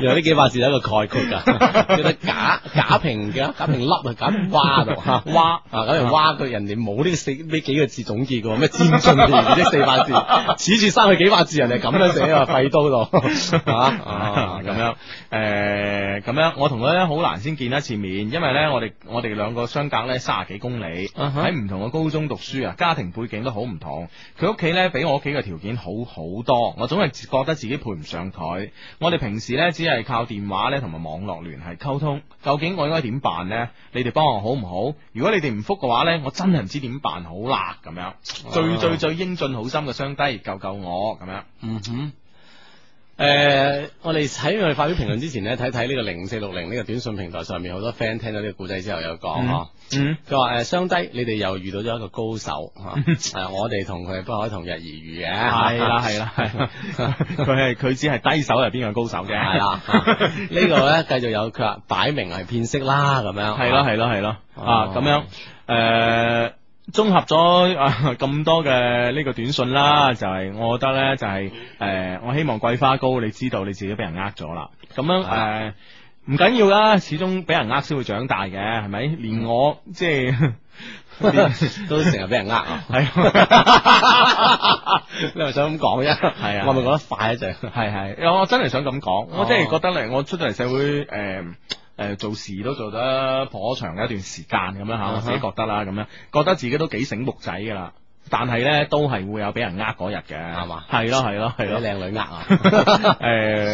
[SPEAKER 2] 由呢幾百字 有一個概括㗎， 叫得假假評嘅假評粒啊，假評蛙度 嚇
[SPEAKER 1] 蛙
[SPEAKER 2] 啊，假評蛙佢人哋冇呢個四呢幾個字總結嘅喎，咩佔盡便宜 呢四百字，此處生去幾百字，人哋咁樣寫 啊，廢刀度
[SPEAKER 1] 啊咁樣，诶，咁樣，我同佢咧好難先見一次面，因為咧我哋我哋兩個相隔咧三十幾公里，
[SPEAKER 2] 啊哈
[SPEAKER 1] 喺唔同嘅高中讀書啊，家庭背景都好唔同。佢屋企咧比我屋企嘅條件好好多，我總係覺得自己配唔上佢。我哋平時咧只係靠電話咧同埋網絡聯繫溝通，究竟我應該點辦呢？你哋幫我好唔好？如果你哋唔復嘅話咧，我真係唔知點辦好啦。咁樣，最最最英俊好心嘅雙低，救救我咁樣。
[SPEAKER 2] 嗯哼。诶、我哋喺我哋發表評論之前咧，睇睇呢個零四六零呢個短信平台上面好多 friend 聽到呢個故仔之後有講哦嗬。
[SPEAKER 1] 嗯
[SPEAKER 2] 佢話誒相低，你哋又遇到咗一個高手 嚇，係、我哋同佢不可同日而語嘅，
[SPEAKER 1] 係啦係啦係啦， 佢係佢只係低手入邊嘅高手啫，
[SPEAKER 2] 係啦，呢個咧繼續有佢話擺明係騙色啦咁 樣，
[SPEAKER 1] 係咯係咯係咯，
[SPEAKER 2] 哦
[SPEAKER 1] 啊咁樣誒。綜合咗啊咁多嘅呢個短信啦，就係、我覺得呢，就係、呃我希望桂花糕你知道你自己俾人呃咗啦，咁樣誒。呃唔緊要啦，始終俾人呃先會長大嘅，係咪？連我即係
[SPEAKER 2] 都成日俾人呃啊，
[SPEAKER 1] 係
[SPEAKER 2] 你咪想咁講啫，係
[SPEAKER 1] 啊
[SPEAKER 2] 我咪覺得快一哦陣，
[SPEAKER 1] 係係，我真係想咁講，我真係覺得咧，我出咗嚟社會誒。誒做事都做得頗長嘅一段時間咁樣嚇，
[SPEAKER 2] 啊哈
[SPEAKER 1] 我自己覺得啦，咁樣覺得自己都幾醒目仔噶啦，但係咧都係會有俾人呃嗰日嘅，係嘛？係咯係咯係咯，
[SPEAKER 2] 俾靚女呃啊？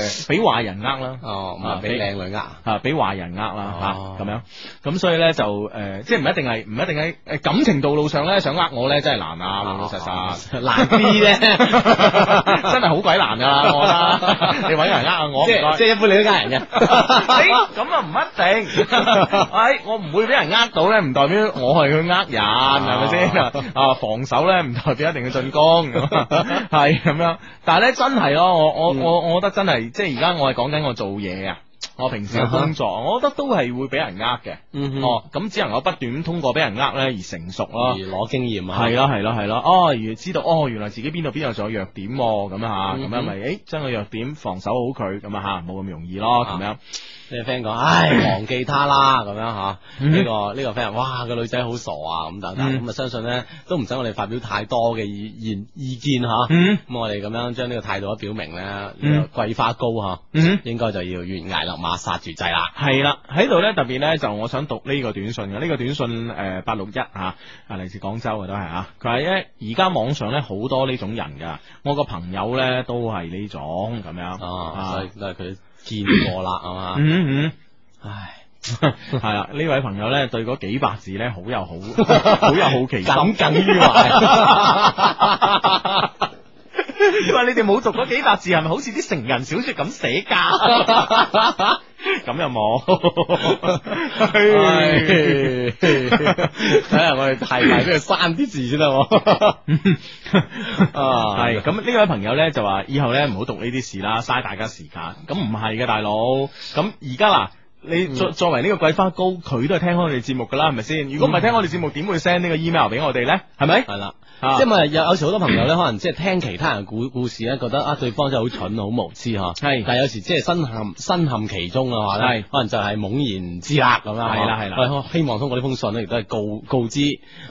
[SPEAKER 1] 誒，俾華人呃啦，
[SPEAKER 2] 哦，唔係俾靚女呃。
[SPEAKER 1] 啊，俾華人呃
[SPEAKER 2] 哦
[SPEAKER 1] 啦嚇，咁樣，咁所以咧就誒，即係唔一定係唔一定喺誒感情道路上咧想呃我咧，真係難
[SPEAKER 2] 哦
[SPEAKER 1] 啊，老老實實難啲咧， 真係好鬼難噶啦，我 覺得你揾人呃我，
[SPEAKER 2] 即 係即係一般你都呃人嘅，
[SPEAKER 1] 咁啊唔一 定，哎，我唔會俾人呃到咧，唔代表我係去呃人，係咪先啊？防守咧唔代表一定要進 攻，咁啊係咁樣，但係咧真係咯，我
[SPEAKER 2] 嗯
[SPEAKER 1] 我我我覺得真係，即係而家我係講緊我做嘢啊。我平時嘅工作，
[SPEAKER 2] 嗯
[SPEAKER 1] 我覺得都係會俾人呃嘅。哦，咁只能夠不斷咁通過俾人呃咧而成熟咯，
[SPEAKER 2] 而攞經驗啊
[SPEAKER 1] 係咯係咯係咯，哦，原來知道哦，原來自己邊度邊度仲有弱點喎咁啊嚇，咁樣咪誒將個弱點防守好佢咁啊嚇，冇咁容易咯咁樣。
[SPEAKER 2] 你 friend 講，唉，忘記他啦，咁樣吓，呢個呢個 friend，哇，個女仔好傻啊，咁等等，咁啊相信咧都唔使我哋發表太多嘅意意意見吓，
[SPEAKER 1] 嗯
[SPEAKER 2] 咁我哋咁樣將呢個態度一表明咧，呢個桂花糕吓，應該就要懸崖勒馬剎住掣啦。
[SPEAKER 1] 係啦，喺度咧特別咧就我想讀呢個短信嘅，呢、個短信誒八六一嚇，啊嚟自廣州嘅都係嚇，佢話咧而家網上咧好多呢種人㗎，我個朋友咧都係呢種咁樣，
[SPEAKER 2] 哦，所以都係佢見過啦，係嘛？
[SPEAKER 1] 啊嗯嗯。
[SPEAKER 2] 唉，
[SPEAKER 1] 系啦，啊呢位朋友咧對嗰幾百字咧好 有好好有好奇心，
[SPEAKER 2] 耿耿
[SPEAKER 1] 懷。
[SPEAKER 2] 於
[SPEAKER 1] 喂，你哋冇讀嗰幾百字，係咪好似啲成人小说咁寫 㗎？咁又冇，
[SPEAKER 2] 唉 睇嚟我哋係咪都要刪啲字先得喎？
[SPEAKER 1] 啊，嗯係咁呢位朋友咧就話以後咧唔好讀呢啲事啦，嘥大家時間。咁唔係嘅，大佬。咁而家嗱。
[SPEAKER 2] 嗯
[SPEAKER 1] 你作作為呢個桂花糕，佢都係聽開我哋節目噶啦，係咪先？如果唔係聽我哋節目，點會 send 呢個 email 俾我哋咧？係咪？
[SPEAKER 2] 嗯係啦
[SPEAKER 1] 啊，
[SPEAKER 2] 即係咪有有時好多朋友咧，可能即係聽其他人故故事咧，覺得啊對方真係好蠢好無知嚇。係，但係有時即係身陷身陷其中嘅話咧
[SPEAKER 1] 係，
[SPEAKER 2] 可能就係懵然唔知啦咁樣。
[SPEAKER 1] 係啦係啦
[SPEAKER 2] 我哋希望通過呢封信咧，亦都係告告知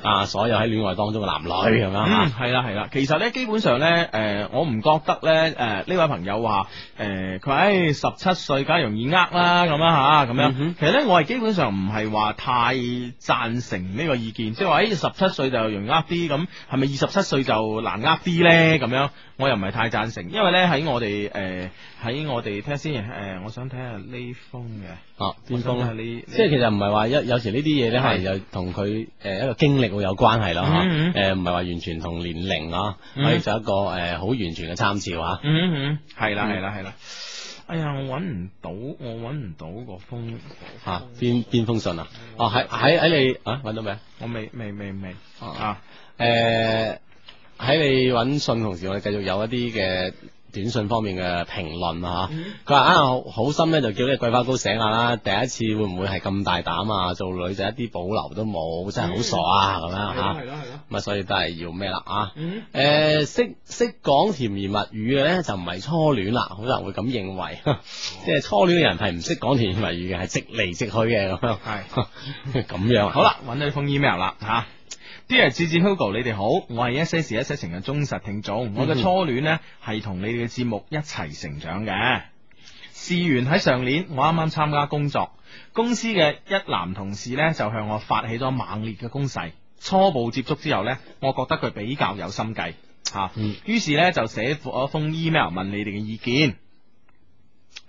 [SPEAKER 2] 啊所有喺戀愛當中嘅男女咁樣啊
[SPEAKER 1] 嗯，
[SPEAKER 2] 嚇。
[SPEAKER 1] 係啦係啦，其實咧基本上咧，誒、我唔覺得咧，誒、呢位朋友話，誒、佢話誒十七歲梗係容易呃啦，咁樣吓，咁
[SPEAKER 2] 嗯
[SPEAKER 1] 樣。其實咧，我係基本上唔係話太贊成呢個意見，即係話誒十七歲就容易呃啲，咁係咪二十七歲就難呃啲咧？咁樣，我又唔係太贊成，因為咧喺我哋誒喺我哋睇下先，誒、我想睇下呢封嘅。
[SPEAKER 2] 啊，邊
[SPEAKER 1] 我
[SPEAKER 2] 方
[SPEAKER 1] 想睇下呢
[SPEAKER 2] 咧？即係其實唔係話有有時呢啲嘢咧，可能又同佢誒一個經歷會有關係啦
[SPEAKER 1] 嗯嗯
[SPEAKER 2] 嚇。誒唔係話完全同年齡啊，
[SPEAKER 1] 嗯
[SPEAKER 2] 可以做一個呃誒好完全嘅參照啊。
[SPEAKER 1] 嗯嗯，係啦
[SPEAKER 2] 嗯
[SPEAKER 1] 係啦係啦。哎呀，我揾唔到，我揾唔到個封。
[SPEAKER 2] 嚇啊邊邊封信啊？哦喺喺喺你啊揾到未啊？
[SPEAKER 1] 我未未未未
[SPEAKER 2] 啊，诶、呃喺你揾信同時，我哋繼續有一啲嘅短信方面嘅評論啊。
[SPEAKER 1] 嗯
[SPEAKER 2] 佢話啊，好好心咧就叫你桂花糕醒下啦，第一次會唔會係咁大膽啊？做女仔一啲保留都冇，真係
[SPEAKER 1] 嗯
[SPEAKER 2] 好傻啊咁樣
[SPEAKER 36] 係咯係
[SPEAKER 2] 吓。
[SPEAKER 36] 咯係咯
[SPEAKER 2] 咁啊，所以都係要咩啦啊？
[SPEAKER 36] 嗯
[SPEAKER 2] 诶、識識講甜言蜜語嘅咧，就唔係初戀啦，好多人會咁認為， 即係初戀嘅人係唔識講甜言蜜語嘅，係直嚟直去嘅咁
[SPEAKER 1] 哦
[SPEAKER 2] 樣。 系咁样啊。
[SPEAKER 1] 好啦，揾到封 email 啦吓。Dear 志志 Hugo，你哋好，我係一些事一些情嘅忠實聽眾，我嘅初戀呢，係同你哋嘅節目一齊成長嘅。事緣喺上年，我啱啱參加工作，公司嘅一男同事呢，就向我發起咗猛烈嘅攻勢。初步接觸之後呢，我覺得佢比較有心計吓，於是呢，就寫咗封 email 問你哋嘅意見。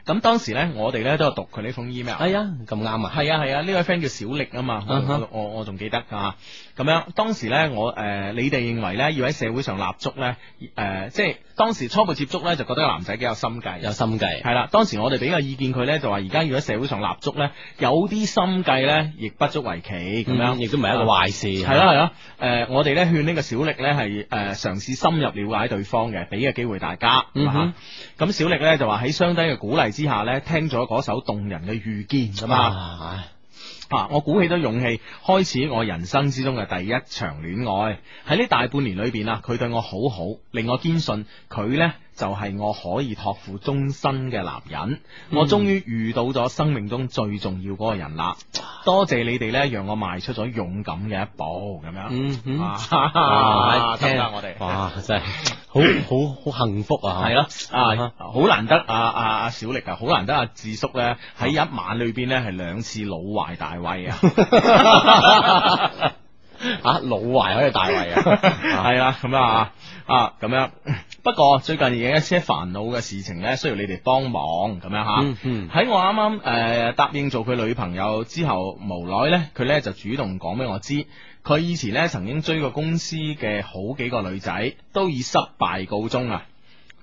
[SPEAKER 1] 咁當時呢，我哋呢都有讀佢呢封 email。
[SPEAKER 2] 係啊，咁啱啊。
[SPEAKER 1] 係啊係啊，呢位 friend 叫小力啊嘛，我
[SPEAKER 2] 嗯哼
[SPEAKER 1] 我我我仲記得啊。咁樣當時呢，我誒、呃你哋認為呢，要喺社會上立足呢，誒、即係當時初步接觸呢，就覺得個男仔幾有心計，
[SPEAKER 2] 有心計
[SPEAKER 1] 係啦。當時我哋俾個意見佢呢，就話而家要喺社會上立足呢，有啲心計呢，亦不足為奇咁樣，
[SPEAKER 2] 嗯亦都唔係啊一個壞事
[SPEAKER 1] 係啊啦係啦，誒我哋呢，勸呢個小力呢，係誒嘗試深入了解對方嘅，俾個機會大家。
[SPEAKER 2] 嗯哼
[SPEAKER 1] 啊咁小力呢，就話喺相低嘅鼓勵之下呢，聽咗嗰首動人嘅遇見咁啊。
[SPEAKER 2] 啊
[SPEAKER 1] 啊！我鼓起咗勇氣，開始我人生之中嘅第一場戀愛。喺呢大半年裏邊啊，佢對我好好，令我堅信佢呢就係、我可以托付終身嘅男人。我終於遇到咗生命中最重要嗰個人啦！多謝你哋呢，讓我邁出咗勇敢嘅一步咁樣。
[SPEAKER 2] 嗯哼
[SPEAKER 1] 啊，得唔
[SPEAKER 2] 聽
[SPEAKER 1] 得我哋？
[SPEAKER 2] 哇， 真係好好好幸福啊！
[SPEAKER 1] 系咯，啊，好難得啊啊啊小力啊，好難得啊智叔咧 喺一晚裏邊咧係兩次老懷大慰啊，
[SPEAKER 2] 啊，老懷可以大胃 啊！
[SPEAKER 1] 系啦，咁啊啊咁样。不過最近有一些煩惱嘅事情咧，需要你哋幫忙咁樣吓。喺、
[SPEAKER 2] 嗯嗯
[SPEAKER 1] 我啱啱诶答應做佢女朋友之後，無奈咧佢咧就主動講俾我知，佢以前咧曾經追過公司嘅好幾個女仔，都以失敗告終啊。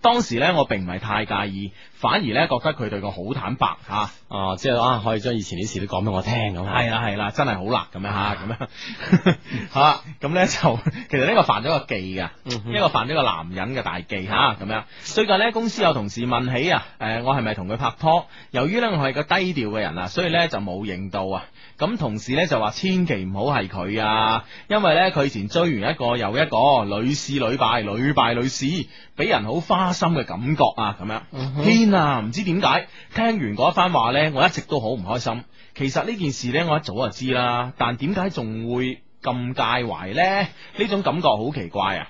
[SPEAKER 1] 當時咧，我並唔係太介意，反而咧覺得佢對我好坦白吓。
[SPEAKER 2] 哦，即係啊，可以將以前啲事都講俾我聽咁啊。
[SPEAKER 1] 係啦係啦，真係好辣咁樣吓，咁樣 吓，咁咧就其實呢個犯咗個忌噶，
[SPEAKER 2] 啊嗯哼
[SPEAKER 1] 呢個犯咗個男人嘅大忌吓，咁樣。最近咧公司有同事問起啊，誒我係咪同佢拍拖？由於咧我係個低調嘅人啊，所以咧就冇認到啊。咁同事咧就話千祈唔好係佢啊，因為咧佢以前追完一個又一個，屢試屢敗，屢敗屢試，俾人好花心嘅感覺啊，咁樣。天啊，唔知點解聽完嗰一番話呢，我一直都好唔開心。其實呢件事呢，我一早就知啦，但點解仲會咁介懷呢？呢種感覺好奇怪啊！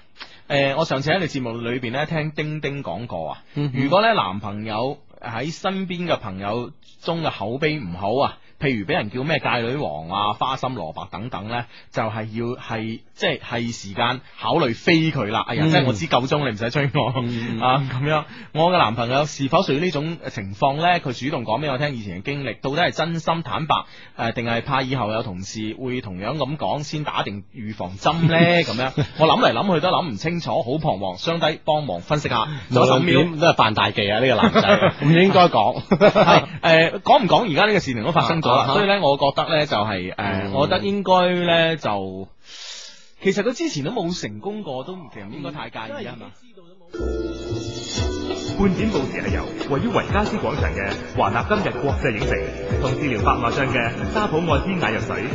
[SPEAKER 1] 诶、我上次喺你節目裏边咧聽丁丁講過啊，如果咧男朋友喺身邊嘅朋友中嘅口碑唔好啊，譬如俾人叫咩界女王啊、花心蘿蔔等等呢，就係要係即係係時間考慮飛佢啦。哎呀，
[SPEAKER 2] 嗯
[SPEAKER 1] 即係我知夠鐘，你唔使追我、啊咁樣。我嘅男朋友是否屬於呢種呃情況呢？佢主動講俾我聽以前嘅經歷，到底係真心坦白誒，定、係怕以後有同事會同樣咁講先打定預防針呢？咁樣我諗嚟諗去都諗唔清楚，好彷徨。相低幫忙分析下，
[SPEAKER 2] 無
[SPEAKER 1] 左手
[SPEAKER 2] 論
[SPEAKER 1] 秒。
[SPEAKER 2] 點都係犯大忌啊！呢個男仔唔應該 講。
[SPEAKER 1] 系诶，講唔講而家呢個事情都發生咗
[SPEAKER 2] 啊
[SPEAKER 1] 啦，
[SPEAKER 2] 啊
[SPEAKER 1] 所以咧，我覺得咧就係诶，
[SPEAKER 2] 嗯
[SPEAKER 1] 我覺得應該咧就，其實佢之前都冇成功過，都唔其實唔應該太介意啊係嘛。
[SPEAKER 36] 半點報時係由位於維加斯廣場嘅華納今日國際影城同治療白內障嘅沙普愛天眼藥水